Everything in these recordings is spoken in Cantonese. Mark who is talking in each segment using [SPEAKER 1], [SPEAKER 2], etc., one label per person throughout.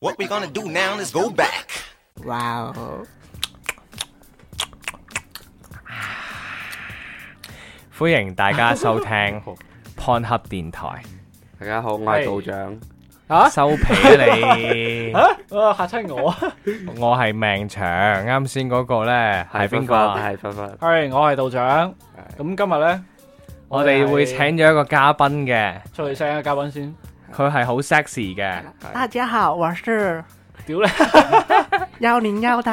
[SPEAKER 1] What we gonna do now is go back.
[SPEAKER 2] Wow.
[SPEAKER 3] 歡迎大家收聽 PonHub 電台，
[SPEAKER 4] 大家好，我
[SPEAKER 5] 係
[SPEAKER 4] 係道長，
[SPEAKER 5] 吓
[SPEAKER 3] 收皮啊 你！
[SPEAKER 5] 吓，啊嚇親我啊！
[SPEAKER 3] 我係命長，啱先嗰個呢係邊個啊？
[SPEAKER 4] 係分分，
[SPEAKER 5] 係，我係道長。咁今日咧，
[SPEAKER 3] 我哋會請咗一個嘉賓嘅，
[SPEAKER 5] 出去聲嘅嘉賓 先。
[SPEAKER 3] 佢係好 sexy 嘅，
[SPEAKER 6] 哎
[SPEAKER 2] 大家好，我是
[SPEAKER 5] 屌咧，
[SPEAKER 2] 幺零幺 的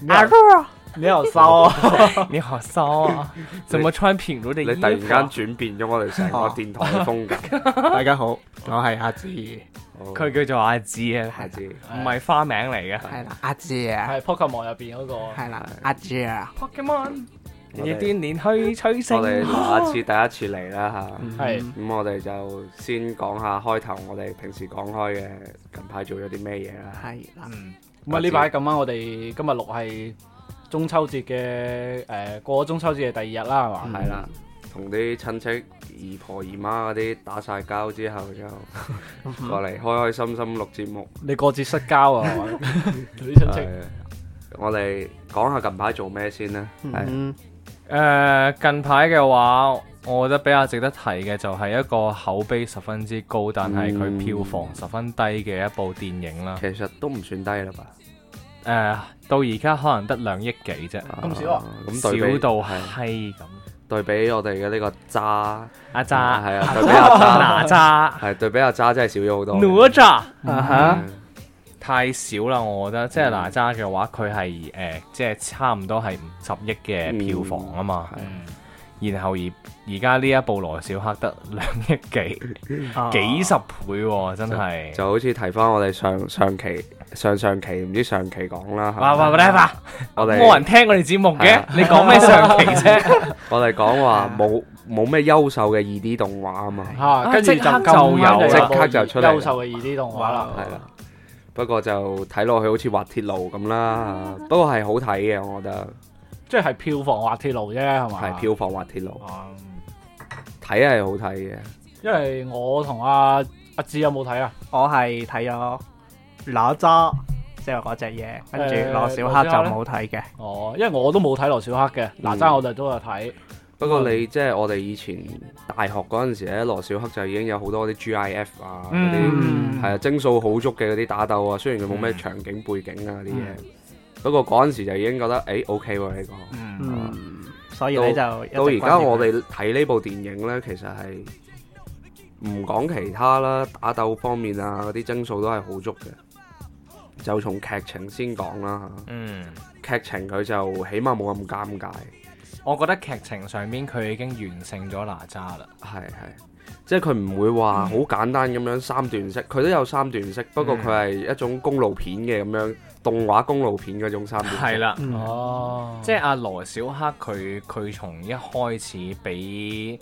[SPEAKER 5] 你
[SPEAKER 6] 啊
[SPEAKER 2] 阿
[SPEAKER 5] 又
[SPEAKER 2] 若。
[SPEAKER 5] 你又收 啊，
[SPEAKER 3] 你學骚啊？怎麼穿平如的衣
[SPEAKER 4] 你
[SPEAKER 3] 服
[SPEAKER 4] 突然間轉變咗我哋成個電台嘅風格。
[SPEAKER 6] 大家好，我係阿志，
[SPEAKER 4] 好
[SPEAKER 3] 佢叫做阿志啊，
[SPEAKER 4] 下次
[SPEAKER 3] 唔係花名嚟嘅。
[SPEAKER 2] 係啦，阿姐，
[SPEAKER 5] 係 Pokemon 入邊嗰個。
[SPEAKER 2] 係啦，阿啊姐，
[SPEAKER 3] Pokemon
[SPEAKER 4] 我
[SPEAKER 3] 要
[SPEAKER 4] 哋
[SPEAKER 3] 鍛鍊去取
[SPEAKER 4] 我哋
[SPEAKER 3] 勝。
[SPEAKER 4] 下次第一次嚟啦吓，
[SPEAKER 5] 係
[SPEAKER 4] 咁我哋就先講下開頭，我哋平時講開嘅近排做咗啲咩嘢啦。
[SPEAKER 2] 係啦，
[SPEAKER 3] 嗯
[SPEAKER 5] 咁啊！呢排咁啱，我哋今日錄係中秋節嘅誒，過咗中秋節嘅第二日啦，係嘛？
[SPEAKER 4] 係啦，同啲親戚姨婆姨媽嗰啲打晒交之後，就過嚟開開心心錄節目。
[SPEAKER 5] 你過節失 交啊？係嘛你啲 親戚
[SPEAKER 4] 係我哋講下近排做咩先啦。係
[SPEAKER 2] 嗯，
[SPEAKER 3] 誒、近排嘅話，我覺得比較值得提嘅就係一個口碑十分之高，但係佢票房十分低嘅一部電影啦。誒、
[SPEAKER 4] 其實都唔算低啦吧。
[SPEAKER 3] 到而家可能得兩億幾啫，
[SPEAKER 5] 咁少啊？
[SPEAKER 4] 咁對比
[SPEAKER 3] 少到
[SPEAKER 4] 係
[SPEAKER 3] 閪咁。
[SPEAKER 4] 對比我哋嘅呢個渣
[SPEAKER 3] 阿
[SPEAKER 4] 係
[SPEAKER 3] 渣，
[SPEAKER 4] 啊，對比阿
[SPEAKER 3] 哪
[SPEAKER 4] 渣
[SPEAKER 3] 吒，
[SPEAKER 4] 係對比阿渣真係少咗好多。
[SPEAKER 3] 哪吒
[SPEAKER 4] 啊哈
[SPEAKER 3] 太少啦，我覺得。即係哪吒嘅話，佢係誒，即係差唔多係五十億嘅票房啊嘛。然後而而家呢一部羅小黑得 兩億幾，幾十倍喎、真係。
[SPEAKER 4] 就好似提翻我哋上上期、上上期唔知上期講啦，
[SPEAKER 3] 哇哇 whatever，
[SPEAKER 4] 我哋
[SPEAKER 3] 冇人聽我哋節目
[SPEAKER 4] 係
[SPEAKER 3] 嘅
[SPEAKER 4] 啊，
[SPEAKER 3] 你講咩上期啫？
[SPEAKER 4] 我哋講 話冇冇咩優秀嘅二 D 動畫啊嘛，
[SPEAKER 5] 嚇，跟住就
[SPEAKER 3] 即刻
[SPEAKER 5] 咁
[SPEAKER 3] 就有
[SPEAKER 5] 啱就有
[SPEAKER 4] 即刻就出嚟啦
[SPEAKER 5] 優秀嘅二 D 動畫啦。
[SPEAKER 4] 係啦。不過就睇落去好似滑鐵路咁啦，
[SPEAKER 3] 嗯
[SPEAKER 4] 不過係好睇嘅，我覺得
[SPEAKER 5] 即係票房滑鐵路啫，係嘛？
[SPEAKER 4] 係票房滑鐵路，
[SPEAKER 5] 啊。
[SPEAKER 4] 睇係好睇嘅。
[SPEAKER 5] 因為我同阿阿志有冇睇啊？
[SPEAKER 6] 我係睇咗哪吒，即係嗰只嘢，跟
[SPEAKER 5] 誒
[SPEAKER 6] 住羅小黑就
[SPEAKER 5] 羅小
[SPEAKER 6] 冇睇嘅。
[SPEAKER 5] 哦，因為我都冇睇羅小黑嘅，哪吒我就都有睇，
[SPEAKER 4] 不過你即係我哋以前大學嗰陣時咧，羅小黑就已經有好多啲 GIF 啊嗰啲。
[SPEAKER 6] 嗯
[SPEAKER 4] 係啊，精數好足嘅嗰啲打鬥啊，雖然佢冇咩場景背景啊嗰啲
[SPEAKER 6] 嗯
[SPEAKER 4] 嘢，不過嗰陣時就已經覺得誒 OK 喎呢個。
[SPEAKER 6] 嗯，所以你就
[SPEAKER 4] 到而
[SPEAKER 6] 到
[SPEAKER 4] 家我哋睇呢部電影呢，其實係唔講其他啦，打鬥方面啊嗰啲精數都係好足嘅。就從劇情先講啦
[SPEAKER 3] 嗯，
[SPEAKER 4] 嚇，劇情佢就起碼冇咁尷尬，
[SPEAKER 3] 我覺得劇情上面佢已經完勝咗哪吒啦。
[SPEAKER 4] 係係。即係佢唔會話
[SPEAKER 3] 嗯
[SPEAKER 4] 好簡單咁樣三段式，佢都有三段式，不過佢係一種公路片嘅咁樣動畫公路片嗰種三段式。
[SPEAKER 3] 係啦，
[SPEAKER 5] 哦，
[SPEAKER 3] 即係阿羅小黑佢佢從一開始俾。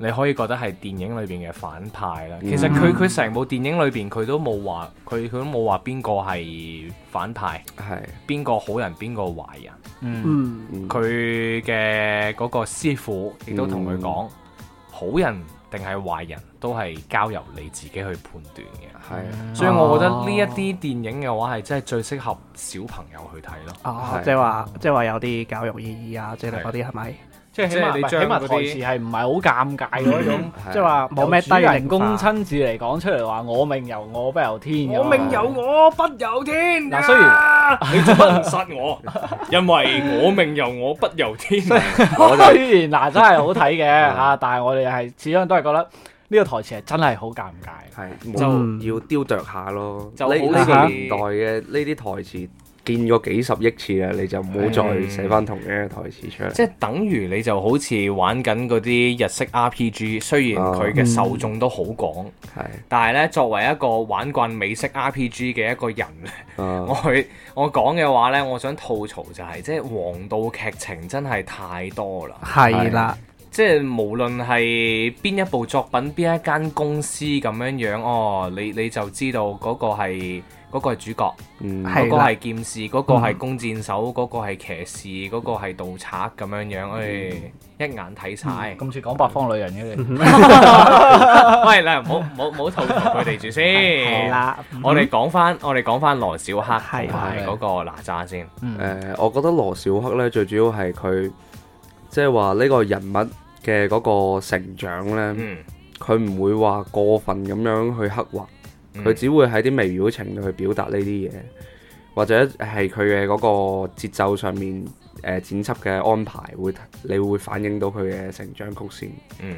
[SPEAKER 3] 你可以覺得係電影裏邊嘅反派啦。其實佢佢成部電影裏邊佢都冇話佢佢都冇話邊個係反派，
[SPEAKER 4] 係。
[SPEAKER 3] 邊個好人，邊個壞人。
[SPEAKER 2] 嗯，
[SPEAKER 4] 嗯
[SPEAKER 3] 佢嘅嗰個師傅亦都同佢講，好人定係壞人都係交由你自己去判斷嘅。
[SPEAKER 4] 係啊
[SPEAKER 3] 所以我覺得呢一啲電影嘅話係真係最適合小朋友去睇咯。
[SPEAKER 6] 哦
[SPEAKER 4] 係，
[SPEAKER 6] 即係話即係話有啲教育意義啊，即係嗰啲係咪？
[SPEAKER 5] 即係起
[SPEAKER 3] 即係
[SPEAKER 5] 碼
[SPEAKER 3] 你
[SPEAKER 5] 唔係
[SPEAKER 3] 將
[SPEAKER 5] 起碼
[SPEAKER 3] 嗰啲
[SPEAKER 5] 台詞係唔係好尷尬嗰種，
[SPEAKER 4] 係
[SPEAKER 6] 即係話冇咩
[SPEAKER 5] 由主人
[SPEAKER 6] 低
[SPEAKER 5] 公
[SPEAKER 6] 齡化。
[SPEAKER 5] 親自嚟講出嚟話我命由我不由天，我
[SPEAKER 4] 命 由
[SPEAKER 3] 我不由天啊
[SPEAKER 5] 嗱雖然
[SPEAKER 3] 你做乜唔殺我？因為我命由我不由天。
[SPEAKER 4] 我就
[SPEAKER 5] 雖然哪吒係好睇嘅嚇，但係我哋係始終都係覺得呢個台詞係真係好尷尬。
[SPEAKER 4] 係
[SPEAKER 6] 嗯
[SPEAKER 4] 就要雕琢下咯。
[SPEAKER 3] 就好
[SPEAKER 4] 呢
[SPEAKER 3] 似啊
[SPEAKER 4] 呢個年代嘅呢啲台詞見過幾十億次啦，你就唔好再
[SPEAKER 3] 嗯
[SPEAKER 4] 寫翻同樣嘅台詞出嚟。
[SPEAKER 3] 即係等於你就好似玩緊嗰啲日式 RPG，雖然佢嘅受眾都好廣，
[SPEAKER 4] 係
[SPEAKER 3] 但係咧作為一個玩慣美式 RPG 嘅一個 人咧。我
[SPEAKER 4] 啊，
[SPEAKER 3] 去我講嘅話呢，我想吐槽就係、即係黃道劇情真係太多啦，
[SPEAKER 6] 係啦，
[SPEAKER 3] 即係無論係邊一部作品、邊一間公司咁樣樣，哦，你你就知道嗰個係嗰、個係主角，
[SPEAKER 4] 嗯
[SPEAKER 2] 係
[SPEAKER 3] 嗰個
[SPEAKER 2] 啦
[SPEAKER 3] 係劍士，嗰、個係弓箭手，嗰、個係騎士，嗰、個係盜賊咁樣樣，誒、哎一眼睇晒。
[SPEAKER 5] 咁似講八方女人嘅你，
[SPEAKER 3] 喂，嗱，唔好唔好唔好吐槽佢哋住
[SPEAKER 6] 係
[SPEAKER 3] 先。
[SPEAKER 6] 啦，
[SPEAKER 3] 我哋講翻，我哋講翻羅小黑
[SPEAKER 6] 係
[SPEAKER 3] 同埋嗰個哪吒先。
[SPEAKER 4] 誒、
[SPEAKER 5] 嗯
[SPEAKER 4] 我覺得羅小黑咧最主要係佢即係話呢個人物嘅嗰個成長咧，
[SPEAKER 3] 嗯，
[SPEAKER 4] 佢唔、會話過分咁樣去刻畫，
[SPEAKER 3] 嗯
[SPEAKER 4] 佢只會喺啲微表情度去表達呢啲嘢，或者係佢嘅嗰個節奏上面誒、剪輯嘅安排會，你會反映到佢嘅成長曲線。
[SPEAKER 3] 嗯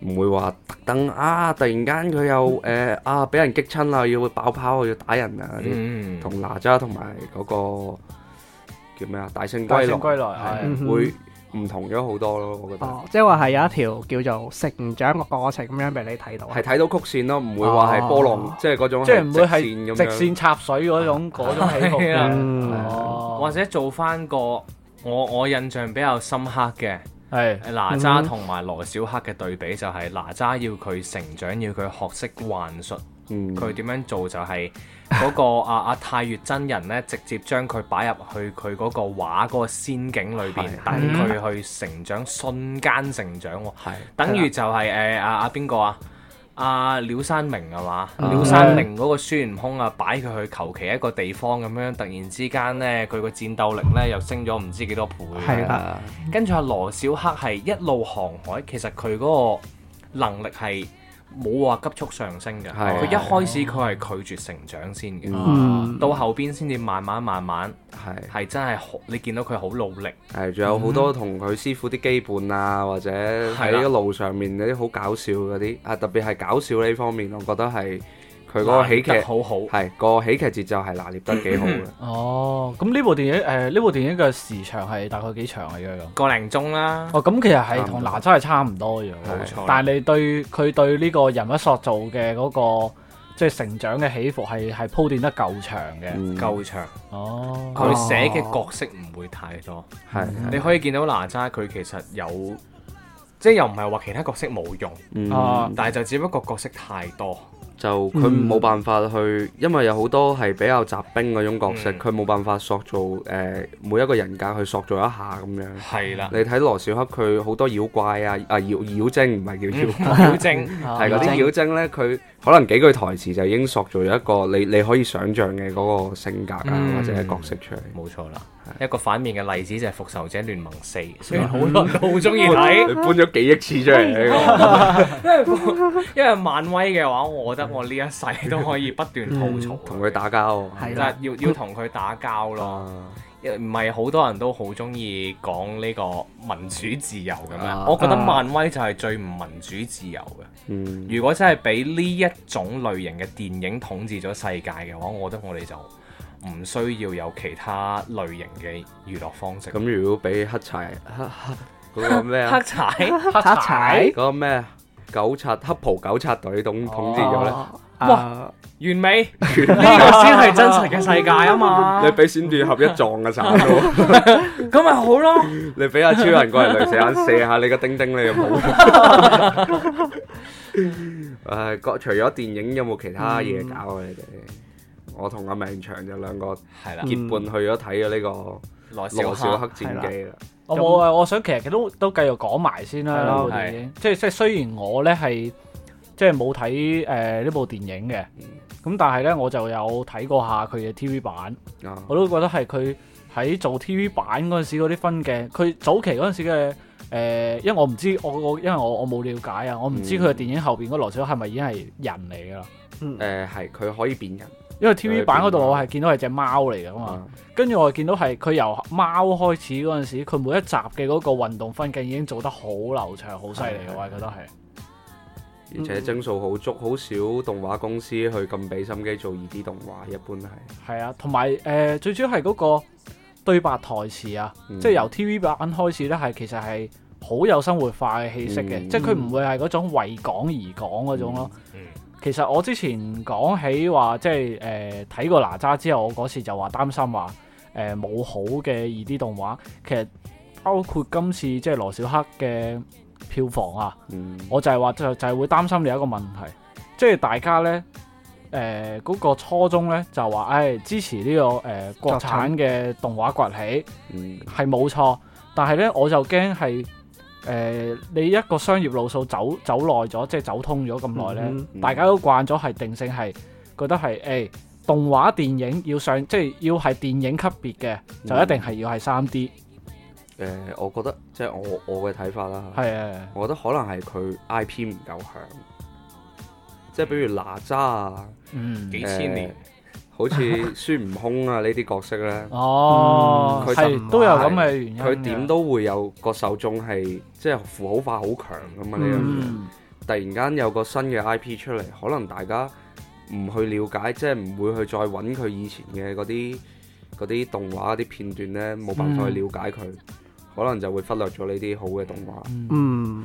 [SPEAKER 4] 唔會話特登啊！突然間佢又誒、呃啊，俾人激親啦，要爆炮，要打人啊！嗰啲
[SPEAKER 3] 嗯
[SPEAKER 4] 同哪吒同埋嗰個叫咩啊？大聖
[SPEAKER 5] 大
[SPEAKER 4] 歸
[SPEAKER 5] 聖
[SPEAKER 4] 來
[SPEAKER 5] 歸來嗯
[SPEAKER 4] 係
[SPEAKER 5] 係
[SPEAKER 4] 會唔同咗好多咯，我覺得
[SPEAKER 6] 哦，即係話係有一條叫做成長嘅過程咁樣俾你睇到啊。
[SPEAKER 4] 係睇到曲線咯，唔會話係波浪，即係嗰種
[SPEAKER 5] 即係唔會
[SPEAKER 4] 係
[SPEAKER 5] 係
[SPEAKER 4] 直
[SPEAKER 5] 直
[SPEAKER 4] 線咁樣。
[SPEAKER 5] 線插水嗰種嗰種起伏
[SPEAKER 3] 係啊
[SPEAKER 5] 嘅，
[SPEAKER 6] 嗯，
[SPEAKER 3] 或
[SPEAKER 5] 哦，
[SPEAKER 3] 者做翻個我我印象比較深刻嘅
[SPEAKER 5] 係
[SPEAKER 3] 哪吒同埋羅小黑嘅對比，就係哪吒要佢成長，要佢學識幻術，
[SPEAKER 4] 嗯，
[SPEAKER 3] 佢點樣做就係嗰 個啊啊太乙真人呢，直接將佢擺入去佢嗰個畫嗰個仙境裏邊，
[SPEAKER 4] 係
[SPEAKER 3] 等佢去成長，瞬間成長喎。
[SPEAKER 4] 係
[SPEAKER 3] 等於就係誒啊啊邊個啊？阿廖山明係嘛？
[SPEAKER 4] 啊
[SPEAKER 3] 廖山明嗰個孫悟空啊，擺佢去求其一個地方咁樣，突然之間呢，佢個戰鬥力呢又升咗唔知幾多倍。
[SPEAKER 6] 係啦
[SPEAKER 4] 啊
[SPEAKER 3] 跟住阿羅小黑係一路航海，其實佢嗰個能力係冇話急速上升嘅。佢
[SPEAKER 4] 係
[SPEAKER 3] 一開始佢係拒絕成長先嘅，
[SPEAKER 6] 嗯
[SPEAKER 3] 到後邊先至慢慢慢慢
[SPEAKER 4] 係
[SPEAKER 3] 係真係好，你見到佢好努力。
[SPEAKER 4] 係，仲有好多同佢師傅啲基本啊，或者
[SPEAKER 3] 係啦
[SPEAKER 4] 喺路上面嗰啲好搞笑嗰啲啊，特別係搞笑呢方面，我覺得係佢嗰個喜劇
[SPEAKER 3] 拿捏得好好
[SPEAKER 4] 係個喜劇節奏係拿捏得幾好嘅。
[SPEAKER 5] 哦，咁呢部電影誒呢部電影嘅時長係大概幾長啊嚟嘅咁？
[SPEAKER 3] 個零鐘啦，
[SPEAKER 5] 哦，咁其實係同哪吒係差唔多嘅，
[SPEAKER 3] 冇錯
[SPEAKER 5] 但係你對佢對呢個人物塑造嘅嗰、個即係成長嘅起伏係係鋪墊得夠長嘅。
[SPEAKER 4] 嗯
[SPEAKER 3] 夠長。
[SPEAKER 5] 哦，
[SPEAKER 3] 佢寫嘅角色唔會太多，
[SPEAKER 4] 係係
[SPEAKER 3] 你可以見到哪吒佢其實有，即係又唔係話其他角色冇用，
[SPEAKER 4] 嗯
[SPEAKER 5] 啊
[SPEAKER 3] 但係就只不過角色太多，
[SPEAKER 4] 就佢冇辦法去，因為有好多係比較雜兵嗰種角色，
[SPEAKER 3] 嗯
[SPEAKER 4] 佢冇辦法塑造誒、每一個人格去塑造一下咁樣。
[SPEAKER 3] 係啦，
[SPEAKER 4] 你睇羅小黑佢好多妖怪啊，啊妖妖精唔係叫妖
[SPEAKER 3] 嗯
[SPEAKER 4] 怪。
[SPEAKER 3] 表正
[SPEAKER 4] 係嗰啲妖精呢，佢可能幾句台詞就已經塑造咗一個你你可以想像嘅嗰個性格啊，
[SPEAKER 3] 嗯
[SPEAKER 4] 或者角色出嚟。
[SPEAKER 3] 冇錯啦。一個反面嘅例子就係《復仇者聯盟四》，雖
[SPEAKER 4] 嗯
[SPEAKER 3] 然好多人都好中意睇，
[SPEAKER 4] 你搬咗幾億次出嚟呢
[SPEAKER 3] 因為漫威嘅話，我覺得我呢一世都可以不斷吐槽
[SPEAKER 4] 個， 嗯同佢打交喎。
[SPEAKER 3] 即
[SPEAKER 6] 係
[SPEAKER 3] 係
[SPEAKER 6] 啦，
[SPEAKER 3] 要要同佢打交 咯。
[SPEAKER 4] 啊
[SPEAKER 3] 因為唔係好多人都好中意講呢個民主自由咁
[SPEAKER 4] 啊
[SPEAKER 3] 樣，我覺得漫威就係最唔民主自由嘅。
[SPEAKER 4] 嗯，
[SPEAKER 3] 如果真係俾呢一種類型嘅電影統治咗世界嘅話，我覺得我哋就唔需要有其他類型嘅娛樂方式。
[SPEAKER 4] 咁如果俾黑柴黑黑嗰個咩啊
[SPEAKER 3] 黑？柴
[SPEAKER 5] 黑
[SPEAKER 6] 黑柴
[SPEAKER 4] 嗰個咩啊狗察黑袍狗察隊統統治咗咧？
[SPEAKER 6] 哇，
[SPEAKER 3] 完美，呢個先係真實嘅世界啊嘛
[SPEAKER 4] 你！俾閃電俠一撞嘅慘咯！
[SPEAKER 3] 咁咪好咯，
[SPEAKER 4] 你俾阿超人過嚟雷射眼射下你個丁丁，你就冇。 唉，各除咗電影有冇其他嘢搞啊？你哋？
[SPEAKER 5] 嗯
[SPEAKER 4] 我同阿命長就兩個
[SPEAKER 3] 係啦，
[SPEAKER 4] 結伴去咗睇咗呢個
[SPEAKER 3] 羅
[SPEAKER 4] 羅
[SPEAKER 3] 小黑
[SPEAKER 4] 小黑戰機啦。
[SPEAKER 5] 我冇嗯啊！我想其實都都繼續講埋先啦，
[SPEAKER 6] 係
[SPEAKER 5] 呢
[SPEAKER 6] 咯
[SPEAKER 5] 部電影即係即係雖然我咧係即係冇睇誒呢部電影嘅，咁但係咧我就有睇過下佢嘅 TV 版，
[SPEAKER 4] 啊
[SPEAKER 5] 我都覺得係佢喺做 TV 版嗰陣時嗰啲分鏡，佢早期嗰陣時嘅誒、因為我唔知我我因為我我冇了解啊，我唔知佢嘅電影後邊嗰羅小黑係咪已經係人嚟㗎啦？
[SPEAKER 4] 哦誒係，佢可以變人
[SPEAKER 5] 因為 TV 版嗰度
[SPEAKER 4] 佢係變
[SPEAKER 5] 我係見到係只貓嗯嚟㗎嘛，
[SPEAKER 4] 啊！
[SPEAKER 5] 跟住我係見到係佢由貓開始嗰陣時，佢每一集嘅嗰個運動分鏡已經做得好流暢、好犀利嘅，我係覺得係。
[SPEAKER 4] 而且幀數好足，好少動畫公司去咁俾心機做二 D 動畫，一般係。
[SPEAKER 5] 係啊，同埋誒最主要係嗰個對白台詞啊，
[SPEAKER 4] 嗯
[SPEAKER 5] 即係由 TV 版開始咧，係其實係好有生活化嘅氣息嘅，
[SPEAKER 4] 嗯
[SPEAKER 5] 即係佢唔會係嗰種為講而講嗰種咯。
[SPEAKER 3] 嗯
[SPEAKER 5] 其實我之前講起話，即係誒睇過哪吒之後，我嗰時就話擔心話呃誒冇好嘅二 D 動畫，其實包括今次即係羅小黑嘅票房啊，
[SPEAKER 4] 嗯，
[SPEAKER 5] 我就係話就就係會擔心你有一個問題，即係大家呢，誒、嗰、個初衷呢，就話，唉、支持呢、個誒、國
[SPEAKER 2] 國產
[SPEAKER 5] 產嘅動畫崛起
[SPEAKER 4] 嗯
[SPEAKER 5] 係冇錯，但係呢，我就驚係誒你一個商業路數走走耐咗，即係走通咗咁耐呢，
[SPEAKER 4] 嗯
[SPEAKER 5] 大家都慣咗係定性係覺得係誒、哎動畫電影要上，即係要係電影級別嘅，就
[SPEAKER 4] 嗯
[SPEAKER 5] 一定係要係三 D，
[SPEAKER 4] 誒，我覺得即係我我嘅睇法啦，
[SPEAKER 5] 係啊誒
[SPEAKER 4] 我覺得可能係佢 I P 唔夠響，即係比如哪吒啊，
[SPEAKER 5] 嗯
[SPEAKER 3] 幾千年
[SPEAKER 4] 好似孫悟空啊呢啲角色咧，
[SPEAKER 5] 哦，
[SPEAKER 4] 嗯佢
[SPEAKER 5] 係、
[SPEAKER 6] 神話
[SPEAKER 5] 都有咁嘅原因嘅，
[SPEAKER 4] 佢點都會有個受眾係即係符號化好強啊噶嘛呢樣嘢。
[SPEAKER 5] 嗯。
[SPEAKER 4] 突然間有個新嘅 IP 出嚟，可能大家唔去了解，即係唔會去再揾佢以前嘅嗰啲嗰啲動畫啲片段呢，冇辦法
[SPEAKER 3] 嗯
[SPEAKER 4] 去了解佢，可能就會忽略咗呢啲好嘅動畫。
[SPEAKER 2] 嗯，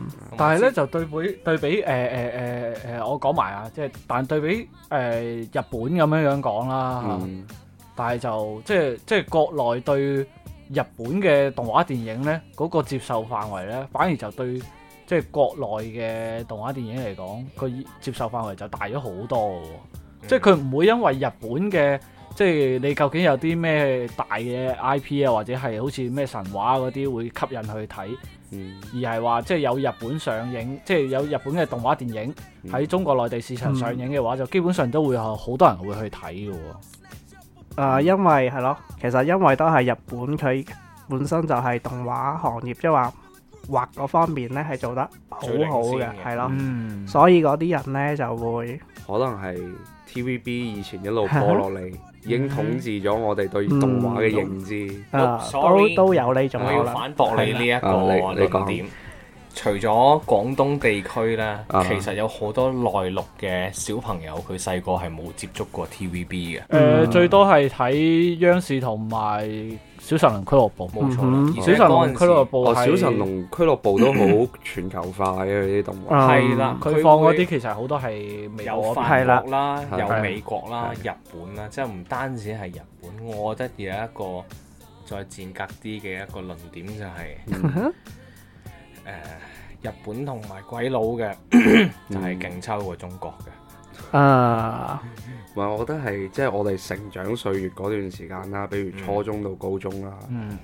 [SPEAKER 3] 啊
[SPEAKER 5] 但係咧就對比對比呃誒誒誒誒，我講埋啊，即係但對比誒、呃日本咁樣樣講啦，
[SPEAKER 3] 啊
[SPEAKER 4] 嗯
[SPEAKER 5] 但係就即係即係國內對日本嘅動畫電影咧，嗰、個接受範圍咧，反而就對即係國內嘅動畫電影嚟講，個接受範圍就大咗好多嘅喎。
[SPEAKER 3] 嗯
[SPEAKER 5] 即係佢唔會因為日本嘅，即係你究竟有啲咩大嘅 IP 啊，或者係好似咩神話嗰啲會吸引去睇。
[SPEAKER 4] 嗯
[SPEAKER 5] 而係話即係有日本上映，即係有日本嘅動畫電影喺中國內地市場上映嘅話，就基本上都會有好多人會去睇嘅喎。
[SPEAKER 6] 啊，因為係咯，其實因為都係日本佢本身就係動畫行業，即係話畫嗰方面咧係做得好好
[SPEAKER 3] 最
[SPEAKER 6] 嘅
[SPEAKER 3] 領先，嘅
[SPEAKER 6] 係咯，
[SPEAKER 5] 嗯，
[SPEAKER 6] 所以嗰啲人咧就會
[SPEAKER 4] 可能係 TVB 以前一路播落 嚟，已經統治咗我哋對動畫嘅認知。
[SPEAKER 5] 嗯
[SPEAKER 6] 啊
[SPEAKER 3] sorry，
[SPEAKER 6] 都都有呢種
[SPEAKER 3] 我
[SPEAKER 6] 可
[SPEAKER 3] 要
[SPEAKER 6] 能，
[SPEAKER 3] 反駁你呢一
[SPEAKER 4] 啊你
[SPEAKER 3] 個
[SPEAKER 4] 你
[SPEAKER 3] 論點。除咗廣東地區呢，
[SPEAKER 4] 啊
[SPEAKER 3] 其實有好多內陸嘅小朋友，佢細個係冇接觸過 TVB 嘅，
[SPEAKER 5] 誒、最多係睇央視同埋《小神龍俱樂部》。
[SPEAKER 3] 冇錯啦
[SPEAKER 2] 嗯。
[SPEAKER 3] 而
[SPEAKER 5] 小
[SPEAKER 3] 且
[SPEAKER 5] 神
[SPEAKER 3] 嗰
[SPEAKER 5] 龍
[SPEAKER 3] 陣
[SPEAKER 5] 俱樂
[SPEAKER 3] 時
[SPEAKER 5] 部
[SPEAKER 4] 哦，
[SPEAKER 5] 係
[SPEAKER 4] 小神龍俱樂部都好全球化嘅呢啲動
[SPEAKER 5] 啊
[SPEAKER 4] 畫。
[SPEAKER 3] 係啦，
[SPEAKER 5] 佢放嗰
[SPEAKER 3] 會
[SPEAKER 5] 啲其實好多係啊美
[SPEAKER 3] 有
[SPEAKER 5] 國嗰邊
[SPEAKER 3] 法
[SPEAKER 6] 係啦
[SPEAKER 3] 國啦，
[SPEAKER 4] 係
[SPEAKER 3] 有美國啦，
[SPEAKER 4] 係
[SPEAKER 3] 日本啦，即係唔單止係日本，我覺得有一個再賤格啲嘅一個論點就係、誒、日本同埋鬼佬嘅
[SPEAKER 4] 嗯
[SPEAKER 3] 就係勁抽過中國嘅，
[SPEAKER 6] 啊，
[SPEAKER 4] 唔係，我覺得係即係我哋成長歲月嗰段時間啦，比如初中到高中啦，
[SPEAKER 5] 嗯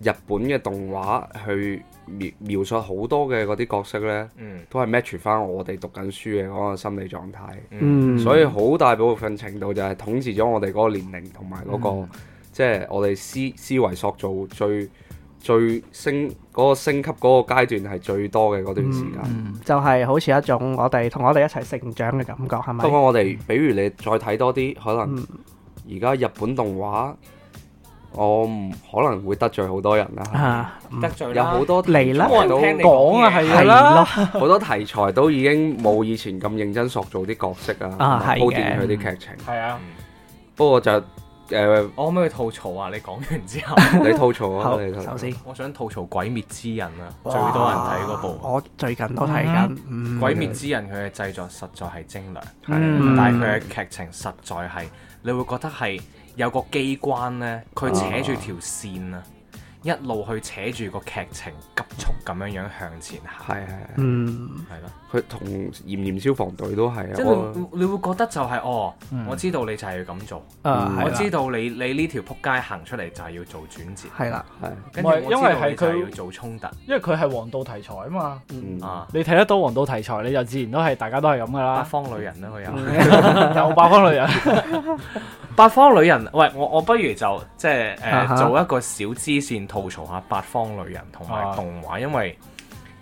[SPEAKER 4] 日本嘅動畫去描描述好多嘅嗰啲角色呢，
[SPEAKER 3] 嗯
[SPEAKER 4] 都係 match 翻我哋讀緊書嘅嗰個心理狀態，
[SPEAKER 3] 嗯
[SPEAKER 2] 嗯，
[SPEAKER 4] 所以好大部分程度就係統治咗我哋嗰個年齡同埋嗰個、
[SPEAKER 6] 嗯
[SPEAKER 4] 即係我哋思思維塑造最最升嗰、個升級嗰個階段係最多嘅嗰段時間。
[SPEAKER 5] 嗯，
[SPEAKER 6] 就係好似一種我哋同我哋一齊成長嘅感覺，係咪
[SPEAKER 4] 不？過我哋，比如你再睇多啲，可能
[SPEAKER 6] 嗯
[SPEAKER 4] 而家日本動畫，我唔可能會得罪好多人啦。
[SPEAKER 6] 啊，
[SPEAKER 3] 得罪啦
[SPEAKER 4] 有好多
[SPEAKER 6] 嚟啦
[SPEAKER 4] 題
[SPEAKER 3] 冇
[SPEAKER 4] 材都
[SPEAKER 3] 人聽你
[SPEAKER 5] 講啊係
[SPEAKER 6] 係
[SPEAKER 5] 㗎啦
[SPEAKER 6] 咯，
[SPEAKER 4] 好多題材都已經冇以前咁認真塑造啲角色啊，
[SPEAKER 6] 啊係嘅
[SPEAKER 4] 鋪墊佢啲劇情。
[SPEAKER 5] 係啊，
[SPEAKER 4] 不過就誒，
[SPEAKER 3] 我可唔可以吐槽啊？你講完之 後，
[SPEAKER 4] 你吐槽
[SPEAKER 6] 好
[SPEAKER 4] 啊，你，吐槽
[SPEAKER 6] 首。先
[SPEAKER 3] 我想吐槽《鬼滅之刃》啊，最多人睇嗰部
[SPEAKER 6] 我最近都睇緊，嗯
[SPEAKER 3] 《鬼滅之刃》，佢嘅製作實在係精良。但
[SPEAKER 4] 係
[SPEAKER 3] 係佢嘅劇情實在係，你會覺得係有個機關呢，
[SPEAKER 4] 啊
[SPEAKER 3] 佢扯住條線啊，一路去扯住個劇情急速咁樣樣向前行，
[SPEAKER 4] 係係，
[SPEAKER 6] 嗯，
[SPEAKER 3] 係咯，
[SPEAKER 4] 佢同炎炎消防隊都係
[SPEAKER 3] 即
[SPEAKER 4] 啊。
[SPEAKER 3] 係
[SPEAKER 4] 我
[SPEAKER 3] 你你會覺得就係哦
[SPEAKER 5] 嗯，
[SPEAKER 3] 我知道你就係要咁做，
[SPEAKER 6] 啊，
[SPEAKER 3] 嗯我
[SPEAKER 6] 係
[SPEAKER 3] 知
[SPEAKER 6] 啦，
[SPEAKER 3] 道你你呢條撲街行出嚟就係要做轉折，
[SPEAKER 6] 係啦，
[SPEAKER 4] 係
[SPEAKER 3] 跟住
[SPEAKER 5] 唔
[SPEAKER 3] 我
[SPEAKER 5] 係
[SPEAKER 3] 知
[SPEAKER 5] 因
[SPEAKER 3] 道
[SPEAKER 5] 為係
[SPEAKER 3] 你就係
[SPEAKER 5] 佢
[SPEAKER 3] 要做衝突
[SPEAKER 5] 因為佢係黃道題材啊嘛，
[SPEAKER 4] 嗯
[SPEAKER 3] 啊，
[SPEAKER 5] 你睇得到黃道題材，你就自然都係大家都係咁噶
[SPEAKER 3] 北
[SPEAKER 5] 啦，
[SPEAKER 3] 方女人啦佢又。
[SPEAKER 5] 嗯有八方女人，
[SPEAKER 3] 八方女人，喂，我我不如就即係誒、
[SPEAKER 6] 啊哈
[SPEAKER 3] 做一個小支線吐槽下八方女人同埋
[SPEAKER 5] 啊
[SPEAKER 3] 動畫，因為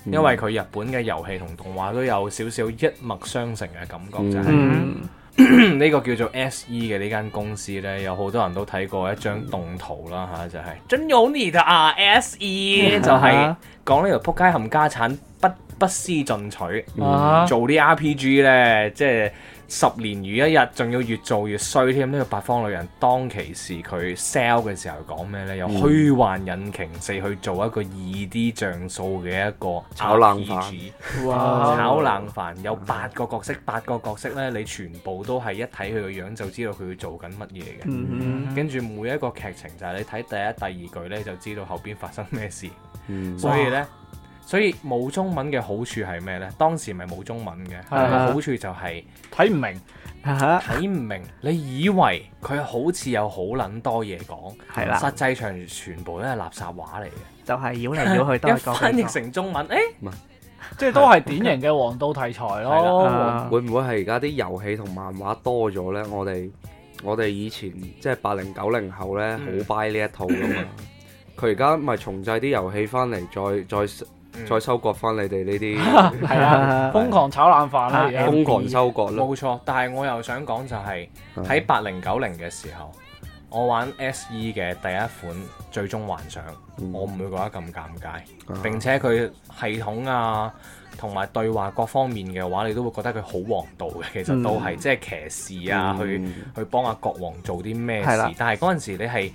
[SPEAKER 4] 嗯
[SPEAKER 3] 因為佢日本嘅遊戲同動畫都有少少一脈相承嘅感覺，就係、
[SPEAKER 6] 嗯，
[SPEAKER 3] 呢個叫做 S.E 嘅呢間公司呢，有好多人都睇過一張動圖啦吓、就係、真有你的啊 S.E 就係
[SPEAKER 4] 啊
[SPEAKER 3] 講呢條撲街冚家產不不思進取。
[SPEAKER 4] 嗯
[SPEAKER 5] 啊
[SPEAKER 3] 做啲 RPG 呢，即係十年如一日，仲要越做越衰添。呢個八方女人當其時佢 sell 嘅時候講咩呢？
[SPEAKER 4] 嗯
[SPEAKER 3] 有虛幻引擎四去做一個二 D 像素嘅一個
[SPEAKER 4] 炒冷
[SPEAKER 3] RPG
[SPEAKER 6] 啊
[SPEAKER 5] 哇
[SPEAKER 3] 炒冷飯有八個角色，八個角色呢，你全部都係一睇佢個樣就知道佢要做緊乜嘢嘅。
[SPEAKER 6] 嗯，
[SPEAKER 3] 跟住每一個劇情就係你睇第一、第二句呢，就知道後邊發生咩事。
[SPEAKER 4] 嗯
[SPEAKER 3] 所以呢，所以冇中文嘅好處係咩呢？當時咪冇中文嘅，
[SPEAKER 5] 係
[SPEAKER 3] 但係
[SPEAKER 5] 啊
[SPEAKER 3] 好處就係
[SPEAKER 5] 睇唔明，
[SPEAKER 6] 啊
[SPEAKER 3] 睇唔明。你以為佢好似有好撚多嘢講，
[SPEAKER 6] 係啦
[SPEAKER 3] 實際上全部都係垃圾話嚟嘅。
[SPEAKER 6] 就係繞嚟繞去都
[SPEAKER 3] 一
[SPEAKER 6] 係
[SPEAKER 3] 翻譯
[SPEAKER 6] 嗰
[SPEAKER 3] 成中文，誒、
[SPEAKER 5] 即係都係典型嘅黃道題材
[SPEAKER 3] 係
[SPEAKER 6] 個
[SPEAKER 5] 咯。
[SPEAKER 6] 啊
[SPEAKER 4] 會唔會係而家啲遊戲同漫畫多咗呢？我哋我哋以前即係八零九零後呢，
[SPEAKER 3] 嗯
[SPEAKER 4] 好 buy 呢一套 噶嘛。佢而家咪重製啲遊戲翻嚟，再再
[SPEAKER 3] 嗯
[SPEAKER 4] 再收割翻你哋 呢
[SPEAKER 5] 係啊，瘋狂炒冷飯啊
[SPEAKER 3] 啊
[SPEAKER 5] 啦，而
[SPEAKER 4] 啲
[SPEAKER 5] 家
[SPEAKER 4] 瘋狂收割咯。
[SPEAKER 3] 嗯冇錯，但係我又想講就係
[SPEAKER 4] 嗯
[SPEAKER 3] 喺八零九零嘅時候，我玩 SE 嘅第一款最終幻想，
[SPEAKER 4] 嗯
[SPEAKER 3] 我唔會覺得咁尷尬，
[SPEAKER 4] 啊
[SPEAKER 3] 並且佢系統啊同埋對話各方面嘅話，你都會覺得佢好王道嘅，其實都係、即係騎士啊，
[SPEAKER 4] 嗯
[SPEAKER 3] 去去幫阿國王做啲咩
[SPEAKER 6] 係
[SPEAKER 3] 事
[SPEAKER 6] 啦，
[SPEAKER 3] 但係嗰陣時你係。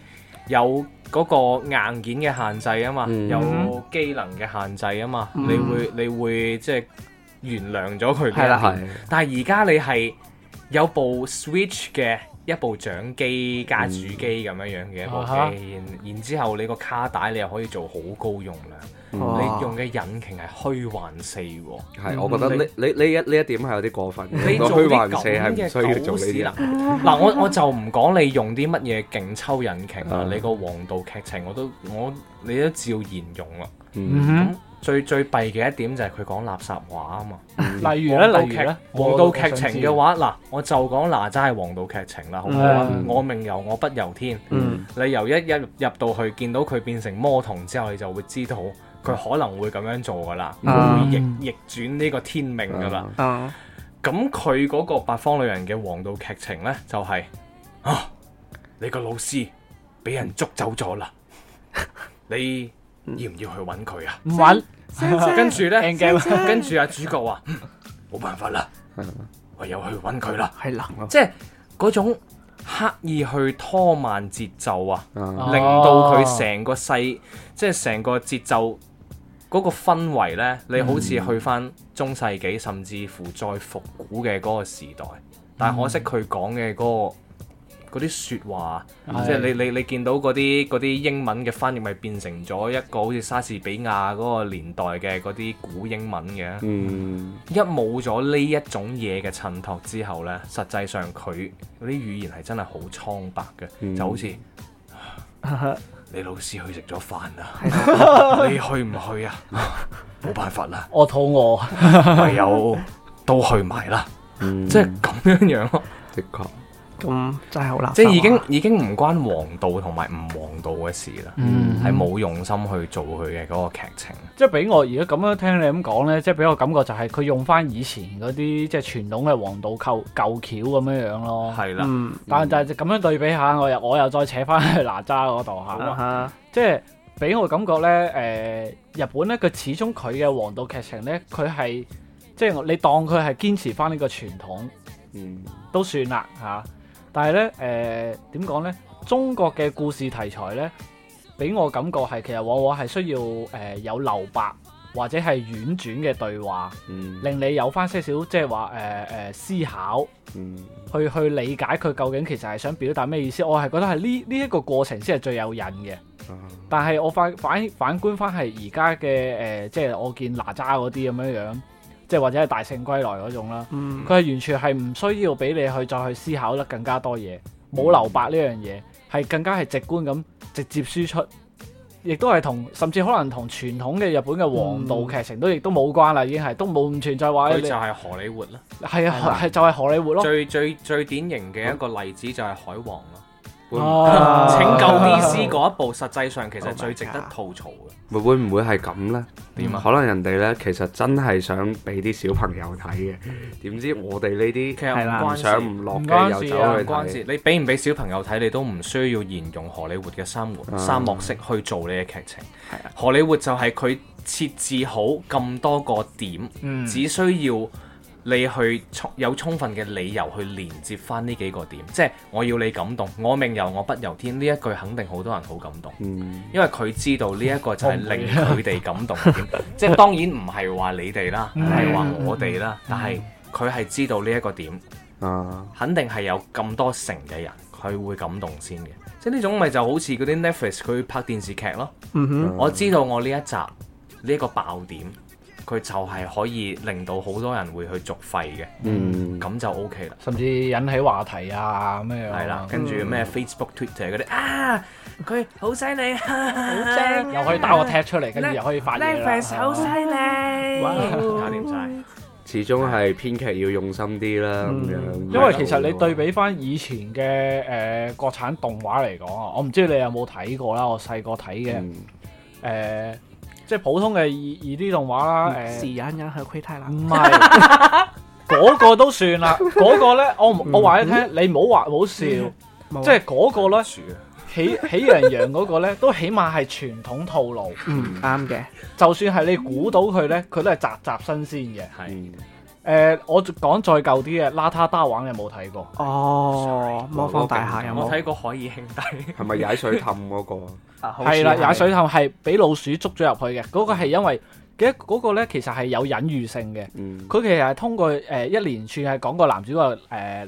[SPEAKER 3] 有嗰個硬件嘅限制啊嘛，
[SPEAKER 4] 嗯
[SPEAKER 3] 有機能嘅限制啊嘛，你會你會即係原諒咗佢嘅
[SPEAKER 6] 係啦係
[SPEAKER 4] 係
[SPEAKER 3] 但係而家你係有部 Switch 嘅一部掌機加主機咁樣樣嘅一部
[SPEAKER 5] 啊哈
[SPEAKER 3] 機，然然之後你個卡帶你又可以做好高容量，
[SPEAKER 4] 嗯
[SPEAKER 6] 哇
[SPEAKER 3] 你用嘅引擎係虛幻四喎。
[SPEAKER 4] 係，我覺得呢呢呢一呢一點係有啲過分嘅。
[SPEAKER 3] 你做
[SPEAKER 4] 虛
[SPEAKER 3] 啲
[SPEAKER 4] 幻
[SPEAKER 3] 咁
[SPEAKER 4] 社係唔需要
[SPEAKER 3] 嘅
[SPEAKER 4] 做
[SPEAKER 3] 狗
[SPEAKER 4] 呢
[SPEAKER 3] 屎
[SPEAKER 4] 啲
[SPEAKER 3] 啦。嗱，我我就唔講你用啲乜嘢勁抽引擎啦
[SPEAKER 4] 啊，
[SPEAKER 3] 你個黃道劇情我都我你都照沿用啦。
[SPEAKER 4] 嗯
[SPEAKER 5] 嗯
[SPEAKER 3] 最最弊嘅一點就係佢講垃圾話啊嘛。
[SPEAKER 5] 哼，例如咧，例如咧，
[SPEAKER 3] 黃
[SPEAKER 5] 我
[SPEAKER 3] 道
[SPEAKER 5] 我
[SPEAKER 3] 劇情
[SPEAKER 5] 想知
[SPEAKER 3] 嘅話，嗱，我就講哪吒係黃道劇情啦，好唔好啊？我命由我不由天。
[SPEAKER 6] 嗯
[SPEAKER 3] 你由一一入入到去，見到佢變成魔童之後，你就會知道佢可能會咁樣做噶啦，
[SPEAKER 6] 啊
[SPEAKER 3] 會逆逆轉呢個天命噶啦。
[SPEAKER 6] 啊
[SPEAKER 3] 咁佢嗰個八方旅人嘅黃道劇情呢，就係、啊，你個老師俾人捉走咗 啦，你要唔要去揾佢啊？
[SPEAKER 5] 唔玩
[SPEAKER 3] 跟住呢，
[SPEAKER 5] End game
[SPEAKER 3] 跟住阿主角話嗯冇辦法啦，唯有去揾佢啦。
[SPEAKER 6] 係啦，
[SPEAKER 3] 即係嗰種刻意去拖慢節奏啊，
[SPEAKER 4] 啊
[SPEAKER 5] 哦
[SPEAKER 3] 令到佢成個世，即係成個節奏嗰個氛圍呢，你好似去翻中世紀，甚至乎再復古嘅嗰個時代。但可惜佢講嘅嗰個嗰啲説話，
[SPEAKER 5] 係
[SPEAKER 3] 即係你你你見到嗰啲嗰啲英文嘅翻譯，咪變成咗一個好似莎士比亞嗰個年代嘅嗰啲古英文嘅。
[SPEAKER 4] 嗯
[SPEAKER 3] 一冇咗呢一種嘢嘅襯托之後呢，實際上佢嗰啲語言係真係好蒼白嘅，
[SPEAKER 4] 嗯
[SPEAKER 3] 就好 似
[SPEAKER 6] 啊
[SPEAKER 3] 你老師去食咗飯 啦，你去唔去啊？冇辦法啦，
[SPEAKER 5] 我肚餓，啊
[SPEAKER 3] 唯有都去埋啦，
[SPEAKER 4] 嗯，
[SPEAKER 3] 即係咁樣樣 咯，
[SPEAKER 4] 的確。
[SPEAKER 6] 咁真係好啦，
[SPEAKER 3] 即係已經已經唔關黃道同埋唔黃道嘅事啦，
[SPEAKER 5] 嗯
[SPEAKER 3] 係冇用心去做佢嘅嗰個劇情。
[SPEAKER 5] 即係俾我而家咁樣聽你咁講咧，即係俾我感覺就係佢用翻以前嗰啲即係傳統嘅黃道舊舊橋咁樣樣咯。
[SPEAKER 3] 係啦，
[SPEAKER 6] 嗯
[SPEAKER 5] 但但係咁樣對比下，我又我又再扯翻去哪吒嗰度嚇。
[SPEAKER 6] 啊哈
[SPEAKER 5] 即係俾我感覺咧，誒、日本咧，佢始終佢嘅王道劇情咧，佢係即係你當佢係堅持翻呢個傳統
[SPEAKER 4] 嗯
[SPEAKER 5] 都算啦嚇、但係咧誒點講咧，中國嘅故事題材咧，俾我感覺係其實往往係需要誒、有留白或者係婉轉嘅對話，
[SPEAKER 4] 嗯
[SPEAKER 5] 令你有翻些少即係話誒誒思考。
[SPEAKER 4] 嗯
[SPEAKER 5] 去去理解佢究竟其實係想表達咩意思，我係覺得係呢呢一個過程先係最有癮嘅。
[SPEAKER 4] 啊
[SPEAKER 5] 但係我反反反觀翻係而家嘅誒，即係我見哪吒嗰啲咁樣樣，即係或者係大聖歸來嗰種啦，
[SPEAKER 6] 嗯
[SPEAKER 5] 佢係完全係唔需要俾你去再去思考得更加多嘢，
[SPEAKER 3] 嗯
[SPEAKER 5] 冇留白呢樣嘢，係更加係直觀咁直接輸出，亦都係同甚至可能同傳統嘅日本嘅王道劇情都亦都冇關啦，已經係都冇唔存在話
[SPEAKER 3] 佢
[SPEAKER 5] 你
[SPEAKER 3] 嗯就係荷里活啦，
[SPEAKER 5] 係啊係就係荷里活咯，
[SPEAKER 3] 最最最典型嘅一個例子就係海王啦。
[SPEAKER 4] 會唔
[SPEAKER 5] 啊
[SPEAKER 3] 拯救 DC 嗰一部，實際上其實
[SPEAKER 6] Oh my
[SPEAKER 3] 最值得
[SPEAKER 6] God
[SPEAKER 3] 吐槽嘅。
[SPEAKER 4] 會會唔會係咁呢？
[SPEAKER 3] 點啊
[SPEAKER 4] 可能人哋呢，其實真係想俾啲小朋友睇嘅，點知我哋呢
[SPEAKER 3] 其
[SPEAKER 4] 啲
[SPEAKER 3] 實
[SPEAKER 6] 係啦
[SPEAKER 3] 唔
[SPEAKER 4] 唔
[SPEAKER 3] 關
[SPEAKER 4] 上
[SPEAKER 3] 事，
[SPEAKER 4] 唔落
[SPEAKER 5] 唔
[SPEAKER 4] 嘅
[SPEAKER 5] 關
[SPEAKER 4] 又走
[SPEAKER 5] 事啊
[SPEAKER 3] 唔
[SPEAKER 4] 去
[SPEAKER 3] 關
[SPEAKER 4] 睇
[SPEAKER 3] 事。。你俾唔俾小朋友睇，你都唔需要沿用荷里活嘅三
[SPEAKER 6] 嗯
[SPEAKER 4] 啊
[SPEAKER 3] 三幕式去做你嘅劇情。
[SPEAKER 6] 啊
[SPEAKER 3] 荷里活就係佢設置好咁多個點，
[SPEAKER 5] 嗯
[SPEAKER 3] 只需要你去充有充分嘅理由去連接翻呢幾個點，即係我要你感動，我命由我不由天呢一句肯定好多人好感動。
[SPEAKER 4] 嗯
[SPEAKER 3] 因為佢知道呢一個就係令佢哋感 動嘅點，即係當然唔係話你哋啦，
[SPEAKER 6] 嗯
[SPEAKER 3] 係話我哋啦，但係佢係知道呢一個點，
[SPEAKER 4] 啊，
[SPEAKER 3] 肯定係有咁多成嘅人佢會感動先嘅，即係呢種咪就好似嗰啲 Netflix 佢拍電視劇咯，
[SPEAKER 6] 嗯哼
[SPEAKER 3] 我知道我呢一集呢一個爆點，佢就係可以令到好多人會去續費嘅，
[SPEAKER 4] 嗯，
[SPEAKER 3] 咁就 O K 啦。
[SPEAKER 5] 甚至引起話題啊咩
[SPEAKER 6] 嗯
[SPEAKER 5] 樣啊
[SPEAKER 3] 係啦，跟住咩 Facebook、Twitter 嗰啲啊，佢好犀利，啊好
[SPEAKER 2] 正
[SPEAKER 5] 又可以打個踢出嚟，跟住又可以發嘢啦。啊
[SPEAKER 2] 好犀利，
[SPEAKER 3] 搞掂晒。
[SPEAKER 4] 始終係編劇要用心啲啦，咁樣。
[SPEAKER 5] 因為其實你對
[SPEAKER 4] Ừ.
[SPEAKER 5] 比翻以前嘅誒、呃、國產動畫嚟講啊，我唔知你有冇睇過啦。我細個睇嘅
[SPEAKER 4] 嗯
[SPEAKER 5] 誒，呃即係普通嘅二二 D 動畫啦。誒、呃
[SPEAKER 6] 時隱隱去窺太啦，
[SPEAKER 5] 唔係 嗰個都算啦。嗰、個咧，我唔我話你聽，你唔好話唔好笑，即
[SPEAKER 6] 冇
[SPEAKER 5] 係嗰個咧
[SPEAKER 3] 樹啊
[SPEAKER 5] 喜喜羊羊嗰個咧，都起碼係傳統套路。
[SPEAKER 6] 嗯啱嘅，
[SPEAKER 5] 就算係你估到佢咧，佢都係雜雜新鮮嘅。誒、呃
[SPEAKER 3] 係
[SPEAKER 4] 嗯
[SPEAKER 5] 我講再舊啲嘅《邋遢大王》，你有冇睇過？
[SPEAKER 6] 哦，魔方大廈有
[SPEAKER 3] 我
[SPEAKER 6] 冇？
[SPEAKER 3] 睇過《海爾兄 弟
[SPEAKER 4] 係咪踩水氹嗰個啊？
[SPEAKER 5] 係啦，踩水氹係俾老鼠捉咗入去嘅，嗰、個係因為嘅嗰、個咧其實係有隱喻性嘅，
[SPEAKER 4] 嗯，
[SPEAKER 5] 佢其實係通過誒、呃一連串係講個男主角誒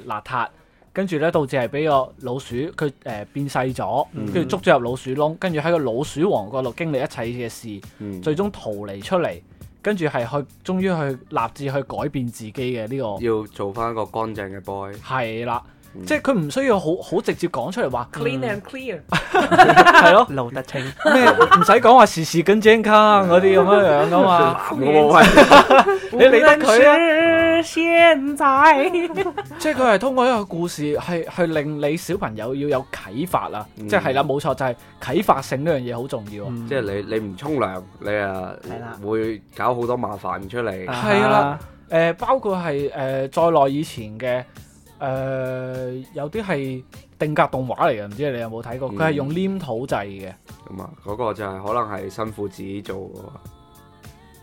[SPEAKER 5] 邋遢，跟住咧導致係俾個老鼠佢誒、呃、變細咗，跟住捉咗入老鼠窿，跟住喺個老鼠王國度經歷一切嘅事，
[SPEAKER 4] 嗯
[SPEAKER 5] 最終逃離出嚟，跟住係去終於去立志去改變自己嘅呢、個。
[SPEAKER 4] 要做翻一個乾淨嘅 boy。
[SPEAKER 5] 係啦，即係佢唔需要好好直接講出嚟話
[SPEAKER 2] Clean and
[SPEAKER 6] 嗯
[SPEAKER 2] clear，
[SPEAKER 5] 係咯，
[SPEAKER 6] 路德清，
[SPEAKER 5] 嗯咩唔使講話時時跟正卡嗰啲咁樣樣 噶嘛，
[SPEAKER 4] 我喂，
[SPEAKER 5] 你理得佢啊？
[SPEAKER 2] 啊！現在
[SPEAKER 5] 即係佢係通過一個故事，係去令你小朋友要有啟發啊！
[SPEAKER 4] 嗯
[SPEAKER 5] 即係係啦，冇錯，就係啟發性呢樣嘢好重要啊！
[SPEAKER 4] 即係你你唔沖涼，你啊
[SPEAKER 6] 係啦
[SPEAKER 4] 會搞好多麻煩出嚟。
[SPEAKER 5] 係啦，誒，包括係誒再耐以前嘅誒，有啲係定格動畫嚟嘅，唔知你有冇睇過？
[SPEAKER 4] 嗯
[SPEAKER 5] 佢係用黏土製嘅，
[SPEAKER 4] 咁啊，嗰個就係可能係辛苦自己做嘅喎。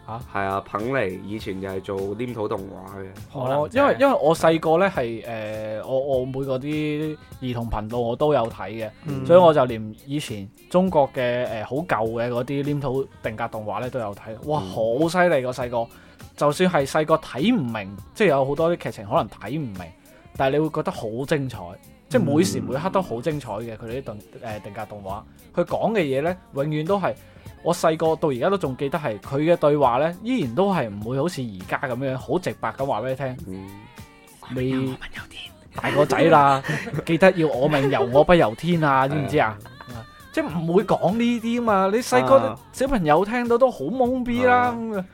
[SPEAKER 5] 嚇
[SPEAKER 4] 係啊，彭尼以前就係做黏土動畫嘅。
[SPEAKER 3] 可能
[SPEAKER 5] 我
[SPEAKER 3] 啫
[SPEAKER 5] 哦因為因為我細個咧係誒，我我每個啲兒童頻道我都有睇嘅。
[SPEAKER 3] 嗯
[SPEAKER 5] 所以我就連以前中國嘅誒好舊嘅嗰啲黏土定格動畫咧都有睇，哇
[SPEAKER 3] 嗯
[SPEAKER 5] 好犀利個細個，就算係細個睇唔明，即係有好多啲劇情可能睇唔明，但係你會覺得好精彩，即係每時每刻都好精彩嘅佢哋啲定誒定格動畫，佢講嘅嘢咧永遠都係。我細個到而家都仲記得係佢嘅對話咧，依然都係唔會好似而家咁樣好直白咁話俾你聽，
[SPEAKER 4] 嗯，
[SPEAKER 5] 你大個仔啦，記得要我命由我不由天啊，知唔知啊？即係唔會講呢啲嘛，你細個
[SPEAKER 6] 啊
[SPEAKER 5] 小朋友聽到都好懵逼啦咁啊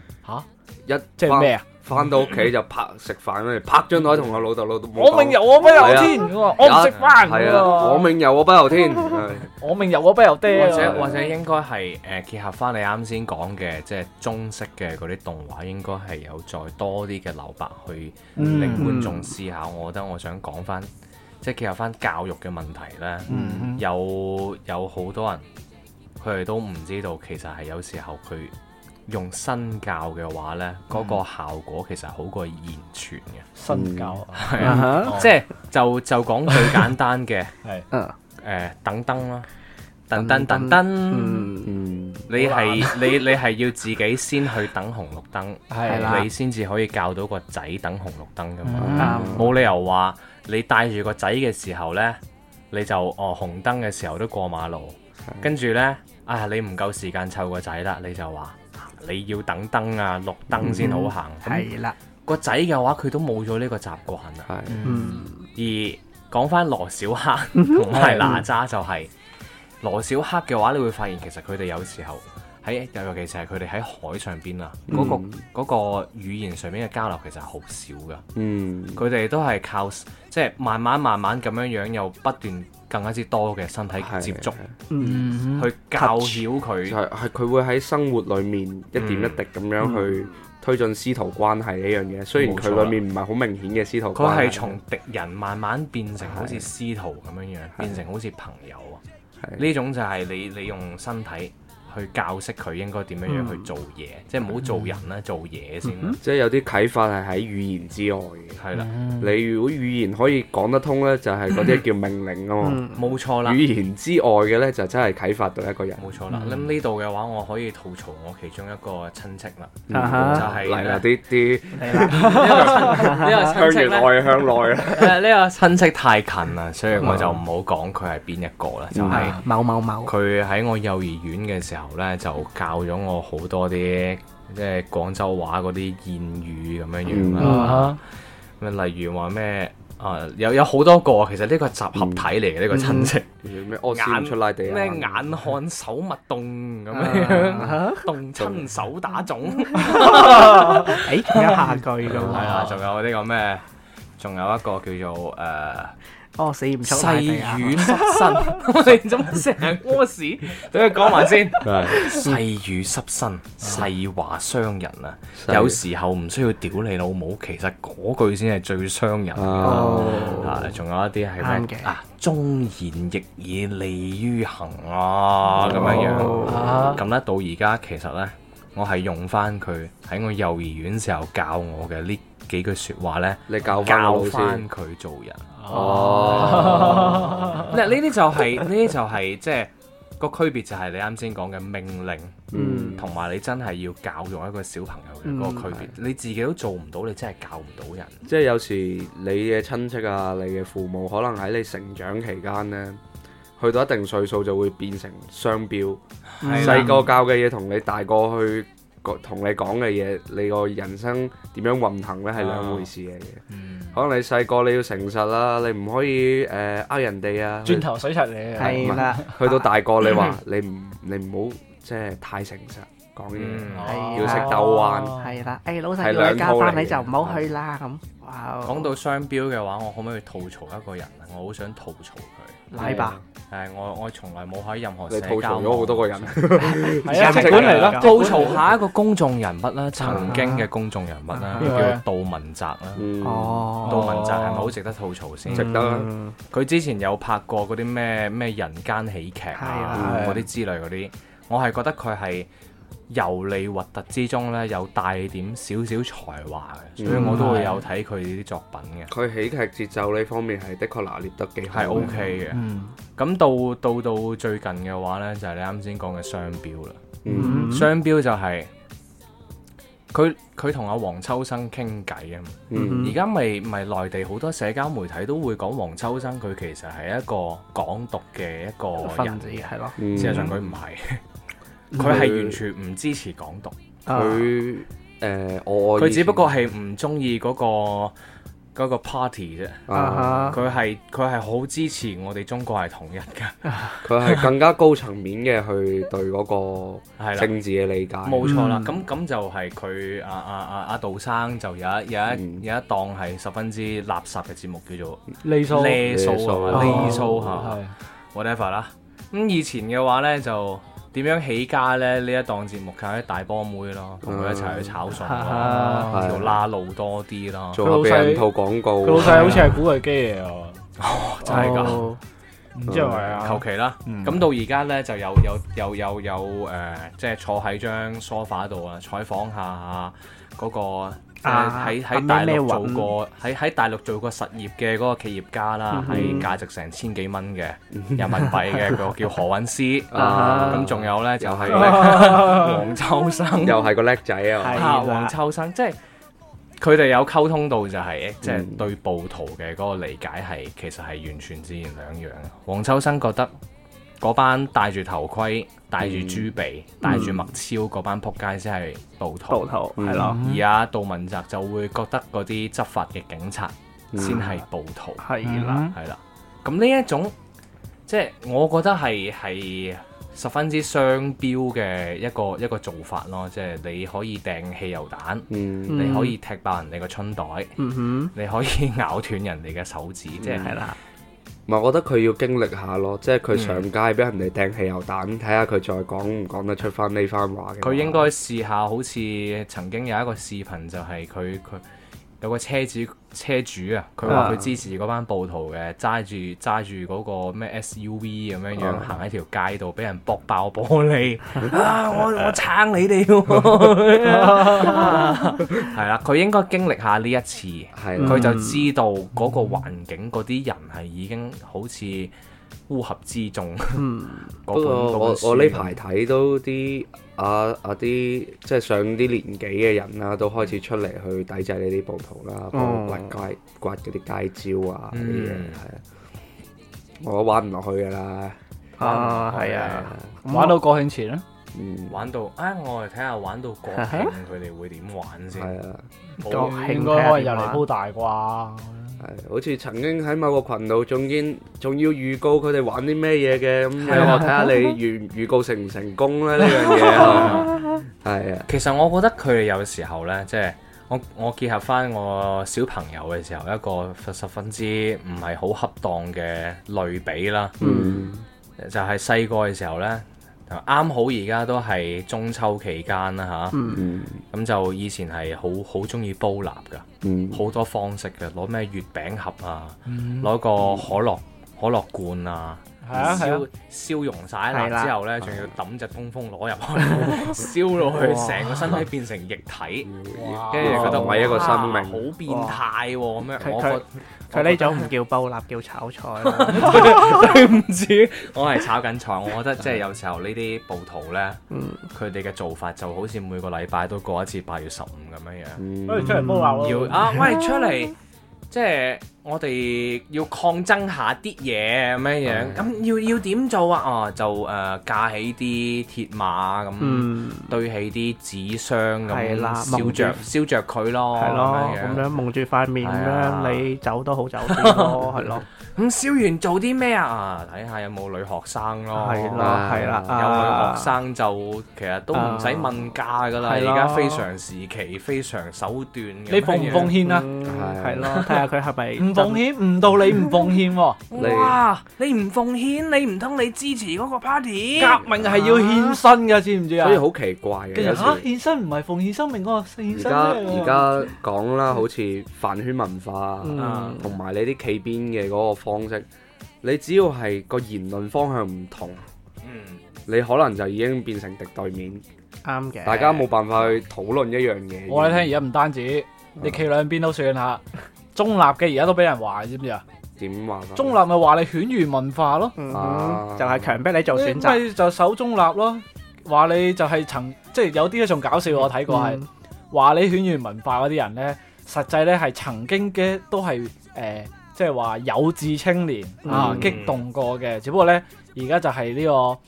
[SPEAKER 5] 嚇，
[SPEAKER 4] 一
[SPEAKER 5] 即係咩啊？
[SPEAKER 4] 翻？翻到屋企就拍食飯，跟住拍張台同我老豆老豆。
[SPEAKER 5] 我命由我不由天喎，我唔食飯
[SPEAKER 4] 係
[SPEAKER 5] 㗎
[SPEAKER 4] 啊，我
[SPEAKER 5] 喎，
[SPEAKER 4] 命由我不由 天。係
[SPEAKER 5] 我命由我不由爹啊
[SPEAKER 3] 或者
[SPEAKER 5] 喎。
[SPEAKER 3] 或者應該係誒結合翻你啱先講嘅，即係中式嘅嗰啲動畫，應該係有再多啲嘅留白去
[SPEAKER 5] 嗯
[SPEAKER 3] 令觀眾思考。我覺得我想講翻，即係結合翻教育嘅問題咧，
[SPEAKER 5] 嗯
[SPEAKER 3] 有有好多人佢哋都唔知道，其實係有時候佢用身教嘅話咧，嗰、
[SPEAKER 5] 嗯
[SPEAKER 3] 個效果其實好過言傳嘅，
[SPEAKER 5] 身教
[SPEAKER 4] 嗯
[SPEAKER 3] 係
[SPEAKER 6] 啊
[SPEAKER 3] 啊，
[SPEAKER 6] 哈，
[SPEAKER 3] 即係就就講最簡單嘅誒、
[SPEAKER 5] 哦 係
[SPEAKER 6] 嗯
[SPEAKER 3] 等燈啦，等燈等燈。
[SPEAKER 6] 嗯
[SPEAKER 4] 嗯，
[SPEAKER 3] 你係你你係要自己先去等紅綠
[SPEAKER 5] 係嗯
[SPEAKER 6] 啦
[SPEAKER 3] 燈，你先至可以教到個仔等紅綠燈噶嘛。
[SPEAKER 6] 啱，
[SPEAKER 3] 冇理由話你帶住個仔嘅時候呢，你就哦紅燈嘅時候都過馬路，跟住呢，啊你唔夠時間湊個仔啦，你就話啊你要等燈啊綠燈先好行。
[SPEAKER 5] 嗯
[SPEAKER 3] 咁
[SPEAKER 6] 係啦，
[SPEAKER 3] 個仔嘅話佢都冇咗呢個習慣啦。
[SPEAKER 4] 係。
[SPEAKER 6] 嗯
[SPEAKER 3] 而講翻羅小黑同埋哪吒就係、羅小黑嘅話，你會發現其實佢哋有時候喺尤其是係佢哋喺海上邊啊，嗰、個嗰、個語言上面嘅交流其實係好少噶。
[SPEAKER 4] 嗯，
[SPEAKER 3] 佢哋都係靠即係慢慢慢慢咁樣樣，又不斷更加之多嘅身體接觸
[SPEAKER 5] Ừ.
[SPEAKER 6] 嗯
[SPEAKER 3] 去教曉佢
[SPEAKER 4] 就。係係佢會喺生活裏面一點一滴咁樣去
[SPEAKER 5] 嗯
[SPEAKER 4] 推進師徒關係呢樣嘢。雖然
[SPEAKER 3] 冇
[SPEAKER 4] 佢
[SPEAKER 3] 錯啦
[SPEAKER 4] 裏面唔係好明顯嘅師徒
[SPEAKER 3] 佢
[SPEAKER 4] 關係，
[SPEAKER 3] 係從敵人慢慢變成好似師徒咁樣樣，變成好似朋友啊！
[SPEAKER 4] 係
[SPEAKER 3] 呢種就係你你用身體去教識佢應該點樣
[SPEAKER 4] 嗯
[SPEAKER 3] 樣去做嘢，即係唔好做人啦，做嘢先啦，
[SPEAKER 4] 即係有啲啟發係喺語言之外嘅。
[SPEAKER 3] 係啦，
[SPEAKER 4] 你如果語言可以講得通呢，就係嗰啲叫命令啊
[SPEAKER 6] Ừ.
[SPEAKER 4] 嘛。
[SPEAKER 3] 冇錯嗯啦，
[SPEAKER 4] 語言之外嘅呢，就真係啟發到一個人。
[SPEAKER 3] 冇錯啦。咁呢度嘅話，我可以吐槽我其中一個親戚 啦，
[SPEAKER 6] 啊
[SPEAKER 3] 就
[SPEAKER 6] 哈，
[SPEAKER 3] 係
[SPEAKER 4] 嚟嗯啦，
[SPEAKER 3] 呢
[SPEAKER 4] 啲啲
[SPEAKER 3] 呢個
[SPEAKER 4] 向
[SPEAKER 3] 親戚咧
[SPEAKER 4] 完。外向內啊啦。
[SPEAKER 3] 誒呢個親戚太近啦，所以我就唔好講佢係邊一個啦。就係
[SPEAKER 6] 某某某，
[SPEAKER 3] 佢喺我幼兒園嘅時候呢，就教咗我好多啲即係廣州話嗰啲諺語咁樣樣
[SPEAKER 4] 嗯
[SPEAKER 3] 啦。
[SPEAKER 5] 啊
[SPEAKER 3] 咁例如話咩啊，有有好多個，其實呢個係集合體嚟嘅呢個親戚，
[SPEAKER 4] 咩屙屎唔出拉地啊？
[SPEAKER 3] 咩眼看手勿動咁樣，
[SPEAKER 4] 啊
[SPEAKER 3] 動親手打腫。
[SPEAKER 6] 誒，仲有下句嘅
[SPEAKER 3] 係
[SPEAKER 6] 喎，
[SPEAKER 3] 啊，仲有嗰啲咁咩，仲有一個叫做誒
[SPEAKER 6] 哦，死唔出
[SPEAKER 3] 細
[SPEAKER 6] 賴地啊！
[SPEAKER 3] 雨濕身， 我哋做乜成日屙屎？等佢講埋 先。細雨濕身，細話傷人啊！
[SPEAKER 4] 嗯細
[SPEAKER 3] 有時候唔需要屌你老母，其實嗰句先係最傷人。
[SPEAKER 4] 啊，
[SPEAKER 6] 哦，
[SPEAKER 3] 啊，仲有一啲係
[SPEAKER 6] 啱
[SPEAKER 3] 咩
[SPEAKER 6] 嘅
[SPEAKER 3] 啊？忠言逆耳利於行
[SPEAKER 4] 哦
[SPEAKER 3] 啊，咁樣樣。
[SPEAKER 5] 啊
[SPEAKER 3] 咁咧到而家其實咧，我係用翻佢喺我幼兒園時候教我嘅呢幾句説話咧。
[SPEAKER 4] 你教翻
[SPEAKER 3] 教
[SPEAKER 4] 老
[SPEAKER 3] 翻
[SPEAKER 4] 先。
[SPEAKER 3] 佢做人。
[SPEAKER 4] 哦，
[SPEAKER 3] 嗱，呢啲就係呢啲就係即係個區別，就係你啱先講嘅命令，
[SPEAKER 6] 嗯
[SPEAKER 3] 同埋你真係要教育一個小朋友
[SPEAKER 4] 嗯
[SPEAKER 3] 嘅嗰個區別。你自己都做唔到，你真係教唔到人。
[SPEAKER 4] 即係有時你嘅親戚啊，你嘅父母可能喺你成長期間呢，去到一定歲數就會變成商標。
[SPEAKER 6] Ừ.
[SPEAKER 4] 細個教嘅嘢同你大個去講同你講嘅嘢，你個人生點樣運行呢係兩回事嚟嘅。
[SPEAKER 6] 嗯
[SPEAKER 4] 可能你細個你要誠實啦，你唔可以誒呃人哋啊。
[SPEAKER 5] 轉頭水柒你啊！
[SPEAKER 6] 係啦，
[SPEAKER 4] 去到大個，你話你唔你唔好即係太誠實講嘢，
[SPEAKER 3] 嗯
[SPEAKER 6] 係
[SPEAKER 4] 要識
[SPEAKER 6] 啦，
[SPEAKER 4] 兜彎。
[SPEAKER 6] 係啦，誒老
[SPEAKER 4] 係
[SPEAKER 6] 細叫
[SPEAKER 4] 兩
[SPEAKER 6] 你
[SPEAKER 4] 套
[SPEAKER 6] 加
[SPEAKER 4] 嚟
[SPEAKER 6] 班，
[SPEAKER 4] 嘅
[SPEAKER 6] 你就唔好去啦咁。哇，
[SPEAKER 3] 講到商標嘅話，我可唔可以吐槽一個人啊？我好想吐槽佢，
[SPEAKER 6] 嚟吧，
[SPEAKER 3] 但係我我從來冇喺任何
[SPEAKER 4] 嗯你
[SPEAKER 3] 社
[SPEAKER 4] 吐
[SPEAKER 3] 交
[SPEAKER 4] 槽咗好多個
[SPEAKER 3] 網
[SPEAKER 4] 人，
[SPEAKER 5] 係啊，直管嚟啦，
[SPEAKER 3] 吐槽下一個公眾人物啦，曾經嘅公眾人物啦，
[SPEAKER 6] 啊
[SPEAKER 3] 叫杜汶澤啦。
[SPEAKER 4] 嗯，
[SPEAKER 3] 杜
[SPEAKER 6] 哦，
[SPEAKER 3] 汶澤係咪好值得吐槽先？
[SPEAKER 4] 值得啊啦
[SPEAKER 6] 嗯
[SPEAKER 3] 佢之前有拍過嗰啲咩咩人間喜劇啊
[SPEAKER 5] 係啊
[SPEAKER 3] 嗰啲之類嗰啲，我係覺得佢係油膩核突之中呢，有帶點少少才華嘅，所以我都會有睇佢啲作品嘅，
[SPEAKER 4] 佢喜劇節奏呢方面係的確拿捏得幾好。
[SPEAKER 3] 係 OK 嘅。
[SPEAKER 5] 嗯，
[SPEAKER 3] 咁到到到最近嘅話呢，就係你啱先講嘅商標啦。
[SPEAKER 6] Ừ.
[SPEAKER 4] 嗯，
[SPEAKER 3] 商標就係佢佢同阿黃秋生傾偈啊嘛。
[SPEAKER 4] 嗯
[SPEAKER 3] 而家咪咪內地好多社交媒體都會講黃秋生，佢其實係一個港獨嘅一個人
[SPEAKER 6] 分子。係咯，
[SPEAKER 4] 嗯，
[SPEAKER 3] 事實上佢唔係，佢係完全唔支持港獨，
[SPEAKER 6] 啊
[SPEAKER 4] 佢誒我
[SPEAKER 3] 佢只不過係唔中意嗰個嗰個 party 啫。
[SPEAKER 6] 啊
[SPEAKER 4] Ờ.
[SPEAKER 6] 啊哈
[SPEAKER 3] 佢係佢係好支持我哋中國係統一 㗎，
[SPEAKER 4] 佢係更加高層面嘅去對嗰個
[SPEAKER 3] 係啦，
[SPEAKER 4] 政治嘅理解。
[SPEAKER 3] 冇錯
[SPEAKER 4] 嗯
[SPEAKER 3] 啦。咁咁就係佢啊啊啊阿杜生就有一有
[SPEAKER 4] 嗯
[SPEAKER 3] 一有一檔係十分之垃圾嘅節目叫做
[SPEAKER 5] 利數
[SPEAKER 3] 呢數
[SPEAKER 4] 數
[SPEAKER 3] 啊，
[SPEAKER 4] 啊
[SPEAKER 3] 呢數嚇。
[SPEAKER 5] 係
[SPEAKER 3] whatever 啦。咁以前嘅話呢，就點樣起家呢？呢一檔節目靠啲大波妹咯，同佢一齊去炒餸
[SPEAKER 6] 啊
[SPEAKER 3] 咯，
[SPEAKER 4] 係
[SPEAKER 3] 條拉路多啲咯，
[SPEAKER 4] 做下俾人套廣告
[SPEAKER 5] 佢，老細好似係古巨基嚟喎，
[SPEAKER 3] 真係㗎。
[SPEAKER 6] 哦
[SPEAKER 5] 唔知係咪啊？
[SPEAKER 3] 求其啦，咁到而家呢，就有有有有有誒，即係坐喺張 sofa 度啊，採訪下嗰個即係
[SPEAKER 6] 啊
[SPEAKER 3] 喺
[SPEAKER 6] 阿
[SPEAKER 3] 喺
[SPEAKER 6] 咩
[SPEAKER 3] 大
[SPEAKER 6] 咩
[SPEAKER 3] 陸
[SPEAKER 6] 雲
[SPEAKER 3] 做過喺喺大陸做過實業嘅嗰個企業家啦，
[SPEAKER 4] 嗯
[SPEAKER 3] 係價值成千幾蚊嘅人民幣嘅， 個叫何韻詩，
[SPEAKER 4] 啊
[SPEAKER 3] 咁仲有呢，就係
[SPEAKER 4] 又係
[SPEAKER 3] 黃秋生。
[SPEAKER 4] 又係個叻 仔啊！
[SPEAKER 3] 啊，
[SPEAKER 6] 係啦
[SPEAKER 3] 黃秋生，即係佢哋有溝通到就係、即係
[SPEAKER 6] 嗯
[SPEAKER 3] 對暴徒嘅嗰個理解係其實係完全自然兩樣嘅。黃秋生覺得嗰班戴住頭盔、戴住
[SPEAKER 6] 嗯
[SPEAKER 3] 豬鼻、戴住墨超嗰班撲街先係暴
[SPEAKER 6] 暴
[SPEAKER 3] 徒，
[SPEAKER 6] 徒
[SPEAKER 4] 嗯
[SPEAKER 6] 啊係咯，
[SPEAKER 3] 而阿杜汶澤就會覺得嗰啲執法嘅警察
[SPEAKER 4] 嗯
[SPEAKER 3] 先係暴徒。
[SPEAKER 6] 係啦，
[SPEAKER 3] 係啦。咁呢一種即係我覺得係係十分之商標嘅一個一個做法咯，即係你可以掟汽油彈，
[SPEAKER 4] 嗯，
[SPEAKER 6] 嗯
[SPEAKER 3] 你可以踢爆人哋個春袋，
[SPEAKER 6] 嗯
[SPEAKER 3] 你可以咬斷人哋嘅手指，即係
[SPEAKER 6] 哼，係啦，
[SPEAKER 4] 唔係，我覺得佢要經歷下咯，即係
[SPEAKER 3] 嗯
[SPEAKER 4] 佢上街俾人哋掟汽油彈，睇下佢再講唔講得出翻呢番話嘅話。
[SPEAKER 3] 佢應該試下，好似曾經有一個視頻就係佢佢有個車主車主啊，佢話
[SPEAKER 6] 啊
[SPEAKER 3] 佢支持嗰班暴徒嘅，揸住揸住嗰個咩 SUV 咁樣
[SPEAKER 6] 啊
[SPEAKER 3] 樣行喺條街度，俾人搏爆玻 璃啊！我我撐你哋喎，係啦，佢應該經歷下呢一次，
[SPEAKER 4] 係啦
[SPEAKER 3] 佢就知道嗰個環境嗰啲人係已經好似烏合之眾。
[SPEAKER 4] 不
[SPEAKER 3] 嗰本
[SPEAKER 4] 過我
[SPEAKER 3] 嗰本
[SPEAKER 4] 我呢
[SPEAKER 3] 書
[SPEAKER 4] 排睇到啲啊啊啲即係上啲年紀嘅人啦，都開始出嚟去抵制呢啲暴徒啦，幫
[SPEAKER 6] 哦
[SPEAKER 4] 刮街刮嗰啲街招啊嗰啲嘢
[SPEAKER 3] 嗯
[SPEAKER 4] 係啊，我玩唔落去㗎啦，
[SPEAKER 6] 啊係啊，
[SPEAKER 5] 玩到國慶前啦，
[SPEAKER 4] 嗯，
[SPEAKER 3] 玩到啊！我哋睇下玩到國慶佢哋會點玩先。
[SPEAKER 4] 係啊，
[SPEAKER 6] 國
[SPEAKER 3] 冇
[SPEAKER 6] 慶
[SPEAKER 5] 應該可能又嚟鋪大啩。
[SPEAKER 4] 係，好似曾經喺某個群度仲見仲要預告佢哋玩啲咩嘢嘅，咁
[SPEAKER 3] 啊
[SPEAKER 4] 你我睇下你預預告成唔成功咧呢樣嘢 係啊，
[SPEAKER 3] 其實我覺得佢哋有時候呢，即係我我結合翻我小朋友嘅時候一個十分之唔係好恰當嘅類比啦，
[SPEAKER 4] 嗯，
[SPEAKER 3] 就係細個嘅時候呢，就啱好而家都係中秋期間啦吓，
[SPEAKER 6] Ừ.
[SPEAKER 3] 咁、
[SPEAKER 4] 嗯
[SPEAKER 3] 就以前係好好中意煲蠟㗎。
[SPEAKER 4] 嗯，
[SPEAKER 3] 好多方式嘅，攞咩月餅盒啊，攞、個可樂可樂罐啊，
[SPEAKER 5] 係啊係
[SPEAKER 3] 燒
[SPEAKER 5] 啊
[SPEAKER 3] 燒溶晒
[SPEAKER 6] 係
[SPEAKER 3] 啦啊
[SPEAKER 6] 啦
[SPEAKER 3] 之後咧，仲要抌只東風螺入去，燒到 佢成個身體變成液體，
[SPEAKER 5] 哇
[SPEAKER 3] 跟住覺得
[SPEAKER 4] 成為一個生
[SPEAKER 3] 哇
[SPEAKER 4] 命
[SPEAKER 3] 好變態喎、咁樣。
[SPEAKER 6] 佢
[SPEAKER 3] 我
[SPEAKER 6] 佢
[SPEAKER 3] 覺
[SPEAKER 6] 佢呢種唔叫煲蠟，叫炒菜啦。
[SPEAKER 3] 對唔住，我係炒緊菜。我覺得即係有時候呢啲暴徒咧，
[SPEAKER 6] 嗯
[SPEAKER 3] 佢哋嘅做法就好似每個禮拜都過一次八月十五咁樣樣。
[SPEAKER 4] 嗯
[SPEAKER 5] 不如出嚟煲下咯。
[SPEAKER 3] 要 啊，喂，出嚟，即係我哋要抗爭下啲嘢咁樣樣，咁要要點做啊？哦，就誒、呃架起啲鐵馬咁，
[SPEAKER 6] 嗯，
[SPEAKER 3] 堆起啲紙箱咁
[SPEAKER 6] 係啦
[SPEAKER 3] 燒着燒着佢咯，
[SPEAKER 6] 嗯係咯，
[SPEAKER 3] 咁
[SPEAKER 6] 咁
[SPEAKER 3] 樣樣。
[SPEAKER 6] 樣蒙住塊面咁
[SPEAKER 3] 哦係啊
[SPEAKER 6] 樣，你走都好走啲咯，係咯，
[SPEAKER 3] 咁燒完做啲咩啊？睇下有冇女學生咯。
[SPEAKER 6] 係
[SPEAKER 4] 啊
[SPEAKER 6] 啦，係啦，
[SPEAKER 3] 哦有
[SPEAKER 6] 啊
[SPEAKER 3] 女學生就其實都唔使問價噶啦，
[SPEAKER 6] 啊
[SPEAKER 3] 而
[SPEAKER 6] 係咯
[SPEAKER 3] 家非常時期、非常手段咁樣樣。
[SPEAKER 5] 你奉唔奉獻啊？
[SPEAKER 6] 嗯
[SPEAKER 4] 係
[SPEAKER 6] 係咯，睇下佢係咪
[SPEAKER 5] 唔奉獻，唔到你唔奉獻喎。
[SPEAKER 4] 你
[SPEAKER 2] 哇！你唔奉獻，你唔通你支持嗰個 party？
[SPEAKER 5] 革命係要獻身嘅，知唔知啊
[SPEAKER 4] 所以？好奇怪嘅
[SPEAKER 5] 跟
[SPEAKER 4] 有
[SPEAKER 5] 住
[SPEAKER 4] 時
[SPEAKER 5] 嚇。獻身唔係奉獻生命嗰個獻
[SPEAKER 4] 而
[SPEAKER 5] 身
[SPEAKER 4] 家
[SPEAKER 5] 咩
[SPEAKER 4] 而家講啦，好似飯圈文化
[SPEAKER 3] 啊
[SPEAKER 6] 嗯
[SPEAKER 4] 同埋你啲企邊嘅嗰個方式，你只要係個言論方向唔同，
[SPEAKER 3] 嗯，
[SPEAKER 4] 你可能就已經變成敵對面，
[SPEAKER 6] 啱嘅？
[SPEAKER 4] 大家冇辦法去討論一樣嘢。
[SPEAKER 5] 我哋聽而家唔單止，
[SPEAKER 6] 啊
[SPEAKER 5] 你企兩邊都算下。 中立嘅而家都俾人話，知唔知啊？
[SPEAKER 4] 點話法？
[SPEAKER 5] 中立咪話你犬儒文化咯，
[SPEAKER 6] 嗯
[SPEAKER 4] 啊
[SPEAKER 6] 就係強迫你做選擇，
[SPEAKER 5] 咪就守中立咯。話你就係曾即係有啲咧仲搞笑，我睇過係
[SPEAKER 6] 嗯
[SPEAKER 5] 話你犬儒文化嗰啲人咧，實際咧係曾經嘅都係誒、呃即係話有志青年啊、
[SPEAKER 6] 嗯
[SPEAKER 5] 激動過嘅，只不過咧而家就係呢、個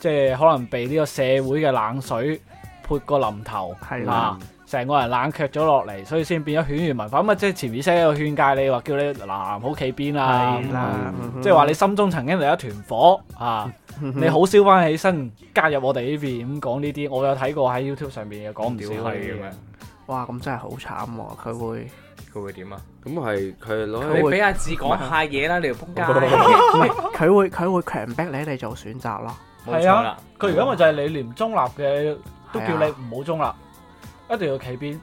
[SPEAKER 5] 即係可能被呢個社會嘅冷水潑個淋頭，
[SPEAKER 6] 係啦
[SPEAKER 5] 啊，成個人冷卻咗落嚟，所以先變咗犬儒文化。咁啊，即係潛意識喺度勸戒你話叫你嗱唔好企邊啦，
[SPEAKER 6] 係啦，嗯
[SPEAKER 5] 啊即係話你心中曾經有一團火啊。你好燒翻起身，加入我哋呢邊咁講呢啲，我有睇過喺 YouTube 上面有講唔
[SPEAKER 3] 屌
[SPEAKER 5] 少
[SPEAKER 3] 係
[SPEAKER 5] 嘅
[SPEAKER 3] 嗯咁樣
[SPEAKER 5] 嘢。，
[SPEAKER 6] 哇，咁真係好慘喎！佢會
[SPEAKER 3] 佢會點啊？
[SPEAKER 4] 咁係佢
[SPEAKER 6] 佢
[SPEAKER 4] 攞嚟
[SPEAKER 3] 你
[SPEAKER 6] 會
[SPEAKER 3] 俾阿志講下嘢啦，你條仆街，
[SPEAKER 6] 唔係佢會佢會強迫你哋做選擇咯，
[SPEAKER 3] 冇錯
[SPEAKER 5] 係
[SPEAKER 3] 啦
[SPEAKER 5] 啊。，佢而家咪就係你連中立嘅都叫
[SPEAKER 6] 係
[SPEAKER 5] 你
[SPEAKER 6] 啊
[SPEAKER 5] 唔好中立，一定要企邊。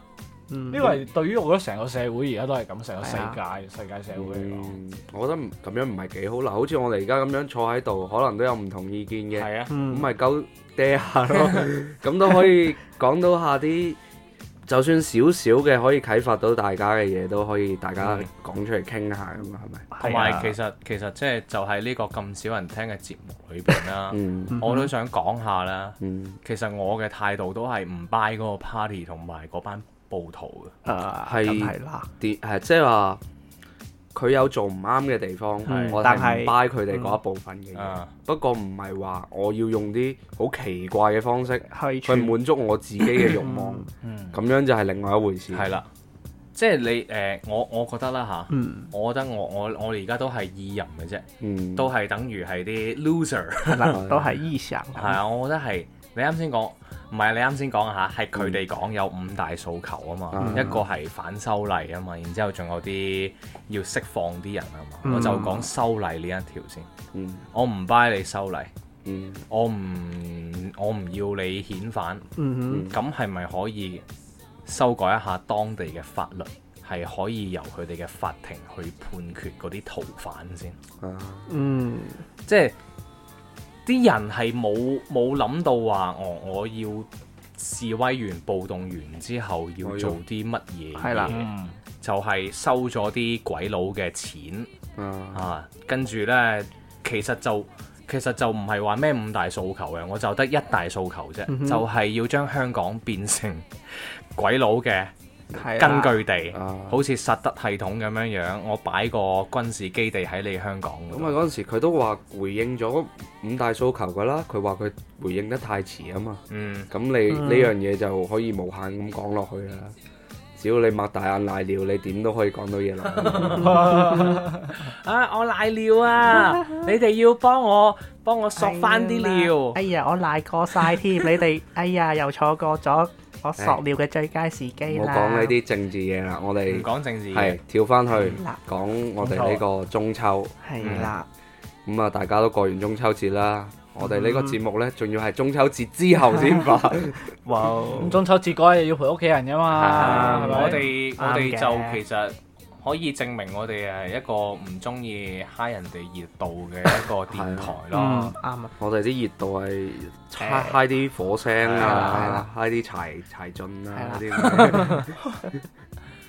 [SPEAKER 6] 呢
[SPEAKER 5] 呢個係對於我覺得成個社會而家都係咁，成個世
[SPEAKER 6] 係
[SPEAKER 5] 界世界社會嚟講，
[SPEAKER 4] 嗯我覺得唔咁樣唔係幾好啦。好似我哋而家咁樣坐喺度，可能都有唔同意見嘅。
[SPEAKER 3] 係啊，
[SPEAKER 4] 咁
[SPEAKER 6] 嗯
[SPEAKER 4] 咪鳩嗲下 咯，咁都可以講到下啲，就算少少嘅可以啟發到大家嘅嘢，都可以大家講出嚟傾下咁嘛，啊係咪？
[SPEAKER 3] 嗯同埋其實其實即係就喺呢個咁少人聽嘅節目裏邊啦，
[SPEAKER 4] 嗯
[SPEAKER 3] 我都想講下啦。
[SPEAKER 4] 嗯，
[SPEAKER 3] 其實我嘅態度都係唔 buy 嗰個 party 同埋嗰班暴徒嘅，
[SPEAKER 6] 誒
[SPEAKER 4] 係
[SPEAKER 6] 啊咁係啦，
[SPEAKER 4] 啲係即係話佢有做唔啱嘅地方，
[SPEAKER 6] 係
[SPEAKER 4] 我
[SPEAKER 6] 但
[SPEAKER 4] 係
[SPEAKER 6] 係
[SPEAKER 4] 唔 buy 佢哋嗰一部分嘅嘢
[SPEAKER 3] 啊。
[SPEAKER 4] 不過唔係話我要用啲好奇怪嘅方式
[SPEAKER 6] 去
[SPEAKER 4] 去
[SPEAKER 6] 全嗯
[SPEAKER 4] 滿足我自己嘅欲望，咁樣就係另外一回事。
[SPEAKER 3] 嗯係啦。即係你誒，我我覺得啦嚇，
[SPEAKER 6] 嗯
[SPEAKER 3] 我覺得我我我哋而家都係意淫嘅啫，
[SPEAKER 4] 嗯，
[SPEAKER 3] 都係等於係啲 loser。
[SPEAKER 6] 係啦，都係意想
[SPEAKER 3] 係啊，我覺得係你啱先講，唔係你啱先講啊嚇，係
[SPEAKER 6] 嗯
[SPEAKER 3] 佢哋講有五大訴求啊嘛，
[SPEAKER 4] 嗯
[SPEAKER 3] 一個係反修例啊嘛，然之後仲有啲要釋放啲人啊嘛，
[SPEAKER 6] 嗯
[SPEAKER 3] 我就講修例呢一條先，
[SPEAKER 4] 嗯
[SPEAKER 3] 我唔 buy 你修例，
[SPEAKER 4] 嗯
[SPEAKER 3] 我唔我唔要你遣返，
[SPEAKER 6] 嗯
[SPEAKER 3] 咁係咪可以修改一下當地嘅法律？係可以由佢哋嘅法庭去判決嗰啲逃犯先，
[SPEAKER 4] 啊。
[SPEAKER 6] 哼嗯
[SPEAKER 3] 即係啲人係冇冇諗到話我我要示威完暴動完之後要
[SPEAKER 4] 我要
[SPEAKER 3] 做啲乜嘢嘢？
[SPEAKER 6] 係啦
[SPEAKER 5] 嗯
[SPEAKER 3] 就係收咗啲鬼佬嘅錢
[SPEAKER 4] 啊
[SPEAKER 3] 啊，跟住呢，其實就其實就唔係話咩五大訴求嘅，我就得一大訴求啫，
[SPEAKER 6] 嗯哼
[SPEAKER 3] 就係要將香港變成鬼佬嘅
[SPEAKER 6] 係啦
[SPEAKER 3] 根據地，
[SPEAKER 4] 啊
[SPEAKER 3] 好似薩德系統咁樣樣，我擺個軍事基地喺你香港
[SPEAKER 4] 咁
[SPEAKER 3] 嗰
[SPEAKER 4] 啊
[SPEAKER 3] 度。
[SPEAKER 4] 嗰陣時佢都話回應咗五大訴求噶啦，佢話佢回應得太遲啊嘛。
[SPEAKER 3] 嗯，
[SPEAKER 4] 咁你
[SPEAKER 6] 嗯
[SPEAKER 4] 呢樣嘢就可以無限咁講落去啦。只要你擘大眼瀨尿，你點都可以講到嘢 落去。
[SPEAKER 3] 啊，我瀨尿 啊，你哋要幫我幫我索翻啲
[SPEAKER 6] 哎
[SPEAKER 3] 尿，
[SPEAKER 6] 呀，我賴過晒添，你 哋哎呀又錯過咗我索尿嘅最佳時機
[SPEAKER 4] 我
[SPEAKER 6] 啦。
[SPEAKER 4] 講呢啲政治嘢啦，我
[SPEAKER 3] 唔
[SPEAKER 4] 哋
[SPEAKER 3] 講政治
[SPEAKER 4] 係
[SPEAKER 3] 嘅，
[SPEAKER 4] 跳翻去
[SPEAKER 6] 嗯嗱
[SPEAKER 4] 講我哋呢個中秋。
[SPEAKER 6] 係啦，
[SPEAKER 4] 咁啊，大家都過完中秋節啦。我哋呢
[SPEAKER 6] 嗯
[SPEAKER 4] 個節目呢，仲要係中秋節之後先發。
[SPEAKER 3] 哇！
[SPEAKER 5] 咁中秋節嗰日要陪屋企人噶嘛，係咪？
[SPEAKER 3] 我哋我哋
[SPEAKER 6] 啱嘅
[SPEAKER 3] 就其實可以證明我哋係一個唔中意揩人哋熱度嘅一個電台
[SPEAKER 6] 嗯
[SPEAKER 3] 咯。
[SPEAKER 6] 啱啊，
[SPEAKER 4] 我哋啲熱度係
[SPEAKER 3] 誒
[SPEAKER 4] 嗨啲火聲
[SPEAKER 6] 係
[SPEAKER 4] 啊
[SPEAKER 6] 啦，
[SPEAKER 4] 嗨啲柴柴進啊，嗰
[SPEAKER 6] 係
[SPEAKER 4] 啲咁嘅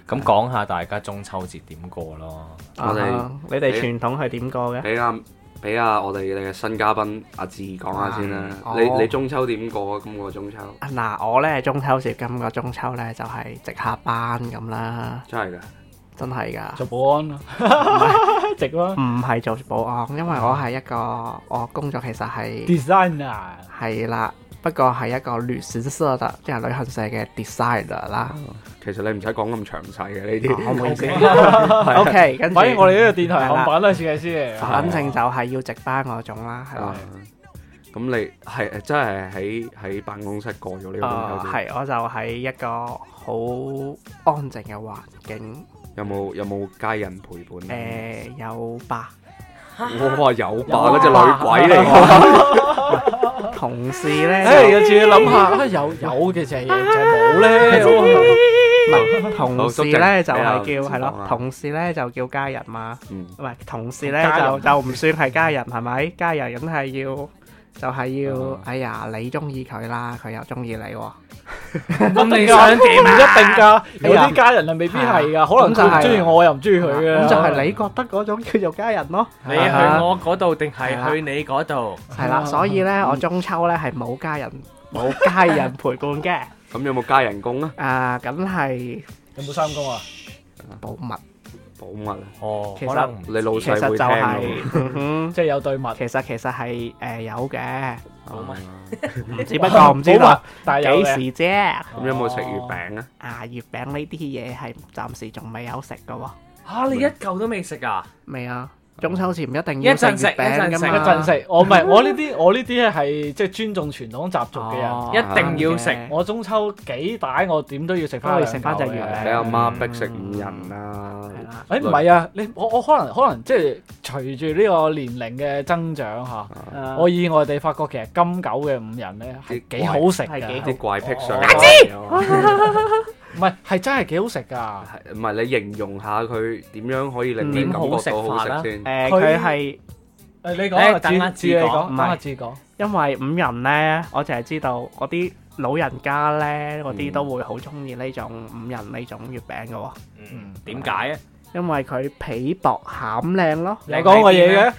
[SPEAKER 3] 咁講下大家中秋節點過咯？
[SPEAKER 4] 我哋
[SPEAKER 6] 啊你哋傳統係點過嘅？
[SPEAKER 4] 俾阿俾阿我哋嘅新嘉賓阿志講下先啦。
[SPEAKER 6] 啊
[SPEAKER 4] 你
[SPEAKER 6] 哦
[SPEAKER 4] 你中秋點過啊？今個中秋
[SPEAKER 6] 嗱，我咧中秋節今個中秋咧就係值下班咁啦，
[SPEAKER 4] 真係㗎，
[SPEAKER 6] 真係㗎。
[SPEAKER 5] 做保安咯， 直咯
[SPEAKER 6] 唔係做保安，因為我係一個我工作其實係
[SPEAKER 5] ，designer
[SPEAKER 6] 係啦，不過係一個旅行社嘅，即係旅行社嘅 designer 啦。
[SPEAKER 4] 其實你唔使講咁詳細嘅呢
[SPEAKER 6] 我
[SPEAKER 4] 啲。
[SPEAKER 6] 會先。O K，跟住啊
[SPEAKER 5] 反正我哋呢個電台
[SPEAKER 6] 係啦
[SPEAKER 5] 冚板都係設計師嚟嘅，
[SPEAKER 6] 反正就係要值班嗰種啦，係
[SPEAKER 4] 啊
[SPEAKER 6] 啦。
[SPEAKER 4] 咁你係真係喺喺辦公室過咗呢個中秋
[SPEAKER 6] 誒
[SPEAKER 4] 節，
[SPEAKER 6] 啊係，我就喺一個好安靜嘅環境，
[SPEAKER 4] 有冇有冇家人陪伴？
[SPEAKER 5] 嗯
[SPEAKER 6] 誒有 吧，
[SPEAKER 4] 哇有吧，嗰隻女鬼嚟㗎，
[SPEAKER 6] 同事
[SPEAKER 5] 誒，
[SPEAKER 6] 咧，
[SPEAKER 5] 有次諗下，啊有有嘅就係就係冇
[SPEAKER 6] 啊
[SPEAKER 5] 咧，
[SPEAKER 6] 嗱同事咧就
[SPEAKER 4] 好
[SPEAKER 6] 係
[SPEAKER 4] 多謝
[SPEAKER 6] 叫係
[SPEAKER 4] 你
[SPEAKER 6] 咯
[SPEAKER 4] 啊，
[SPEAKER 6] 同事咧就叫家人嘛。
[SPEAKER 4] 嗯
[SPEAKER 6] 唔係同事咧
[SPEAKER 5] 家
[SPEAKER 6] 就
[SPEAKER 5] 人
[SPEAKER 6] 就唔算係家人係咪？家人梗係要就係、要
[SPEAKER 4] 啊，
[SPEAKER 6] 哎呀你中意佢啦，佢又中意你喎、
[SPEAKER 5] 咁你想點？唔一定㗎，有啲家人啊係未必係㗎，可
[SPEAKER 6] 哎啊咁
[SPEAKER 5] 能
[SPEAKER 6] 就係啊
[SPEAKER 5] 佢唔中意我，我又唔中意佢啊嘅，
[SPEAKER 6] 咁就係你覺得嗰種叫做家人咯，
[SPEAKER 3] 你去我嗰度定係
[SPEAKER 6] 係啦
[SPEAKER 3] 去你嗰度？
[SPEAKER 6] 係啦，所以咧我中秋咧係冇家人冇家人陪伴嘅，
[SPEAKER 4] 咁有冇加人工啊？
[SPEAKER 6] 啊咁係
[SPEAKER 5] 有冇三公啊？
[SPEAKER 6] 保密，
[SPEAKER 4] 保密啊！
[SPEAKER 3] 哦，
[SPEAKER 6] 其
[SPEAKER 3] 可
[SPEAKER 6] 實
[SPEAKER 3] 能
[SPEAKER 4] 你老
[SPEAKER 6] 其
[SPEAKER 4] 細
[SPEAKER 6] 實
[SPEAKER 4] 會
[SPEAKER 6] 就
[SPEAKER 4] 聽
[SPEAKER 6] 係、
[SPEAKER 4] 㗎喎
[SPEAKER 6] 嗯哼
[SPEAKER 5] 即係有對物，
[SPEAKER 6] 其實其實係誒、有嘅，
[SPEAKER 3] 保密
[SPEAKER 4] 啊
[SPEAKER 6] 只不過唔知
[SPEAKER 5] 冇物
[SPEAKER 6] 道，
[SPEAKER 5] 啊但係有
[SPEAKER 6] 幾
[SPEAKER 5] 嘅
[SPEAKER 6] 時啫。
[SPEAKER 4] 咁有冇食月？餅啊？
[SPEAKER 6] 啊月餅呢啲嘢係暫時仲未有食嘅喎，
[SPEAKER 3] 吓你一嚿都未食啊？
[SPEAKER 6] 未啊。中秋前唔一定要食
[SPEAKER 3] 一陣食
[SPEAKER 6] 月餅
[SPEAKER 3] 一
[SPEAKER 6] 㗎
[SPEAKER 3] 陣食
[SPEAKER 6] 嘛，
[SPEAKER 5] 一陣食，我唔係我呢 啲，我呢啲係即係尊重傳
[SPEAKER 6] Ờ.
[SPEAKER 5] 統習俗嘅人。
[SPEAKER 6] 哦
[SPEAKER 3] 一定要食
[SPEAKER 6] 啱嘅
[SPEAKER 5] 我中秋幾大，我點都要食翻
[SPEAKER 6] 都要食返隻月
[SPEAKER 4] 你
[SPEAKER 6] 餅
[SPEAKER 4] 阿媽逼食五人啦，
[SPEAKER 6] 係啦，
[SPEAKER 5] 誒唔係啊，你我我可能可能即係隨住呢個年齡嘅增長嚇，
[SPEAKER 4] 啊
[SPEAKER 5] 我意外地發覺其實金狗嘅五仁咧係
[SPEAKER 4] 啲
[SPEAKER 5] 幾好食
[SPEAKER 6] 係幾
[SPEAKER 5] 㗎
[SPEAKER 6] 好，
[SPEAKER 4] 啲怪癖上。
[SPEAKER 5] 唔係係真係幾好食㗎。
[SPEAKER 4] 啊係唔係你形容下佢點樣可以令你
[SPEAKER 6] 嗯
[SPEAKER 4] 感覺到好
[SPEAKER 5] 啊
[SPEAKER 4] 食
[SPEAKER 6] 誒
[SPEAKER 4] 先？
[SPEAKER 5] 佢
[SPEAKER 6] 佢係
[SPEAKER 5] 誒你
[SPEAKER 3] 誒
[SPEAKER 5] 講，啊
[SPEAKER 3] 等阿
[SPEAKER 5] 阿
[SPEAKER 3] 志
[SPEAKER 5] 志你
[SPEAKER 3] 講
[SPEAKER 5] 講，
[SPEAKER 6] 唔
[SPEAKER 5] 等
[SPEAKER 6] 係
[SPEAKER 5] 阿志講。
[SPEAKER 6] 因為五仁咧，我淨係知道嗰啲老人家咧，嗰啲
[SPEAKER 4] 嗯
[SPEAKER 6] 都會好中意呢種五仁呢種月餅嘅喎，
[SPEAKER 3] 嗯，點 解啊？
[SPEAKER 6] 因為佢皮薄餡靚咯，
[SPEAKER 5] 你啊講我嘢嘅，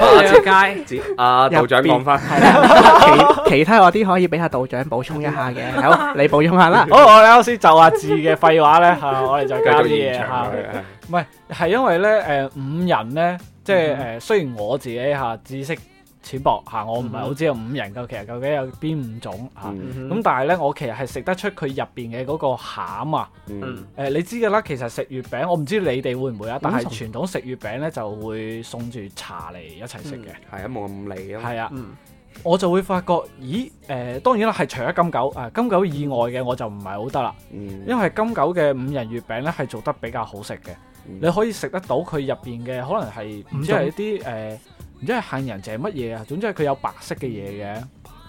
[SPEAKER 3] 阿街
[SPEAKER 4] 阿啊道長講翻，
[SPEAKER 6] 係 啦，其其他嗰啲可以俾阿道長補充一下嘅，好，你補充下啦，
[SPEAKER 5] 好，我哋啱先就阿志嘅廢 話咧嚇，我哋就
[SPEAKER 4] 繼
[SPEAKER 5] 加啲
[SPEAKER 4] 續
[SPEAKER 5] 嘢
[SPEAKER 4] 延
[SPEAKER 5] 嚇
[SPEAKER 4] 長。佢。
[SPEAKER 5] 唔係，係因為咧誒、五人咧，即係誒、雖然我自己嚇、知識淺薄嚇、我唔係好知道五人究其實究竟有邊五種嚇。咁、
[SPEAKER 4] 嗯
[SPEAKER 6] 咁
[SPEAKER 5] 但係咧，我其實係食得出佢入邊嘅嗰個餡啊！
[SPEAKER 4] 嗯，
[SPEAKER 5] 誒、你知㗎啦，其實食月餅，我唔知你哋會唔會啊？但係
[SPEAKER 6] 嗯
[SPEAKER 5] 傳統食月餅咧，就會送住茶嚟一齊食嘅。
[SPEAKER 4] 係啊，冇咁理啊。
[SPEAKER 5] 係啊，
[SPEAKER 6] 嗯
[SPEAKER 5] 我就會發覺，咦？誒、當然啦，係除咗金九啊，金九以外嘅我就唔係好得啦，
[SPEAKER 4] 嗯，
[SPEAKER 5] 因為金九嘅五仁月餅咧係做得比較好食嘅。你可以食得到佢入邊嘅可能係唔知係一啲誒，呃唔知係杏仁定係乜嘢啊？總之係佢有白色嘅嘢嘅。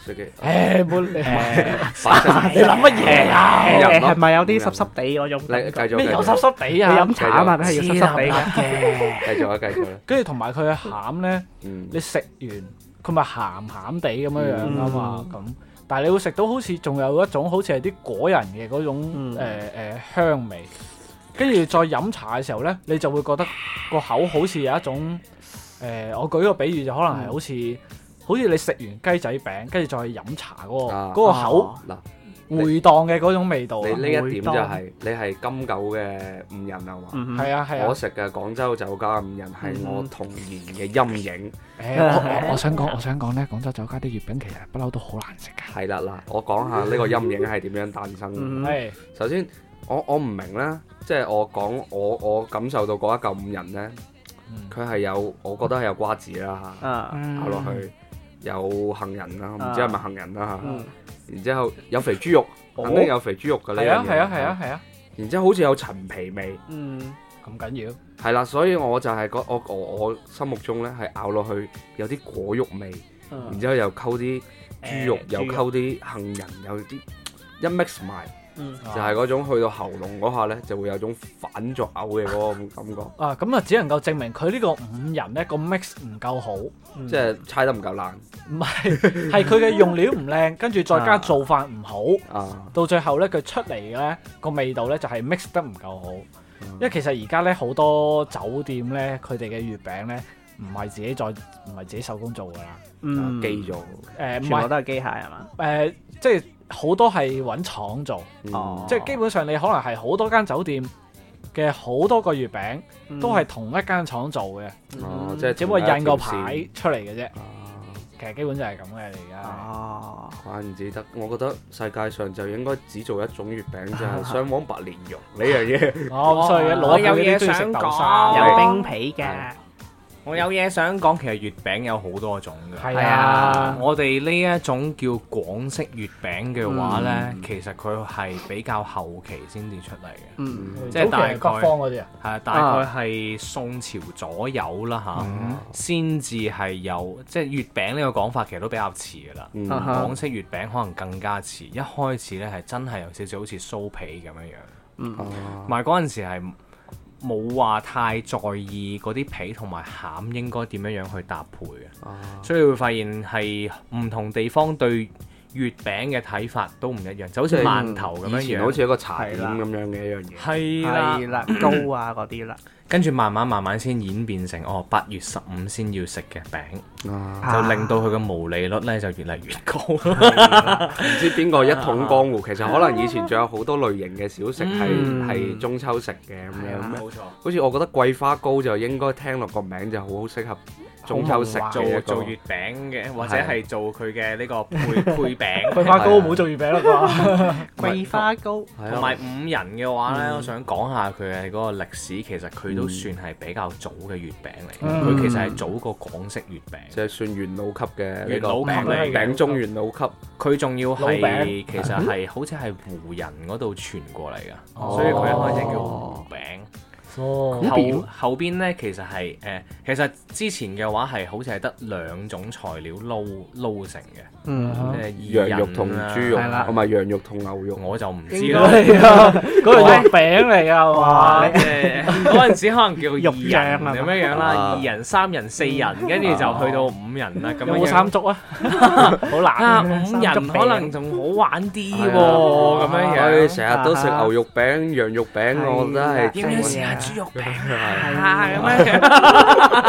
[SPEAKER 4] 食 嘅啊
[SPEAKER 5] 誒冇誒，
[SPEAKER 4] 白色
[SPEAKER 5] 你諗乜嘢啊？
[SPEAKER 4] 五
[SPEAKER 6] 誒
[SPEAKER 4] 仁咯
[SPEAKER 6] 係咪有啲濕濕地嗰種
[SPEAKER 4] 你
[SPEAKER 6] 感
[SPEAKER 4] 繼
[SPEAKER 6] 覺？
[SPEAKER 4] 續
[SPEAKER 5] 咩
[SPEAKER 4] 繼
[SPEAKER 5] 有
[SPEAKER 4] 續
[SPEAKER 5] 濕濕地
[SPEAKER 6] 你
[SPEAKER 5] 啊？
[SPEAKER 6] 飲茶啊嘛，梗係要濕濕地嘅。
[SPEAKER 4] 繼續啊，繼續啦。
[SPEAKER 5] 跟住同埋佢嘅餡咧，
[SPEAKER 4] 嗯，
[SPEAKER 5] 你食完佢咪鹹鹹地咁樣樣噶嘛咁。但係你會食到好似仲有一種好似係啲果仁嘅嗰種
[SPEAKER 6] 嗯
[SPEAKER 5] 誒誒香味，跟住再飲茶嘅時候咧，你就會覺得個口好似有一種誒、呃我舉個比喻就可能係好似、好似你食完雞仔餅，跟住再去飲茶嗰、個
[SPEAKER 4] 啊
[SPEAKER 5] 嗰個口
[SPEAKER 6] 哦
[SPEAKER 4] 嗱，
[SPEAKER 5] 回蕩嘅嗰種味道啊。
[SPEAKER 4] 你呢一點就係你係金九嘅五人啊嘛。
[SPEAKER 6] 嗯哼，
[SPEAKER 5] 係啊嗯係
[SPEAKER 4] 我
[SPEAKER 5] 啊。
[SPEAKER 4] 食嘅廣州酒家五人係我童年嘅陰影。
[SPEAKER 5] 誒我我我想 講，我想講咧，廣州酒家啲月餅其實不嬲都好難食㗎。
[SPEAKER 4] 係啦嗱，我講下呢個陰影係點樣誕生嘅。
[SPEAKER 6] 嗯
[SPEAKER 5] 係
[SPEAKER 4] 首先，我我唔明啦，即係我講我我感受到嗰一嚿五人呢，
[SPEAKER 5] 嗯
[SPEAKER 4] 佢係有，我覺得係有瓜子啦嚇，
[SPEAKER 6] 啊，
[SPEAKER 4] 咬落去有杏仁啦，我唔知
[SPEAKER 6] 啊
[SPEAKER 4] 係咪杏仁啦
[SPEAKER 6] 嗯
[SPEAKER 4] 嚇，然之後有肥豬肉，
[SPEAKER 5] 哦
[SPEAKER 4] 肯定有肥豬肉㗎呢
[SPEAKER 5] 係啊
[SPEAKER 4] 樣嘢
[SPEAKER 5] 係啊係啊係啊，
[SPEAKER 4] 然之後好似有陳皮味，
[SPEAKER 6] 嗯，
[SPEAKER 5] 咁緊要。
[SPEAKER 4] 係啦，所以我就係覺我我我心目中呢係咬落去有啲果肉味，
[SPEAKER 6] Ừ.
[SPEAKER 5] 嗯
[SPEAKER 6] Ờ.
[SPEAKER 4] 然之後又溝啲豬肉，
[SPEAKER 6] 誒
[SPEAKER 4] 又
[SPEAKER 6] 豬肉
[SPEAKER 4] 溝啲杏仁，有啲一 mix 埋。
[SPEAKER 6] 嗯，
[SPEAKER 4] 就
[SPEAKER 5] 啊
[SPEAKER 4] 係嗰種去到喉嚨嗰下呢，就會有種反作嘔嘅嗰個感覺，
[SPEAKER 5] 啊，咁啊，只能夠證明佢呢個五人咧個 mix 唔夠好，唔
[SPEAKER 3] 嗯
[SPEAKER 4] 即係猜得唔夠爛
[SPEAKER 5] 係係佢嘅用料唔靚，跟住再加做法唔好，
[SPEAKER 4] 啊！
[SPEAKER 5] 到最後咧佢出嚟咧個味道咧就係 mix 得唔夠好。因為其實而家咧好多酒店咧佢哋嘅月餅咧唔係自己再唔係自己手工做㗎啦，
[SPEAKER 6] 嗯，
[SPEAKER 4] 記咗，
[SPEAKER 5] 誒
[SPEAKER 6] 全
[SPEAKER 5] 唔
[SPEAKER 6] 部
[SPEAKER 5] 係
[SPEAKER 6] 都係機械係嘛？
[SPEAKER 5] 誒即係好多係揾廠做，
[SPEAKER 4] 嗯
[SPEAKER 6] 哦
[SPEAKER 5] 即係基本上你可能係好多間酒店嘅好多個月餅都係同一間廠做嘅，
[SPEAKER 6] Ờ,
[SPEAKER 4] 哦，即係
[SPEAKER 5] 只不過印
[SPEAKER 4] 同
[SPEAKER 5] 個
[SPEAKER 4] 一
[SPEAKER 5] 牌
[SPEAKER 4] 條
[SPEAKER 5] 出嚟嘅啫。
[SPEAKER 4] 線啊
[SPEAKER 5] 其實基本就係咁嘅嚟噶。
[SPEAKER 6] 哦，
[SPEAKER 4] 怪唔之得，我覺得世界上就應該只做一種月餅，就係雙黃白蓮蓉呢樣 嘢。
[SPEAKER 5] 我咁所以老
[SPEAKER 2] 我
[SPEAKER 5] 一
[SPEAKER 2] 有
[SPEAKER 5] 輩嗰
[SPEAKER 2] 嘢
[SPEAKER 5] 啲中意食
[SPEAKER 2] 想
[SPEAKER 5] 豆
[SPEAKER 2] 講
[SPEAKER 5] 沙，
[SPEAKER 6] 有
[SPEAKER 4] 有
[SPEAKER 6] 冰皮嘅
[SPEAKER 4] 係，
[SPEAKER 3] 我有嘢想講，其實月餅有好多種嘅。
[SPEAKER 5] 係
[SPEAKER 6] 係
[SPEAKER 5] 啊
[SPEAKER 6] 啊，
[SPEAKER 3] 我哋呢一種叫廣式月餅嘅話呢，其實佢係比較後期先至出嚟嘅，
[SPEAKER 4] Ừ.
[SPEAKER 6] 嗯，
[SPEAKER 5] 即
[SPEAKER 3] 即係
[SPEAKER 5] 係
[SPEAKER 3] 大概
[SPEAKER 5] 大北方嗰啲啊。
[SPEAKER 3] 係大概係宋朝左右啦吓，
[SPEAKER 6] 嗯
[SPEAKER 3] 先至係有即係月餅呢個講法，其實都比較遲噶啦。
[SPEAKER 4] 嗯
[SPEAKER 6] 啊哈
[SPEAKER 3] 廣式月餅可能更加遲，一開始呢係真係有少少好似酥皮咁樣樣。同埋嗰陣時係冇話太在意嗰啲皮同埋餡應該點樣樣去搭配嘅，所以會發現係唔同地方對月餅嘅睇法都唔一樣，就好似饅頭咁樣
[SPEAKER 4] 以前
[SPEAKER 3] 樣，
[SPEAKER 4] 好似一個茶點
[SPEAKER 6] 係啦
[SPEAKER 4] 咁樣嘅一樣嘢。
[SPEAKER 3] 係啦，
[SPEAKER 6] 係啦，糕啊嗰啲啦，
[SPEAKER 3] 跟住慢慢慢慢先演變成哦八月十五先要食嘅餅，
[SPEAKER 4] 啊
[SPEAKER 3] 就令到佢嘅毛利率咧就越嚟越高。
[SPEAKER 4] 唔知邊個一統江湖，其實可能以前仲有好多類型嘅小食係
[SPEAKER 6] 嗯
[SPEAKER 4] 係中秋食嘅咁樣。
[SPEAKER 3] 錯，
[SPEAKER 4] 好似我覺得桂花糕就應該聽落個名就好適合中秋食嘅一
[SPEAKER 3] 做
[SPEAKER 4] 個
[SPEAKER 3] 做月餅嘅，或者係做佢嘅呢個配配 餅。
[SPEAKER 5] 桂花糕冇做月餅啦啩？
[SPEAKER 6] 桂花糕，
[SPEAKER 4] 係啊
[SPEAKER 3] 同埋五人嘅話
[SPEAKER 5] 嗯
[SPEAKER 3] 呢，我想講下佢嘅嗰個歷史，其實佢都算係比較早嘅月餅嚟嘅，佢、
[SPEAKER 5] 嗯
[SPEAKER 3] 其實係早過廣式月餅，
[SPEAKER 4] 即係算元老級嘅呢
[SPEAKER 3] 元
[SPEAKER 4] 個
[SPEAKER 3] 老級嚟嘅
[SPEAKER 4] 餅餅中元老級，
[SPEAKER 3] 佢仲要
[SPEAKER 5] 老
[SPEAKER 3] 係
[SPEAKER 5] 餅
[SPEAKER 3] 其實係 好似係湖人嗰度傳過嚟噶，所以佢一開始叫湖餅。
[SPEAKER 5] 哦，
[SPEAKER 3] 後後邊咧其實係誒、呃其實之前嘅話係好似係得兩種材料撈撈成嘅，
[SPEAKER 5] 啊
[SPEAKER 6] 嗯，
[SPEAKER 3] 即係啊
[SPEAKER 4] 羊肉同豬肉，
[SPEAKER 6] 係啦
[SPEAKER 4] 同埋羊肉同牛肉。
[SPEAKER 3] 我就唔知
[SPEAKER 5] 係
[SPEAKER 3] 啦。
[SPEAKER 5] 啊，嗰個月餅嚟
[SPEAKER 6] Ờ.
[SPEAKER 5] 㗎
[SPEAKER 3] 哇！
[SPEAKER 5] 嘛？
[SPEAKER 3] 即係 嗰陣時可能叫
[SPEAKER 6] 肉
[SPEAKER 3] 二
[SPEAKER 6] 醬
[SPEAKER 3] 人
[SPEAKER 6] 係嘛
[SPEAKER 3] 咁樣樣啦
[SPEAKER 4] 啊，
[SPEAKER 3] 二人、三人、四人，跟住就去到五人啦咁
[SPEAKER 5] 有
[SPEAKER 3] 樣
[SPEAKER 5] 冇
[SPEAKER 3] 樣。
[SPEAKER 5] 三足啊？好
[SPEAKER 3] 啊，
[SPEAKER 5] 難。
[SPEAKER 3] 五
[SPEAKER 6] 三
[SPEAKER 3] 人
[SPEAKER 6] 足
[SPEAKER 3] 可
[SPEAKER 6] 餅
[SPEAKER 3] 能仲好玩啲喎，咁
[SPEAKER 4] 係
[SPEAKER 3] 樣
[SPEAKER 4] 唉，
[SPEAKER 3] 樣。
[SPEAKER 4] 成日都食牛肉餅、羊肉餅，
[SPEAKER 6] 係
[SPEAKER 4] 我覺得係
[SPEAKER 2] 要唔要試下豬肉餅
[SPEAKER 4] 係
[SPEAKER 3] 啊咁樣樣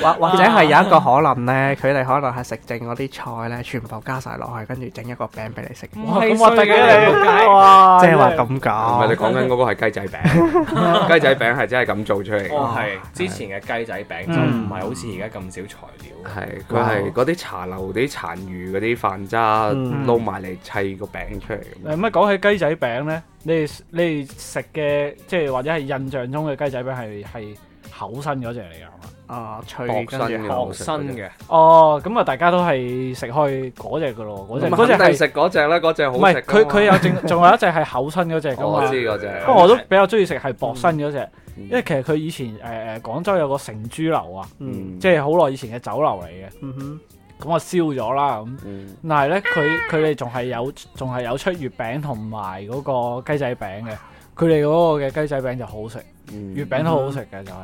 [SPEAKER 6] 或或者係有一個可能咧，佢哋可能係食剩嗰啲菜咧，全部加晒落去，跟住整一個餅俾你食，即
[SPEAKER 5] 哇，
[SPEAKER 3] 係
[SPEAKER 5] 咁核突
[SPEAKER 3] 衰嘅你
[SPEAKER 5] 嘅你，哇！
[SPEAKER 6] 係話
[SPEAKER 5] 真係
[SPEAKER 6] 咁
[SPEAKER 4] 唔係你
[SPEAKER 6] 講，
[SPEAKER 4] 講緊嗰個係雞仔餅，雞仔餅係真係咁做出嚟 嘅。
[SPEAKER 3] 哦，係之前嘅雞仔餅就唔係好似而家咁少材料。
[SPEAKER 4] 係，佢係嗰啲茶樓啲殘餘嗰啲飯渣
[SPEAKER 6] 嗯
[SPEAKER 4] 撈埋嚟砌個餅出嚟咁。
[SPEAKER 5] 誒乜講起雞仔餅咧？你哋你哋食嘅即係或者係印象中嘅雞仔餅係係厚身嗰只嚟㗎係嘛？
[SPEAKER 6] 哦，脆
[SPEAKER 4] 薄
[SPEAKER 6] 跟
[SPEAKER 4] 身
[SPEAKER 6] 住
[SPEAKER 4] 嘅，
[SPEAKER 3] 學
[SPEAKER 4] 我食嗰隻
[SPEAKER 3] 生嘅，
[SPEAKER 5] 哦，咁啊，大家都係食開嗰只噶咯，嗰只
[SPEAKER 4] 咁
[SPEAKER 5] 嗰只
[SPEAKER 4] 肯定
[SPEAKER 5] 係
[SPEAKER 4] 食嗰只啦，嗰只好
[SPEAKER 5] 唔
[SPEAKER 4] 食。
[SPEAKER 5] 係佢佢 有仲仲有一隻係哦厚身嗰只噶
[SPEAKER 4] 我
[SPEAKER 5] 嘛？
[SPEAKER 4] 知嗰
[SPEAKER 5] 不
[SPEAKER 4] 只，
[SPEAKER 5] 過我都比較中意食係薄身嗰只，
[SPEAKER 4] 嗯
[SPEAKER 5] 因為其實佢以前誒誒廣州有個成珠樓啊，
[SPEAKER 6] 嗯
[SPEAKER 4] 嗯
[SPEAKER 5] 即係好耐以前嘅酒樓嚟嘅，
[SPEAKER 6] 嗯哼，
[SPEAKER 5] 咁我燒咗啦咁。
[SPEAKER 4] 嗯
[SPEAKER 5] 但係 咧，佢佢哋仲係有仲係有出月餅同埋嗰個雞仔餅嘅，佢哋嗰個嘅雞仔餅就好食，
[SPEAKER 4] 嗯
[SPEAKER 5] 月餅都好好食嘅就係。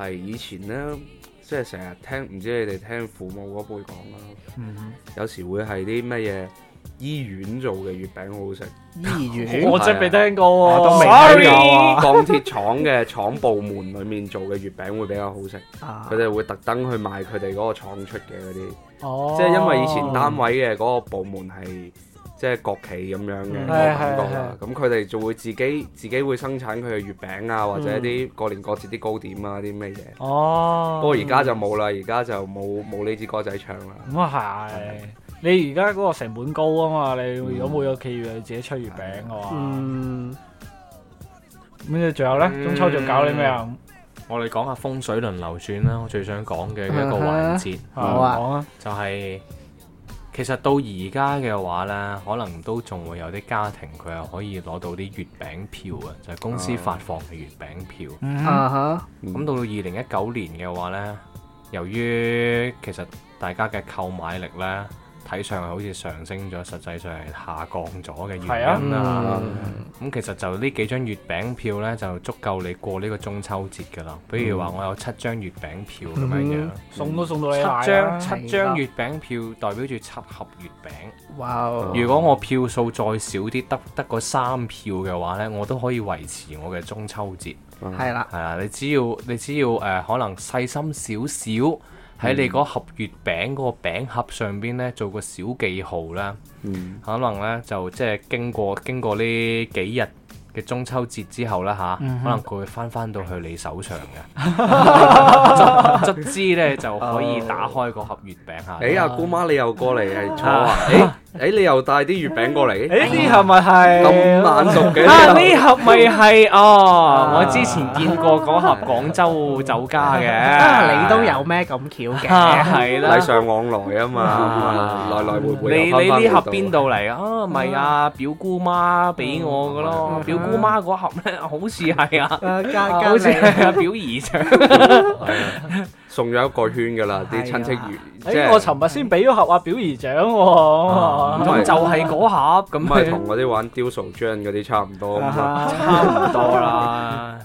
[SPEAKER 4] 係以前呢，即係成日聽，唔知你哋聽父母嗰輩講啦，
[SPEAKER 5] 嗯
[SPEAKER 4] 有時會係啲乜嘢醫院做嘅月餅好好食，
[SPEAKER 6] 醫院
[SPEAKER 5] 我
[SPEAKER 4] 啊
[SPEAKER 5] 真係未
[SPEAKER 4] 哦
[SPEAKER 5] 聽過
[SPEAKER 6] 我
[SPEAKER 5] 喎，
[SPEAKER 6] 都未
[SPEAKER 5] 哦 sorry
[SPEAKER 6] 聽過啊
[SPEAKER 4] 鋼鐵廠嘅廠部門裡面做嘅月餅會比較好食，
[SPEAKER 6] 啊
[SPEAKER 4] 佢，哋會特登去買佢哋嗰個廠出嘅嗰啲，
[SPEAKER 5] 哦
[SPEAKER 4] 即係因為以前單位嘅嗰個部門係。即係國旗咁樣
[SPEAKER 6] 嗯
[SPEAKER 4] 嘅嗰個感覺啦。咁佢哋就會自己自己會生產佢嘅月餅啊，或者
[SPEAKER 6] 嗯
[SPEAKER 4] 啲過年過節啲糕點啊啲咩嘢。
[SPEAKER 5] 哦
[SPEAKER 4] 不過而家就冇啦，而家就冇冇呢支歌仔唱啦。
[SPEAKER 5] 咁啊係，你而家嗰個成本高啊嘛，你如果冇有企業，你自己出月餅嘅話，
[SPEAKER 6] 嗯，
[SPEAKER 5] 咁你仲有咧？中秋仲搞你咩啊？
[SPEAKER 3] 我哋講下風水輪流轉啦，我最想講嘅一個環節
[SPEAKER 6] 好啊
[SPEAKER 5] 講啊，
[SPEAKER 3] 就係、其實到而家嘅話呢，可能都仲會有啲家庭佢係可以攞到啲月餅票啊，就係、公司發放嘅月餅票。
[SPEAKER 5] 嗯哼
[SPEAKER 6] 啊哈，
[SPEAKER 3] 咁到到二零一九年嘅話呢，由於其實大家嘅購買力呢，睇上去好似上升咗，實際上係下降咗嘅原因啦。
[SPEAKER 6] 嗯，
[SPEAKER 3] 咁、其實就呢幾張月餅票呢，就足夠你過呢個中秋節㗎啦。比如話我有七張月餅票咁樣樣，
[SPEAKER 5] 送都送到你
[SPEAKER 3] 七
[SPEAKER 5] 奶啦
[SPEAKER 3] 張，七張月餅票代表住七盒月餅。
[SPEAKER 6] 哇哦，
[SPEAKER 3] 如果我票數再少啲，得得嗰三票嘅話呢，我都可以維持我嘅中秋節。
[SPEAKER 6] 係啦，
[SPEAKER 3] 係啊，你只要你只要誒、呃可能細心少少喺你嗰盒月餅嗰個餅盒上邊呢，做個小記號啦，
[SPEAKER 4] 嗯
[SPEAKER 3] 可能呢，就即係經過經過呢幾日嘅中秋節之後啦吓，可能佢會翻翻到去你手上嘅， 卒卒之呢，就可以打開個盒月餅嚇。
[SPEAKER 4] 誒阿哎姑媽你又過嚟係坐啊？誒誒你又帶啲月餅過嚟？
[SPEAKER 5] 誒呢盒咪係
[SPEAKER 4] 咁晚熟 嘅
[SPEAKER 3] 啊！
[SPEAKER 4] 呢
[SPEAKER 3] 呢盒咪係哦，
[SPEAKER 5] 啊
[SPEAKER 3] 我之前見過嗰盒廣州酒家嘅。
[SPEAKER 6] 啊，你都有咩咁 巧嘅？
[SPEAKER 3] 啊，係啦
[SPEAKER 4] 禮。尚往來啊嘛，來來回
[SPEAKER 3] 你
[SPEAKER 4] 回
[SPEAKER 3] 你
[SPEAKER 4] 又返返
[SPEAKER 3] 呢盒
[SPEAKER 4] 嚟到
[SPEAKER 3] 邊？度嚟啊？咪啊，表姑媽俾我嘅咯，表姑媽嗰盒咧，好似係啊，
[SPEAKER 6] 啊，加加
[SPEAKER 3] 好似係啊，
[SPEAKER 6] 你，
[SPEAKER 3] 表姨丈。
[SPEAKER 4] 係啊送咗一個圈㗎啦，啲親戚
[SPEAKER 6] 係啊
[SPEAKER 4] 月即
[SPEAKER 5] 誒，哎我
[SPEAKER 4] 係
[SPEAKER 5] 尋日先俾咗盒阿表姨獎喎，
[SPEAKER 3] 咁就係啊嗰盒咁
[SPEAKER 4] 咁咪
[SPEAKER 3] 樣
[SPEAKER 4] 同，嗰啲玩雕塑磚嗰啲差唔多
[SPEAKER 6] 啊
[SPEAKER 4] 咁啊。
[SPEAKER 6] 哈
[SPEAKER 3] 差唔多啦。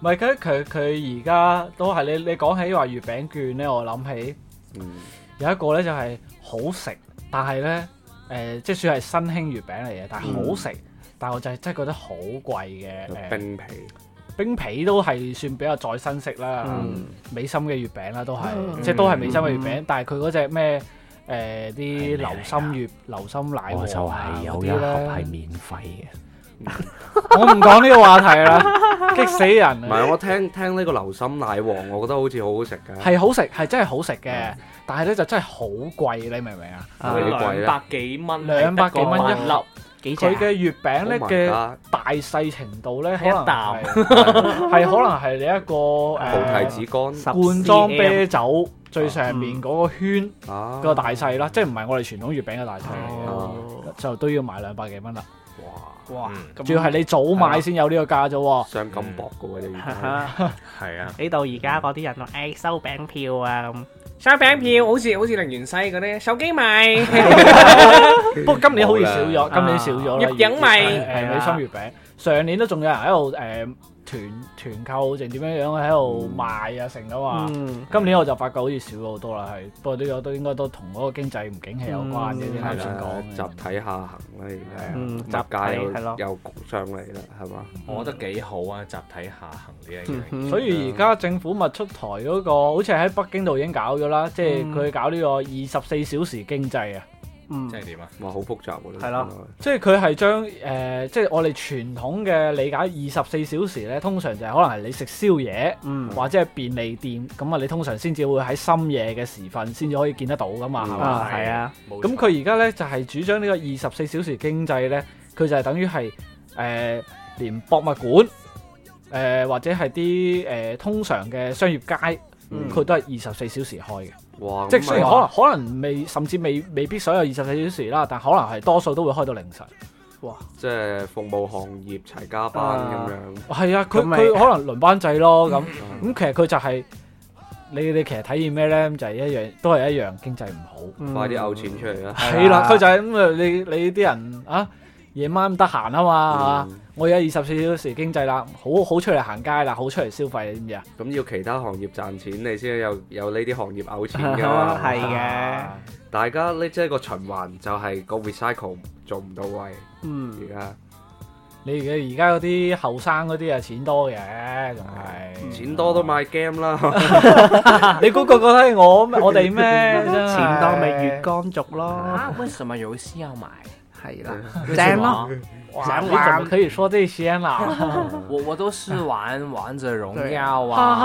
[SPEAKER 5] 唔係佢佢佢而家都係你你講起話月餅券咧，我諗起
[SPEAKER 4] 嗯
[SPEAKER 5] 有一個咧就係好食，但係咧誒即係算係新興月餅嚟嘅，但係好食，但係我就係真係覺得好貴嘅
[SPEAKER 4] 有
[SPEAKER 5] 誒
[SPEAKER 4] 冰皮，
[SPEAKER 5] 冰皮都係算比較再新式啦，
[SPEAKER 6] 嗯
[SPEAKER 5] 美心嘅月餅啦，都係、
[SPEAKER 6] 嗯
[SPEAKER 5] 即係都係美心嘅月餅，但係佢嗰只咩誒啲流心月、流心奶黃啊嗰啲咧，
[SPEAKER 3] 免費嘅，
[SPEAKER 5] 我唔講呢個話題啦，激死人
[SPEAKER 4] 唔
[SPEAKER 5] 啊！
[SPEAKER 4] 係我聽聽呢個流心奶黃，我覺得好似好好食㗎。
[SPEAKER 5] 係好啊食，係真係好食嘅，但係咧就真係好貴，你明唔明啊？
[SPEAKER 4] 啊
[SPEAKER 6] ờ.
[SPEAKER 4] 幾貴
[SPEAKER 3] 兩
[SPEAKER 4] 啦
[SPEAKER 3] 百幾蚊，
[SPEAKER 5] 兩百幾蚊一
[SPEAKER 3] 粒。
[SPEAKER 6] 幾隻
[SPEAKER 5] 佢
[SPEAKER 6] 啊？
[SPEAKER 5] 嘅月餅
[SPEAKER 4] Oh
[SPEAKER 5] 咧
[SPEAKER 4] my
[SPEAKER 5] 嘅
[SPEAKER 4] god，
[SPEAKER 5] 大細程度咧，可
[SPEAKER 3] 係一
[SPEAKER 5] 能
[SPEAKER 3] 啖
[SPEAKER 5] 係係可能係 你一個
[SPEAKER 4] 菩
[SPEAKER 5] 誒
[SPEAKER 4] 提子乾。
[SPEAKER 6] 十
[SPEAKER 5] 罐
[SPEAKER 6] cm
[SPEAKER 5] 裝啤酒最上面嗰個圈
[SPEAKER 4] 啊
[SPEAKER 5] 個大細啦，即係唔係我哋傳統月餅嘅大細嚟
[SPEAKER 6] 哦
[SPEAKER 5] 嘅，就都要賣兩百幾蚊啦。
[SPEAKER 4] 哇，
[SPEAKER 6] 哇
[SPEAKER 3] 嗯！
[SPEAKER 6] 咁
[SPEAKER 5] 仲要係你早買先有呢個價啫喎。
[SPEAKER 4] 相咁薄嘅喎隻月
[SPEAKER 6] 啊哈
[SPEAKER 4] 餅，
[SPEAKER 6] 哈
[SPEAKER 3] 係啊。
[SPEAKER 6] 呢度而家嗰啲人話誒收餅票啊咁，
[SPEAKER 3] 收餅票好似好似零元西嗰啲，手機咪
[SPEAKER 6] Ừ.
[SPEAKER 5] 不過今年好似少咗，
[SPEAKER 6] 啦
[SPEAKER 5] 今年少咗啦。
[SPEAKER 3] 啊月餅咪
[SPEAKER 5] 誒美心月餅，上年都仲有人喺度誒團團購定點樣樣喺度賣啊成噶嘛。
[SPEAKER 6] 嗯，
[SPEAKER 5] 今年我就發覺好似少咗好多啦，係不過呢個都應該都同嗰個經濟唔景氣有關嘅，
[SPEAKER 6] 嗯
[SPEAKER 5] 啱先講
[SPEAKER 4] 集體下行啦，
[SPEAKER 6] 嗯
[SPEAKER 4] 而
[SPEAKER 6] 集體
[SPEAKER 4] 家啊物
[SPEAKER 6] 係
[SPEAKER 4] 價又
[SPEAKER 6] 咯
[SPEAKER 4] 又焗上嚟啦，係嘛？
[SPEAKER 3] 我覺得幾好啊！集體下行呢一樣
[SPEAKER 6] 嗯
[SPEAKER 3] 嘢，
[SPEAKER 6] 哼
[SPEAKER 5] 所以而家政府咪出台嗰個，好似喺北京度已經搞咗啦，即係佢搞呢個二十四小時經濟啊，
[SPEAKER 6] 嗯
[SPEAKER 3] 即係點啊？
[SPEAKER 4] 哇，好複雜喎！
[SPEAKER 6] 係咯
[SPEAKER 4] 呢
[SPEAKER 5] 即係佢係將誒，即係我哋傳統嘅理解，二十四小時咧，通常就係可能係你食宵夜。
[SPEAKER 6] 嗯
[SPEAKER 5] 或者係便利店，咁啊你通常先至會喺深夜嘅時分先至可以見得到噶嘛，係嘛？
[SPEAKER 6] 啊係啊，
[SPEAKER 5] 咁佢而家咧就係、主張呢個二十四小時經濟咧，佢就係等於係誒、呃、連博物館誒、呃或者係啲誒通常嘅商業街，
[SPEAKER 6] 嗯
[SPEAKER 5] 佢都係二十四小時開嘅。
[SPEAKER 4] 個哇，
[SPEAKER 5] 即係
[SPEAKER 4] 咁
[SPEAKER 5] 雖然
[SPEAKER 4] 咪
[SPEAKER 5] 可能可能未甚至未未必所有二十四小時啦，但可能係多數都會開到凌晨。
[SPEAKER 4] 即係服務行業齊加班咁樣，
[SPEAKER 5] 係啊，佢
[SPEAKER 6] 咁咪
[SPEAKER 5] 佢可能輪班制咯咁。
[SPEAKER 4] 嗯
[SPEAKER 5] 咁其實佢就係、你哋其實體驗咩咧？咁就係一樣，都係一樣經濟唔好。
[SPEAKER 6] Ừ.
[SPEAKER 4] 快啲嘔錢出嚟啦！
[SPEAKER 5] 係啦，佢就係咁啊！你你啲人啊，夜晚咁得閒啊嘛，係嘛
[SPEAKER 4] 嗯
[SPEAKER 5] 我而家二十四小時經濟啦，好好出嚟行街啦，好出嚟消費，你知唔知啊？
[SPEAKER 4] 咁要其他行業賺錢，你先有有呢啲行業嘔錢㗎
[SPEAKER 6] 啊
[SPEAKER 4] 嘛。
[SPEAKER 6] 係
[SPEAKER 5] 啊
[SPEAKER 6] 嘅，
[SPEAKER 4] 大家呢即係個循環就係個 recycle 做唔到位，
[SPEAKER 6] 嗯
[SPEAKER 4] 而家
[SPEAKER 5] 你而家而家嗰啲後生嗰啲啊，錢多嘅，仲係啊
[SPEAKER 4] 錢多都買 game 啦，
[SPEAKER 5] 你估個個都係我我哋咩？真係
[SPEAKER 6] 錢多咪月光族咯，
[SPEAKER 3] 啊為什麼有需要買？
[SPEAKER 6] 係啦，正
[SPEAKER 5] 哎
[SPEAKER 6] 咯，
[SPEAKER 5] 哇，你怎么可以说这些呢？
[SPEAKER 3] 我我都是玩王者荣耀
[SPEAKER 6] 哈
[SPEAKER 3] 啊。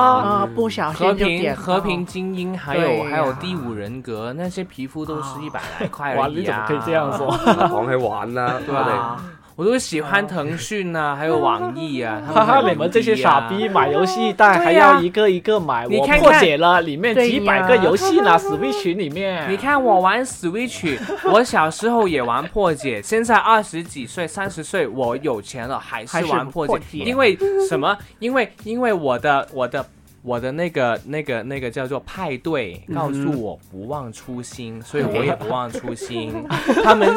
[SPEAKER 6] 哈，不小心
[SPEAKER 3] 和
[SPEAKER 6] 就
[SPEAKER 3] 平
[SPEAKER 6] 點
[SPEAKER 3] 和平
[SPEAKER 6] 到
[SPEAKER 3] 精英，还
[SPEAKER 6] 对呀
[SPEAKER 3] 有还有第五人格，那些皮肤都是一百来块
[SPEAKER 5] 哇，
[SPEAKER 3] 而
[SPEAKER 5] 你
[SPEAKER 3] 已
[SPEAKER 5] 怎么
[SPEAKER 3] 啊！
[SPEAKER 5] 可以这样说？
[SPEAKER 4] 講起玩啦，
[SPEAKER 3] 对
[SPEAKER 4] 我
[SPEAKER 3] 吧？我都喜欢腾讯啊，还有网易 啊。他
[SPEAKER 5] 哈
[SPEAKER 3] 们
[SPEAKER 5] 哈，
[SPEAKER 3] 很
[SPEAKER 5] 你们这些
[SPEAKER 3] 牛逼啊
[SPEAKER 5] 傻逼买游戏但
[SPEAKER 3] 对
[SPEAKER 5] 还
[SPEAKER 3] 呀
[SPEAKER 5] 要一个一个买，
[SPEAKER 3] 你
[SPEAKER 5] 我
[SPEAKER 3] 看
[SPEAKER 5] 破
[SPEAKER 3] 看
[SPEAKER 5] 解了里面
[SPEAKER 6] 对
[SPEAKER 5] 几百
[SPEAKER 6] 呀
[SPEAKER 5] 个游戏呢，Switch 里 面。
[SPEAKER 3] 你看我玩 Switch，我小时候也玩破解，现在二十几岁、三十岁，我有钱了还是玩破解，
[SPEAKER 6] 还是破解
[SPEAKER 3] 因为什么？因为因为我的我的。我的那个、那个、那个叫做派对，
[SPEAKER 6] 嗯
[SPEAKER 3] 告诉我不忘初心，所以我也不忘初心。 他们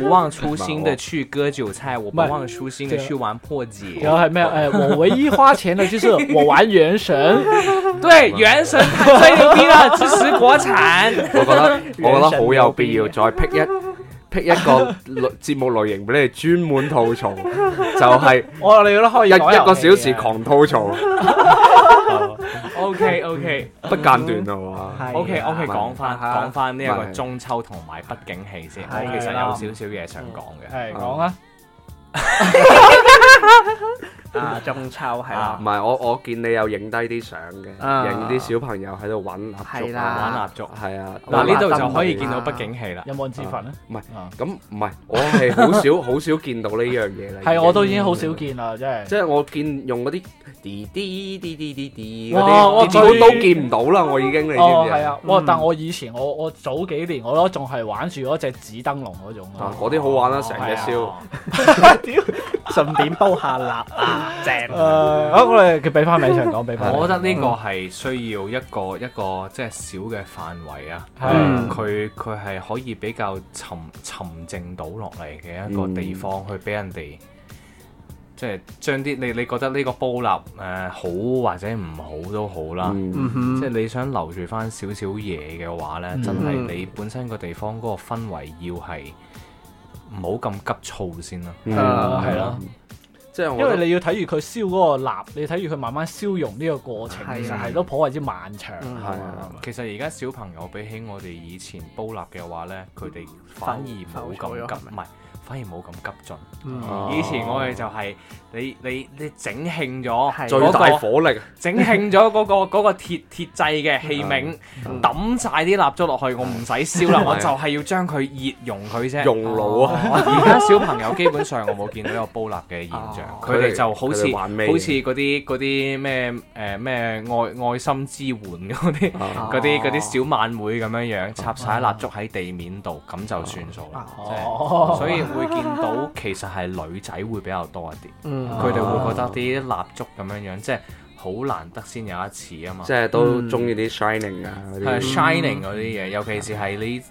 [SPEAKER 3] 不忘初心的去割韭菜，我不
[SPEAKER 5] 慢
[SPEAKER 3] 忘初心的去玩破解
[SPEAKER 5] 然。后还没有，哎，我唯一花钱的就是我玩原神，
[SPEAKER 3] 对，原神太最牛逼了，支持 国产。
[SPEAKER 4] 覺得我覺得好有必要再 pick 一 pick 一個類節目類型俾你專門吐槽，就係
[SPEAKER 5] 我哋都可
[SPEAKER 4] 一
[SPEAKER 5] 以講
[SPEAKER 4] 一個小
[SPEAKER 5] 遊戲
[SPEAKER 4] 時
[SPEAKER 5] 嘅
[SPEAKER 4] 狂吐槽，
[SPEAKER 3] OK OK。
[SPEAKER 4] 不間斷啊嘛。
[SPEAKER 6] 係
[SPEAKER 3] O K O
[SPEAKER 6] 啊
[SPEAKER 3] K，講翻
[SPEAKER 4] 啊
[SPEAKER 3] 講翻呢一個
[SPEAKER 4] 問
[SPEAKER 3] 中秋同埋畢竟戲先，
[SPEAKER 6] 係嗯
[SPEAKER 3] 我其實
[SPEAKER 5] 啦
[SPEAKER 3] 有少少嘢想講嘅。
[SPEAKER 5] 係講啊，
[SPEAKER 6] 啊中秋係
[SPEAKER 3] 啊
[SPEAKER 6] 啦
[SPEAKER 4] 唔，係我我見你有影低啲相嘅，
[SPEAKER 6] 啊
[SPEAKER 4] 影啲小朋友喺度玩蠟
[SPEAKER 6] 係
[SPEAKER 4] 燭
[SPEAKER 6] 啦
[SPEAKER 4] 啊，
[SPEAKER 3] 玩蠟燭，
[SPEAKER 4] 係啊，
[SPEAKER 3] 嗱呢度
[SPEAKER 6] 蠟燭
[SPEAKER 3] 就可以
[SPEAKER 6] 啊
[SPEAKER 3] 見到畢竟戲
[SPEAKER 4] 嗯
[SPEAKER 3] 啦。
[SPEAKER 5] 有冇人自焚咧？
[SPEAKER 4] 唔係
[SPEAKER 5] 啊，
[SPEAKER 4] 咁唔係，我係好 少好少見到呢樣嘢啦。
[SPEAKER 5] 啊係我都已經好少見啦，真係。
[SPEAKER 4] 即係我見用嗰啲滴滴滴滴滴滴嗰
[SPEAKER 5] 哇哦我
[SPEAKER 4] 啲，
[SPEAKER 5] 最
[SPEAKER 4] 都都見唔到啦，我已經你知唔
[SPEAKER 5] 哦，
[SPEAKER 4] 知
[SPEAKER 5] 係啊，
[SPEAKER 3] 嗯
[SPEAKER 5] 哇！但我以前我我早幾年我都仲係玩住嗰只紙燈籠嗰種啊
[SPEAKER 4] 啊嗰啲好玩啦，成隻燒
[SPEAKER 3] 哦
[SPEAKER 6] 順便煲下蠟啊，正
[SPEAKER 5] 誒，啊我哋佢俾翻李翔講，
[SPEAKER 6] 嗯
[SPEAKER 5] 俾翻你。
[SPEAKER 3] 我覺得呢個係需要一個一個即係小嘅範圍啊，
[SPEAKER 5] 嗯
[SPEAKER 3] 佢佢係可以比較沉沉靜到落嚟嘅一個
[SPEAKER 6] 嗯
[SPEAKER 3] 地方，去俾人哋即係將啲你你覺得呢個煲立誒好或者唔好都好啦。
[SPEAKER 4] 嗯
[SPEAKER 6] 嗯哼
[SPEAKER 3] 即係你想留住翻少少嘢嘅話呢，
[SPEAKER 5] 嗯
[SPEAKER 3] 真係你本身個地方嗰個氛圍要係唔好咁急躁先啦。
[SPEAKER 4] 嗯
[SPEAKER 6] 啊
[SPEAKER 5] 係咯，
[SPEAKER 4] 即係我
[SPEAKER 5] 因
[SPEAKER 4] 覺得
[SPEAKER 5] 為你要睇住佢燒嗰個蠟，你睇住佢慢慢消融呢個過程，其實係都頗為之漫長。
[SPEAKER 6] Ừ.
[SPEAKER 4] 係啊，
[SPEAKER 3] 其實而家小朋友比起我哋以前煲蠟嘅話呢，佢哋反而冇
[SPEAKER 6] 浮躁
[SPEAKER 3] 咁
[SPEAKER 6] 咗
[SPEAKER 3] 急，唔係反而冇咁急進。
[SPEAKER 6] 嗯
[SPEAKER 4] 哦
[SPEAKER 3] 以前我哋就係你你你整興咗
[SPEAKER 6] 係
[SPEAKER 4] 最大
[SPEAKER 3] 嗰個
[SPEAKER 4] 火力
[SPEAKER 3] 整興咗嗰個嗰個鐵鐵製嘅器皿，
[SPEAKER 6] 嗯
[SPEAKER 3] 抌晒啲蠟燭落去，我唔使燒啦，我
[SPEAKER 4] 係
[SPEAKER 3] 就係要將佢熱溶佢啫。哦
[SPEAKER 4] 用腦嗯啊！
[SPEAKER 3] 而家小朋友基本上我冇見到有煲蠟嘅現象，佢哋就好似
[SPEAKER 4] 哦佢哋
[SPEAKER 3] 好
[SPEAKER 4] 玩
[SPEAKER 3] 似
[SPEAKER 4] 咩嘢
[SPEAKER 3] 嗰啲嗰啲咩誒咩愛愛心支援嗰啲
[SPEAKER 4] 啊
[SPEAKER 3] 嗰啲嗰啲小晚會咁樣樣，插晒蠟燭喺地面度，咁就算數啦。即係
[SPEAKER 5] 哦，
[SPEAKER 3] 所以會見到其實係女仔會比較多一啲，
[SPEAKER 6] 嗯
[SPEAKER 3] 佢哋會覺得啲蠟燭咁樣樣，即係好難得先有一次啊嘛
[SPEAKER 4] 即。係都
[SPEAKER 5] 嗯
[SPEAKER 4] 中意啲 shining 啊嗰
[SPEAKER 3] 係
[SPEAKER 4] 啲。
[SPEAKER 3] shining 嗰啲嘢，尤其是係你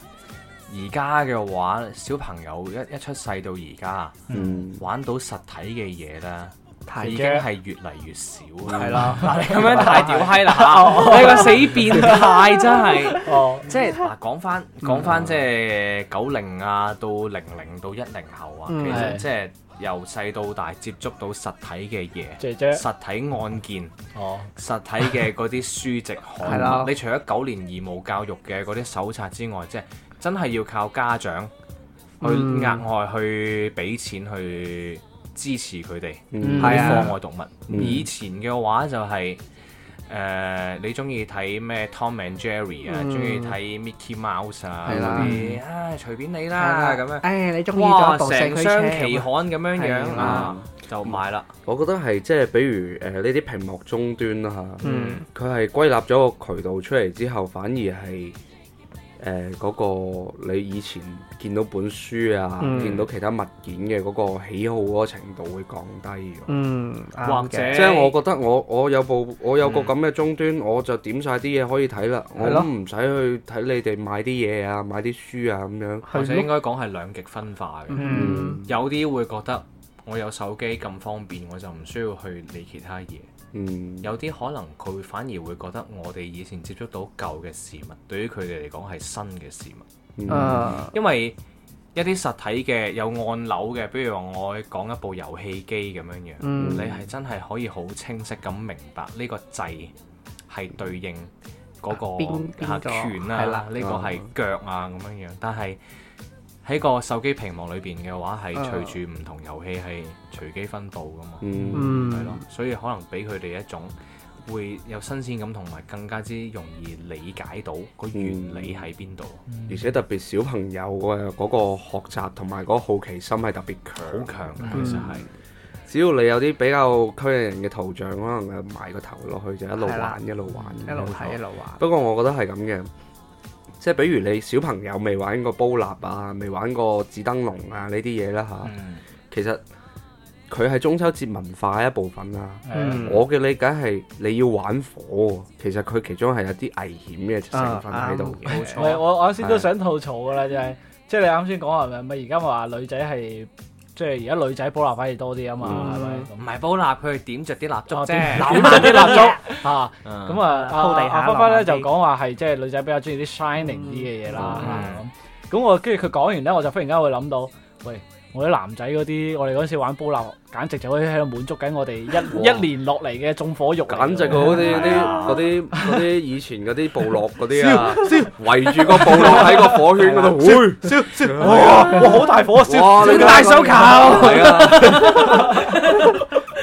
[SPEAKER 3] 而家嘅話，小朋友一一出世到而家。
[SPEAKER 4] 嗯，
[SPEAKER 3] 玩到實體嘅嘢咧，
[SPEAKER 6] 太
[SPEAKER 3] 已經
[SPEAKER 5] 啫
[SPEAKER 3] 係越嚟越少。
[SPEAKER 6] 係
[SPEAKER 3] 係，
[SPEAKER 6] 啦，
[SPEAKER 3] 嗱 你咁樣太屌閪啦，你個死變態真係。
[SPEAKER 5] 哦，
[SPEAKER 3] 即係嗱，講翻講翻即係九零啊，到零零到一零後啊，
[SPEAKER 6] 嗯
[SPEAKER 3] 其實
[SPEAKER 5] 係
[SPEAKER 3] 即係由細到大接觸到實體嘅嘢，
[SPEAKER 5] 姐姐，
[SPEAKER 3] 實體案件。
[SPEAKER 5] 哦，
[SPEAKER 3] 實體嘅嗰啲書籍
[SPEAKER 6] 係
[SPEAKER 3] 刊
[SPEAKER 6] 啦
[SPEAKER 3] 物，你除咗九年義務教育嘅嗰啲手冊之外，即係真係要靠家長去
[SPEAKER 6] 嗯
[SPEAKER 3] 額外去俾錢去支持佢哋啲
[SPEAKER 4] 嗯
[SPEAKER 6] 係啊
[SPEAKER 3] 課外讀物。以前嘅話就係、誒、你中意睇咩 Tom and Jerry 啊，
[SPEAKER 6] 嗯
[SPEAKER 3] 中意睇 Mickey Mouse 啊
[SPEAKER 6] 係啦
[SPEAKER 3] 嗰啲，啊隨便你啦咁樣，
[SPEAKER 6] 誒你中意
[SPEAKER 3] 哇
[SPEAKER 6] 咗部四
[SPEAKER 3] 成
[SPEAKER 6] 驅
[SPEAKER 3] 箱
[SPEAKER 6] 車
[SPEAKER 3] 期刊咁樣樣
[SPEAKER 6] 係
[SPEAKER 3] 啊
[SPEAKER 6] 啊，
[SPEAKER 3] 就買啦。
[SPEAKER 4] 我覺得係即係，比如誒呢啲屏幕終端啦嚇，
[SPEAKER 6] 嗯
[SPEAKER 4] 佢係歸納咗個渠道出嚟之後，反而係誒嗰個你以前見到本書啊，
[SPEAKER 6] 嗯
[SPEAKER 4] 見到其他物件嘅嗰個喜好嗰個程度會降低咗。
[SPEAKER 6] 嗯，
[SPEAKER 3] 或
[SPEAKER 6] 啱
[SPEAKER 3] 者
[SPEAKER 6] 嘅
[SPEAKER 4] 即係我覺得我我有部我有個咁嘅終端，我就點晒啲嘢可以睇啦，我
[SPEAKER 6] 係咯
[SPEAKER 4] 都唔使去睇你哋買啲嘢啊，買啲書啊咁樣。
[SPEAKER 3] 或者應該講係兩極分化嘅。
[SPEAKER 6] 嗯
[SPEAKER 3] 有啲會覺得我有手機咁方便，我就唔需要去理其他嘢。
[SPEAKER 4] 嗯，
[SPEAKER 3] 有啲可能佢反而會覺得我哋以前接觸到舊嘅事物，對於佢哋嚟講係新嘅事物，
[SPEAKER 4] 嗯
[SPEAKER 6] 啊
[SPEAKER 3] 因為一啲實體嘅有按鈕嘅，比如話我講一部遊戲機咁樣樣，
[SPEAKER 6] 嗯
[SPEAKER 3] 你係真係可以好清晰咁明白呢個掣係對應嗰、
[SPEAKER 6] 邊邊
[SPEAKER 3] 個啊
[SPEAKER 6] 個
[SPEAKER 3] 拳
[SPEAKER 6] 係
[SPEAKER 3] 啊
[SPEAKER 6] 啦，
[SPEAKER 3] 呢個係腳啊咁樣樣，但係喺個手機屏幕裏邊嘅話，係
[SPEAKER 6] 啊
[SPEAKER 3] 隨住唔同遊戲係隨機分佈噶嘛，
[SPEAKER 4] 嗯，
[SPEAKER 6] 嗯，
[SPEAKER 3] 係咯、所以可能俾佢哋一種會有新鮮感，同埋更加之容易理解到個
[SPEAKER 6] 嗯
[SPEAKER 3] 原理喺邊度，
[SPEAKER 4] 而且特別小朋友嘅嗰個學習同埋嗰個好奇心係特別
[SPEAKER 3] 好
[SPEAKER 4] 強。
[SPEAKER 3] 強
[SPEAKER 6] 嗯
[SPEAKER 3] 嘅其實係。
[SPEAKER 4] 只要你有啲比較吸引人嘅圖像，可能誒埋個頭落去就一路
[SPEAKER 6] 係啦
[SPEAKER 4] 玩一路玩
[SPEAKER 6] 一路睇一啊路玩。
[SPEAKER 4] 不過我覺得係咁嘅，即係比如你小朋友未玩過煲蠟啊，未玩過紙燈籠啊呢啲嘢啦嚇，
[SPEAKER 3] 嗯
[SPEAKER 4] 其實佢係中秋節文化一部分啦、
[SPEAKER 6] 嗯
[SPEAKER 4] 我嘅理解係你要玩火喎，其實佢其中係有啲危險嘅
[SPEAKER 6] Ờ,
[SPEAKER 4] 成分
[SPEAKER 6] 啊 à,
[SPEAKER 4] 喺度嘅。
[SPEAKER 3] 冇
[SPEAKER 5] 唔係，
[SPEAKER 3] 錯，
[SPEAKER 5] 我我啱先
[SPEAKER 4] 係
[SPEAKER 5] 都想吐槽噶啦，就係即係你啱先講話咪咪而家咪話女仔係即係而家女仔補蠟反而多啲啊嘛，
[SPEAKER 4] 嗯
[SPEAKER 5] 係咪
[SPEAKER 3] 唔係煲蠟，佢係點着啲蠟
[SPEAKER 6] 哦
[SPEAKER 3] 燭啫，嗯
[SPEAKER 5] 咁？點下啲蠟 燭啊！
[SPEAKER 3] 咁
[SPEAKER 5] 咁啊，阿
[SPEAKER 6] 鋪地下
[SPEAKER 5] 阿花花咧
[SPEAKER 6] 浪漫
[SPEAKER 5] 就
[SPEAKER 6] 啲
[SPEAKER 5] 講話係即係女仔比較中意啲 shining 啲嘅嘢啦。
[SPEAKER 3] 嗯
[SPEAKER 5] 咁咁我跟住佢講完咧，我就忽然間會諗到，喂，我啲男仔嗰啲，我哋嗰陣時玩煲蠟，簡直就可以喺度滿足緊我哋 一
[SPEAKER 4] 哇
[SPEAKER 5] 一年落嚟嘅縱火欲嚟㗎。
[SPEAKER 4] 簡直嗰啲
[SPEAKER 6] 哎
[SPEAKER 4] 啲嗰啲嗰啲以前嗰啲部落嗰啲啊，圍住個部落喺個火圈嗰度，燒燒燒，
[SPEAKER 5] 哇！哇，好大火燒
[SPEAKER 4] 哇！
[SPEAKER 5] 燒大手 球。
[SPEAKER 4] 係啊！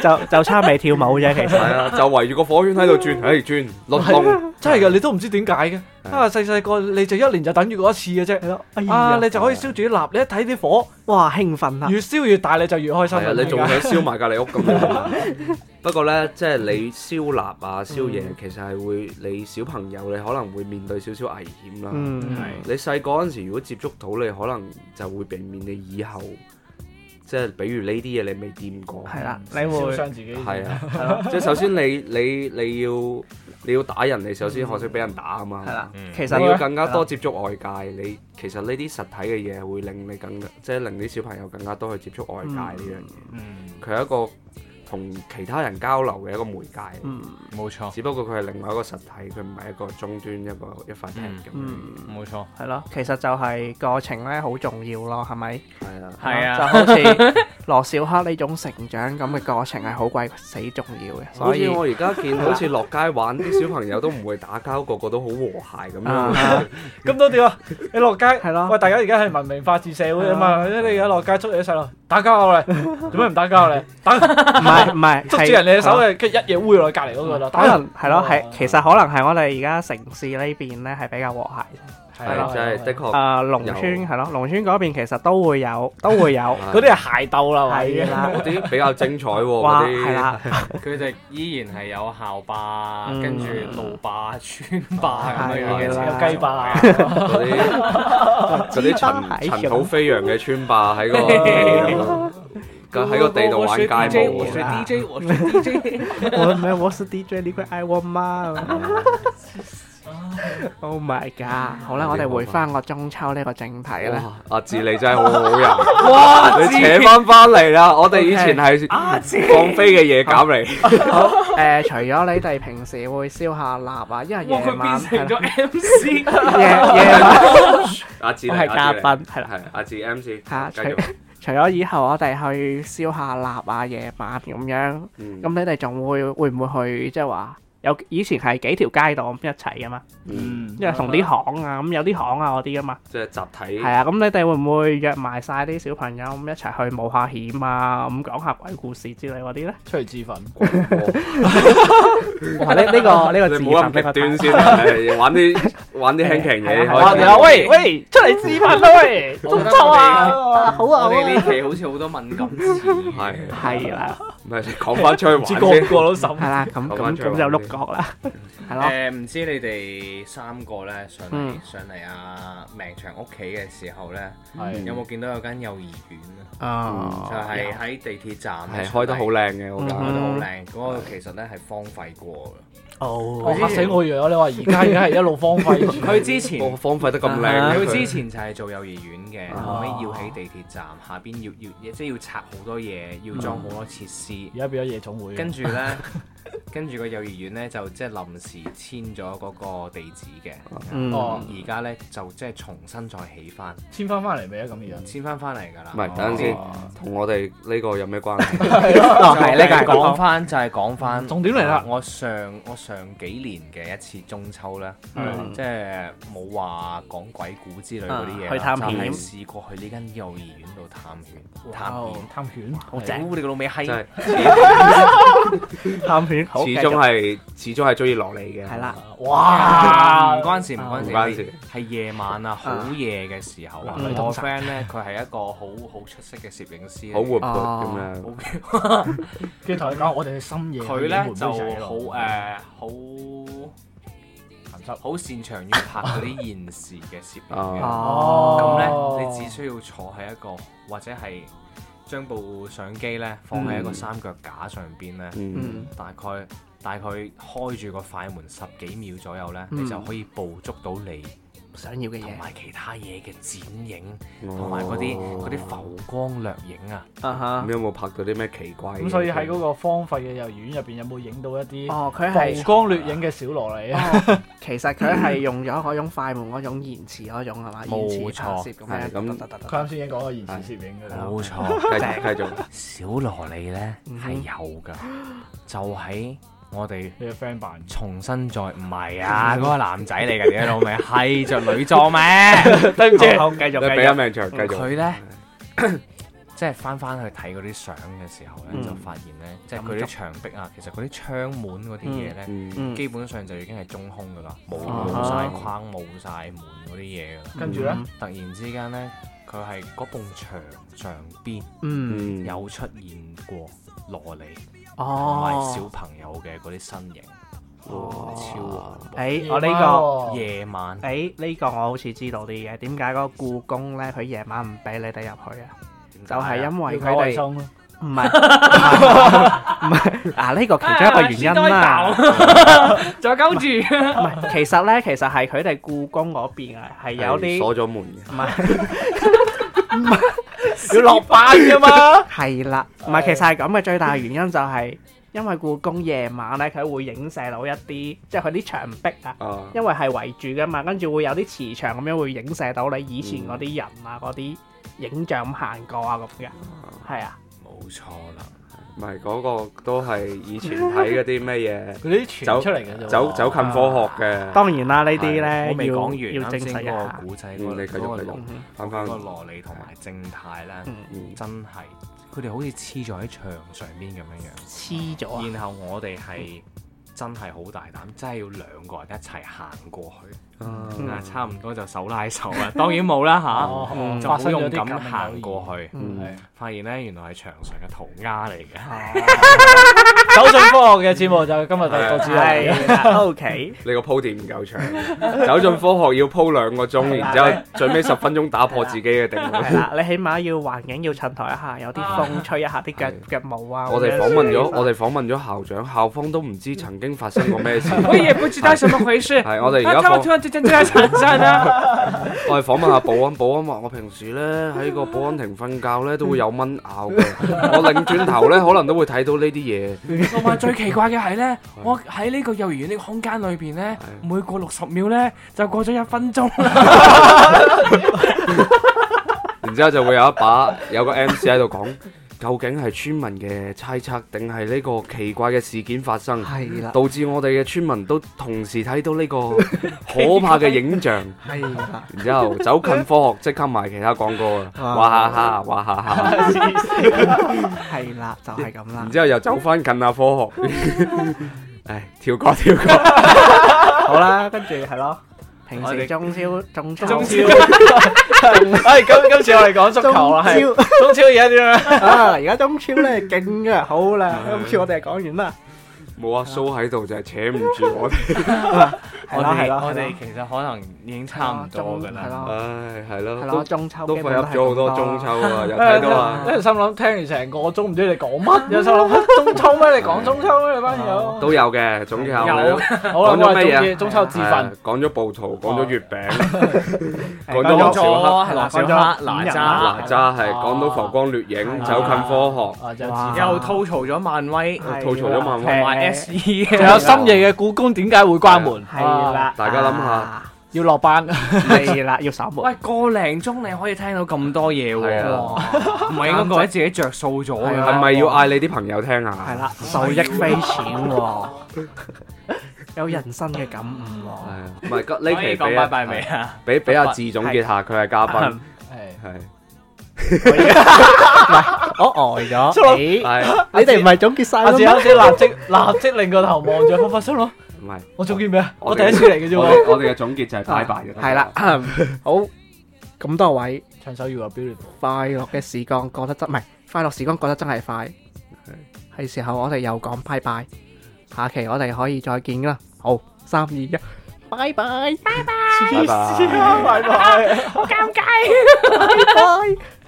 [SPEAKER 6] 就就差未跳舞啫，其
[SPEAKER 4] 系
[SPEAKER 6] 實。
[SPEAKER 4] 啊，就圍住個火圈喺度轉，喺度轉，輪動。
[SPEAKER 5] 真係嘅，你都唔知點解嘅。啊，細細個你就一年就等住嗰一次嘅
[SPEAKER 6] 係咯，哎
[SPEAKER 5] 啫。
[SPEAKER 6] 呀
[SPEAKER 5] 啊，你就可以燒住啲蠟，你一睇啲火
[SPEAKER 6] 哇興奮啊！
[SPEAKER 5] 越燒越大，你就越開心
[SPEAKER 4] 係啊
[SPEAKER 5] 啦。，
[SPEAKER 4] 你仲想燒埋隔離屋咁樣。不過呢，即係你燒蠟啊、燒嘢，其實係會你小朋友你可能會面對少少危險啦。
[SPEAKER 6] 嗯，
[SPEAKER 4] 你細個嗰陣時，如果接觸到你，可能就會避免你以後，即係比如呢啲嘢你未掂過。
[SPEAKER 6] 係啦，你
[SPEAKER 5] 燒
[SPEAKER 6] 會
[SPEAKER 5] 傷自己。
[SPEAKER 4] 係啊，即係首先你你你要你要打人，你首先學識俾人打啊嘛。
[SPEAKER 6] 係啦
[SPEAKER 3] 嗯，
[SPEAKER 6] 其
[SPEAKER 4] 你要
[SPEAKER 6] 實
[SPEAKER 4] 更加多接觸外界，你其實呢啲實體嘅嘢會令你更加，即係令啲小朋友更加多去接觸
[SPEAKER 6] 嗯
[SPEAKER 4] 外界呢樣嘢。
[SPEAKER 3] 嗯
[SPEAKER 4] 佢係一個同其他人交流嘅一個媒介，
[SPEAKER 6] 嗯
[SPEAKER 3] 冇錯，
[SPEAKER 4] 只不過佢係另外一個實體，佢唔係一個終端一個一塊屏咁樣。
[SPEAKER 6] 嗯
[SPEAKER 3] 冇錯，
[SPEAKER 6] 係咯，其實就係過程咧好重要咯，係咪？
[SPEAKER 4] 係啊，
[SPEAKER 3] 係啊
[SPEAKER 6] 就好似 羅小黑呢種成長咁嘅過程係好鬼死重要嘅，
[SPEAKER 4] 好
[SPEAKER 6] 所以
[SPEAKER 4] 似我而家見 好似落街玩啲小朋友都唔會打交，個個都好和諧咁
[SPEAKER 6] 啊
[SPEAKER 4] 樣。
[SPEAKER 5] 咁都點啊？你落街
[SPEAKER 6] 係咯
[SPEAKER 5] 喂，大家而家係文明法治社會啊嘛，你而家落街捉你啲細路打交啊你，做咩唔打交啊你？打
[SPEAKER 6] 唔係唔 係
[SPEAKER 5] 捉住人哋隻手
[SPEAKER 6] 係啊
[SPEAKER 5] 嘅，跟住一嘢揮落去隔離嗰個啦。
[SPEAKER 6] 可能係咯，
[SPEAKER 5] 哦
[SPEAKER 6] 係其實可能係我哋而家城市呢邊咧係比較和諧。
[SPEAKER 5] 係咯
[SPEAKER 4] 係真係的確，
[SPEAKER 6] 啊，農村係咯，農村嗰邊其實都會有，都會有，
[SPEAKER 5] 嗰啲係械鬥啦，話已經
[SPEAKER 6] 係啊啦，
[SPEAKER 4] 嗰啲比較精彩喎，
[SPEAKER 6] 哇，
[SPEAKER 4] 嗰
[SPEAKER 6] 係
[SPEAKER 4] 啲。
[SPEAKER 6] 啦，
[SPEAKER 3] 佢哋依然係有校霸，
[SPEAKER 6] 嗯
[SPEAKER 3] 跟住路霸、村霸咁樣
[SPEAKER 6] 係
[SPEAKER 3] 樣
[SPEAKER 6] 啦
[SPEAKER 5] 有雞霸。
[SPEAKER 4] 嗰啲嗰啲塵塵土飛揚嘅村霸 喺個喺個地度玩街舞啊，
[SPEAKER 2] DJ，我是 DJ。
[SPEAKER 6] 我咩我是 DJ，你快嗌我媽！Oh my
[SPEAKER 3] 啊
[SPEAKER 6] god！好啦，我哋回翻我中秋呢個正題啦。
[SPEAKER 4] 哇！阿志你真係好好人，哇！你扯翻翻嚟啦，我哋以前係放飛嘅野鴿嚟，
[SPEAKER 6] 好誒，除咗你哋平時會燒下蠟啊，因為夜
[SPEAKER 3] 哇！佢
[SPEAKER 6] 晚
[SPEAKER 3] 變
[SPEAKER 6] 係
[SPEAKER 3] 成
[SPEAKER 6] 啦
[SPEAKER 3] 咗 MC，
[SPEAKER 6] 夜 夜晚
[SPEAKER 4] 阿志
[SPEAKER 6] 我係嘉賓係啦。
[SPEAKER 4] 係阿志 MC，
[SPEAKER 6] 嚇
[SPEAKER 4] 繼續，
[SPEAKER 6] 除咗以後我哋去燒下蠟啊，夜晚咁樣，
[SPEAKER 4] 嗯
[SPEAKER 6] 咁你哋仲會會唔會去即係話有以前係幾條街道咁一齊噶嘛？
[SPEAKER 4] 嗯
[SPEAKER 6] 因為同啲行啊，咁有啲行啊嗰啲噶嘛。
[SPEAKER 4] 即係集體
[SPEAKER 6] 係啊，咁你哋會唔會約埋晒啲小朋友咁一齊去冒下險啊？咁講下鬼故事之類嗰啲咧？
[SPEAKER 5] 出嚟自 焚，
[SPEAKER 6] 哇！呢呢個呢個字
[SPEAKER 4] 你唔好咁極端先啦，係玩啲玩啲輕騎嘢
[SPEAKER 6] 哇
[SPEAKER 4] 開
[SPEAKER 6] 有
[SPEAKER 4] 始。
[SPEAKER 5] 喂喂，出嚟自焚啦喂，
[SPEAKER 3] 我覺
[SPEAKER 5] 中
[SPEAKER 3] 得
[SPEAKER 5] 秋
[SPEAKER 3] 我
[SPEAKER 5] 啊，好
[SPEAKER 3] 我哋呢期好似好多敏感詞，
[SPEAKER 4] 係，
[SPEAKER 6] 係啦，
[SPEAKER 4] 唔係你講翻出去玩
[SPEAKER 5] 唔知過唔
[SPEAKER 4] 先。
[SPEAKER 5] 過到手。
[SPEAKER 6] 係啦，咁
[SPEAKER 4] 講
[SPEAKER 6] 咁咁
[SPEAKER 4] 返出嚟
[SPEAKER 6] 就碌角啦，係咯，
[SPEAKER 3] 誒唔知你哋三個咧上
[SPEAKER 6] 嗯
[SPEAKER 3] 嚟上嚟阿明祥屋企嘅時候咧，
[SPEAKER 5] 係
[SPEAKER 3] 有冇見到有間幼兒園啊？就
[SPEAKER 6] 啊，
[SPEAKER 3] 係喺地鐵站
[SPEAKER 4] 係開得好靚嘅，我覺
[SPEAKER 3] 開得
[SPEAKER 4] 得。
[SPEAKER 3] 好靚，嗰個其實咧係荒廢過
[SPEAKER 5] 我嚇死我以為你話而家而家係一路荒廢住
[SPEAKER 3] 嘅。佢之前
[SPEAKER 4] 我荒廢得咁靚，啊
[SPEAKER 3] 佢之
[SPEAKER 4] 佢
[SPEAKER 3] 前就係做幼兒園嘅，
[SPEAKER 4] 哦
[SPEAKER 3] 後尾要喺地鐵站下邊要要即係要拆好多嘢，要裝好多設施，
[SPEAKER 4] 嗯
[SPEAKER 5] 而家變咗夜總 會。
[SPEAKER 3] 跟住咧跟住個幼兒園咧就即係臨時遷咗嗰個地址嘅，
[SPEAKER 6] 嗯，
[SPEAKER 5] 哦，
[SPEAKER 3] 而家咧就即係重新再起翻，
[SPEAKER 5] 遷翻翻嚟未啊？咁而家
[SPEAKER 3] 遷翻翻嚟㗎啦。
[SPEAKER 4] 唔係，等陣先，同我哋呢個有咩關係？
[SPEAKER 3] 哦，係呢
[SPEAKER 5] 就係
[SPEAKER 3] 個講
[SPEAKER 5] 講
[SPEAKER 3] 翻就係講翻
[SPEAKER 5] 嗯重點嚟啦
[SPEAKER 3] 我上我上幾年嘅一次中秋咧，
[SPEAKER 6] 嗯
[SPEAKER 3] 即係冇話講鬼故之類嗰啲嘢啦，
[SPEAKER 6] 啊去探險
[SPEAKER 3] 就係試過去呢間幼兒園度探險，探險
[SPEAKER 5] 哦探犬，
[SPEAKER 3] 好正，你個老尾閪，
[SPEAKER 4] 真係
[SPEAKER 6] 探犬好，
[SPEAKER 4] 始終係始終係中意落嚟嘅。
[SPEAKER 6] 係啦，
[SPEAKER 5] 哇！
[SPEAKER 3] 唔關事唔
[SPEAKER 4] 唔
[SPEAKER 3] 關
[SPEAKER 4] 關
[SPEAKER 3] 事
[SPEAKER 4] 事，
[SPEAKER 3] 係夜晚啊，好夜嘅時候啊，
[SPEAKER 6] 嗯
[SPEAKER 3] 我 friend 咧佢係一個好好出色嘅攝影師嚟嘅，
[SPEAKER 4] 好活潑咁
[SPEAKER 6] 哦
[SPEAKER 4] 樣。
[SPEAKER 5] 跟住同佢講，我哋去深夜
[SPEAKER 3] 佢
[SPEAKER 5] 去
[SPEAKER 3] 咧就
[SPEAKER 5] 啲妹妹仔
[SPEAKER 3] 好
[SPEAKER 5] 咯
[SPEAKER 3] 誒好。
[SPEAKER 5] 鹹濕
[SPEAKER 3] 好擅長於拍嗰啲現時嘅攝影嘅。
[SPEAKER 6] 哦，
[SPEAKER 3] 咁咧、
[SPEAKER 5] 哦
[SPEAKER 3] 你只需要坐喺一個或者係將部相機咧放喺一個三腳架上邊咧，
[SPEAKER 4] 嗯
[SPEAKER 6] 嗯，
[SPEAKER 3] 大概大概開住個快門十幾秒左右咧，
[SPEAKER 6] 嗯
[SPEAKER 3] 你就可以捕捉到你
[SPEAKER 6] 想要嘅
[SPEAKER 3] 同
[SPEAKER 6] 嘢，
[SPEAKER 3] 埋其他嘢嘅剪影，
[SPEAKER 4] 哦
[SPEAKER 3] 同埋嗰啲嗰啲浮光掠影啊。
[SPEAKER 6] 啊哈
[SPEAKER 4] 咁，有冇拍到啲咩奇怪嘅嘢？
[SPEAKER 5] 咁所以喺嗰個荒廢嘅幼兒園入邊，有冇影到一啲
[SPEAKER 6] 哦，佢
[SPEAKER 5] 浮
[SPEAKER 6] 係。
[SPEAKER 5] 光掠影嘅小羅嚟啊？
[SPEAKER 6] 哦其實佢係用咗嗰種快門嗰種延遲嗰種係嘛？延
[SPEAKER 3] 冇
[SPEAKER 6] 遲拍
[SPEAKER 3] 錯
[SPEAKER 6] 攝咁
[SPEAKER 4] 係
[SPEAKER 6] 樣，
[SPEAKER 4] 咁
[SPEAKER 6] 得得得
[SPEAKER 5] 佢啱先已經講過延遲攝影㗎啦。
[SPEAKER 3] 冇錯，
[SPEAKER 4] 繼 續繼續，
[SPEAKER 3] 小羅莉咧
[SPEAKER 4] 嗯
[SPEAKER 3] 係
[SPEAKER 6] 哼
[SPEAKER 3] 有㗎，就喺我哋。
[SPEAKER 5] 你個 friend 扮
[SPEAKER 3] 重新再唔係 啊，嗰個男仔嚟嘅，屌你老味，係着女裝咩？
[SPEAKER 5] 對唔住，
[SPEAKER 6] 好，繼
[SPEAKER 4] 你
[SPEAKER 6] 續
[SPEAKER 4] 俾一命 長，繼續。
[SPEAKER 3] 佢咧 即係翻翻去睇嗰啲相嘅時候咧，
[SPEAKER 6] 嗯
[SPEAKER 3] 就發現咧，即係佢啲牆壁啊，其實嗰啲窗門嗰啲嘢咧，
[SPEAKER 4] 嗯，
[SPEAKER 6] 嗯
[SPEAKER 3] 基本上就已經係中空噶啦，冇
[SPEAKER 6] 啊
[SPEAKER 3] 冇晒框，冇晒門嗰啲嘢噶啦。
[SPEAKER 5] 跟住咧，
[SPEAKER 3] 突然之間咧，佢係嗰埲牆上邊
[SPEAKER 6] 嗯，
[SPEAKER 4] 嗯，
[SPEAKER 3] 有出現過羅莉同埋
[SPEAKER 6] 哦，
[SPEAKER 3] 小朋友嘅嗰啲身形，
[SPEAKER 6] 哦
[SPEAKER 3] 超恐怖。
[SPEAKER 6] 誒，
[SPEAKER 5] 夜
[SPEAKER 6] 我呢
[SPEAKER 5] 晚
[SPEAKER 6] 個。
[SPEAKER 5] 喎
[SPEAKER 3] 夜晚
[SPEAKER 6] 誒呢個我好似知道啲嘢，點解嗰個故宮咧佢夜晚唔俾你哋入去啊？就係因為佢
[SPEAKER 5] 要搞衛
[SPEAKER 6] 哋
[SPEAKER 5] 生咯
[SPEAKER 6] 唔係唔係嗱呢個其中一個原因啦。
[SPEAKER 2] 再勾 住，
[SPEAKER 6] 唔係，其實咧其實係佢哋故宮嗰邊啊，係有
[SPEAKER 4] 係
[SPEAKER 6] 啲
[SPEAKER 4] 鎖咗門嘅。
[SPEAKER 6] 唔係
[SPEAKER 5] 要落班㗎嘛。
[SPEAKER 6] 係啦，唔係其實係咁嘅最大原因就係因為故宮夜晚咧佢會影射到一啲即係佢啲牆壁啊。
[SPEAKER 4] 啊，
[SPEAKER 6] 因為係圍住噶嘛，跟住會有啲磁場咁樣會影射到你以前嗰啲人啊、嗰啲影像咁行過啊咁嘅，係啊，
[SPEAKER 3] 冇錯啦。
[SPEAKER 4] 唔係嗰個都係以前睇嗰啲咩
[SPEAKER 5] 佢啲傳出嚟嘅
[SPEAKER 6] 啊
[SPEAKER 4] 嘢，
[SPEAKER 5] 啫喎。
[SPEAKER 4] 走走近科學嘅。
[SPEAKER 6] 當然啦，呢啲
[SPEAKER 3] 我
[SPEAKER 6] 咧
[SPEAKER 3] 未講
[SPEAKER 6] 要
[SPEAKER 3] 完
[SPEAKER 6] 要
[SPEAKER 3] 啱
[SPEAKER 6] 證
[SPEAKER 3] 先
[SPEAKER 6] 實一
[SPEAKER 3] 嗰
[SPEAKER 6] 下
[SPEAKER 3] 個，古仔
[SPEAKER 4] 嗯
[SPEAKER 3] 嗰
[SPEAKER 4] 你繼續
[SPEAKER 3] 嗰個
[SPEAKER 4] 繼續嗯
[SPEAKER 3] 羅
[SPEAKER 4] 翻
[SPEAKER 3] 嗰
[SPEAKER 4] 翻
[SPEAKER 3] 個羅莉同埋正太咧，
[SPEAKER 4] 嗯
[SPEAKER 3] 真係佢哋好似黐咗喺牆上邊咁樣
[SPEAKER 6] 黐咗啊，
[SPEAKER 3] 樣，然後我哋
[SPEAKER 6] 嗯
[SPEAKER 3] 係真係好大膽，真係要兩個人一齊行過去，
[SPEAKER 6] 嗯
[SPEAKER 4] 啊
[SPEAKER 3] 啊，差唔多就手拉手啦， 當然冇啦
[SPEAKER 5] 哦
[SPEAKER 3] 吓，
[SPEAKER 5] 哦
[SPEAKER 3] 就
[SPEAKER 5] 發
[SPEAKER 3] 好
[SPEAKER 5] 生咗
[SPEAKER 3] 勇
[SPEAKER 5] 啲
[SPEAKER 3] 敢
[SPEAKER 5] 革命
[SPEAKER 3] 行
[SPEAKER 5] 友
[SPEAKER 3] 過去，
[SPEAKER 6] 嗯
[SPEAKER 5] 誼，
[SPEAKER 4] 嗯
[SPEAKER 5] 係
[SPEAKER 3] 發現咧原來係牆上嘅塗鴉嚟嘅。
[SPEAKER 5] 走進科學嘅節目就今日就到此啦。
[SPEAKER 6] 係啦，OK，
[SPEAKER 4] 你個鋪墊唔夠長，走進科學要鋪兩個鐘，然之後最尾十分鐘打破自己嘅定
[SPEAKER 6] 係
[SPEAKER 4] 律。
[SPEAKER 6] 啦，你起碼要環境要襯托一下，有啲風吹一下啲腳腳毛啊，
[SPEAKER 4] 我哋
[SPEAKER 6] 咁樣
[SPEAKER 4] 訪問咗，
[SPEAKER 6] 其實
[SPEAKER 4] 我哋訪問咗校長，校方都唔知曾經發生過咩事。
[SPEAKER 2] 我也不知道什么回事。
[SPEAKER 4] 係我哋
[SPEAKER 2] 那
[SPEAKER 4] 而家
[SPEAKER 2] 他们
[SPEAKER 4] 訪
[SPEAKER 2] 突，然之间就在场上 呢？
[SPEAKER 4] 我哋訪問下保安，保安話我平時呢喺個保安亭瞓覺呢都會有蚊咬嘅，我擰轉頭呢可能都會睇到呢啲嘢。
[SPEAKER 2] 同埋最奇怪嘅係咧，我喺呢個幼兒園呢個空間裏邊咧，每過六十秒咧就過咗一 分鐘啦。
[SPEAKER 4] 然之後就會有一把有個 MC 喺度講，究竟係村民嘅猜測定係呢個奇怪嘅事件發生，
[SPEAKER 6] 係啦，
[SPEAKER 4] 導致我哋嘅村民都同時睇到呢個可怕嘅影像。
[SPEAKER 6] 係啦，
[SPEAKER 4] 然之後走近科學，即刻賣其他 廣告啊！
[SPEAKER 6] 啊
[SPEAKER 4] 哇哈哈，哇哈哈！
[SPEAKER 6] 係啦，就係 咁啦
[SPEAKER 4] 然。之後又走翻近 下科學。唉，跳過跳過，
[SPEAKER 6] 好啦，跟住係咯，平
[SPEAKER 3] 我
[SPEAKER 6] 時
[SPEAKER 3] 哋
[SPEAKER 6] 中超中秋
[SPEAKER 5] 中超， 哎，咁今次我哋講足球啦，係
[SPEAKER 6] 中超。
[SPEAKER 5] 中超而家點 樣？
[SPEAKER 6] 啊！而家中超咧勁嘅，好啦，今次我哋講完啦，
[SPEAKER 4] 冇阿蘇喺度就係扯唔住我哋。
[SPEAKER 6] 係啦係啦，
[SPEAKER 3] 我
[SPEAKER 6] 係
[SPEAKER 3] 哋
[SPEAKER 6] 啦
[SPEAKER 3] 其實可能已經差唔多噶
[SPEAKER 6] 係
[SPEAKER 3] 啦。
[SPEAKER 6] 啦
[SPEAKER 4] 唉，係
[SPEAKER 6] 係
[SPEAKER 4] 咯，
[SPEAKER 6] 啦，
[SPEAKER 4] 都
[SPEAKER 6] 中秋
[SPEAKER 4] 都
[SPEAKER 6] 基
[SPEAKER 4] 廢
[SPEAKER 6] 本都係
[SPEAKER 4] 噏咗好
[SPEAKER 6] 咁
[SPEAKER 4] 多
[SPEAKER 6] 啦
[SPEAKER 4] 中秋啊！又
[SPEAKER 5] Ờ,
[SPEAKER 4] 睇到 啊，
[SPEAKER 5] 因為心諗聽完成個鐘唔知你講乜，有心諗中秋咩？你講中秋咩？你班友
[SPEAKER 4] 都有嘅。總結下我哋
[SPEAKER 5] 有
[SPEAKER 4] 都
[SPEAKER 5] 好啦，
[SPEAKER 4] 講咗
[SPEAKER 5] 我哋
[SPEAKER 4] 咩
[SPEAKER 5] 中
[SPEAKER 4] 嘢
[SPEAKER 5] 意中秋自焚，，
[SPEAKER 4] 啊講咗暴徒，講咗月餅，
[SPEAKER 6] 講
[SPEAKER 4] 講
[SPEAKER 6] 咗
[SPEAKER 4] 咗黃小
[SPEAKER 3] 係
[SPEAKER 6] 啦
[SPEAKER 3] 啦，
[SPEAKER 6] 講咗
[SPEAKER 3] 小黑
[SPEAKER 6] 五
[SPEAKER 3] 哪
[SPEAKER 6] 人
[SPEAKER 3] 吒
[SPEAKER 6] 啦
[SPEAKER 4] 黑，哪吒係
[SPEAKER 5] 啊
[SPEAKER 4] 講到浮光掠影，
[SPEAKER 5] 啊
[SPEAKER 4] 走近科學，
[SPEAKER 5] 啊就自
[SPEAKER 6] 哇
[SPEAKER 5] 焚
[SPEAKER 3] 又吐槽咗漫威，
[SPEAKER 6] 係啦
[SPEAKER 4] 吐槽咗漫
[SPEAKER 3] 同
[SPEAKER 4] 威，
[SPEAKER 3] 埋 S E
[SPEAKER 5] 仲有深夜嘅故宮點解會
[SPEAKER 6] Ờ,
[SPEAKER 5] 關門？
[SPEAKER 6] 係啦，
[SPEAKER 4] 大家諗下
[SPEAKER 6] 啊，
[SPEAKER 5] 要落班。
[SPEAKER 6] 係啦，要守門
[SPEAKER 3] 喂，。個零鐘你可以聽到咁多嘢
[SPEAKER 4] 係
[SPEAKER 3] 喎，
[SPEAKER 4] 啊
[SPEAKER 3] 唔係應該各位自己着數咗嘅咩
[SPEAKER 4] 係咪要嗌你啲朋友聽啊下？
[SPEAKER 6] 係，啦，受益匪淺喎，有人生嘅感悟
[SPEAKER 4] 係
[SPEAKER 6] 喎。
[SPEAKER 4] 啊，唔係個呢
[SPEAKER 3] 呢期
[SPEAKER 4] 期
[SPEAKER 3] 講
[SPEAKER 4] 俾
[SPEAKER 3] 拜
[SPEAKER 4] 阿
[SPEAKER 3] 拜未啊？
[SPEAKER 4] 俾俾阿志總結下，佢係嘉賓，
[SPEAKER 5] 係
[SPEAKER 4] 係
[SPEAKER 6] dạ. 咦
[SPEAKER 3] 我呆咗。
[SPEAKER 4] 係
[SPEAKER 6] 你哋唔係總結晒
[SPEAKER 5] 阿
[SPEAKER 6] 啦
[SPEAKER 5] 志
[SPEAKER 6] 咩？
[SPEAKER 5] 啱先立即立即擰個頭望住，發發心諗：
[SPEAKER 4] 唔係？
[SPEAKER 5] 我做見咩啊？
[SPEAKER 4] 我
[SPEAKER 5] 我
[SPEAKER 4] 哋
[SPEAKER 5] 第一次嚟嘅啫
[SPEAKER 4] 我
[SPEAKER 5] 喎。
[SPEAKER 4] 哋我哋嘅總結就係拜拜嘅，
[SPEAKER 6] 係啦，，好咁多位
[SPEAKER 5] 唱首《You Are Beautiful
[SPEAKER 6] 快樂嘅時光過得真唔係快樂時光過得真係快，係時候我哋又講拜拜，下期我哋可以再見啦。好，三二一，拜拜。
[SPEAKER 4] 拜拜。
[SPEAKER 5] 拜拜。
[SPEAKER 6] 拜拜。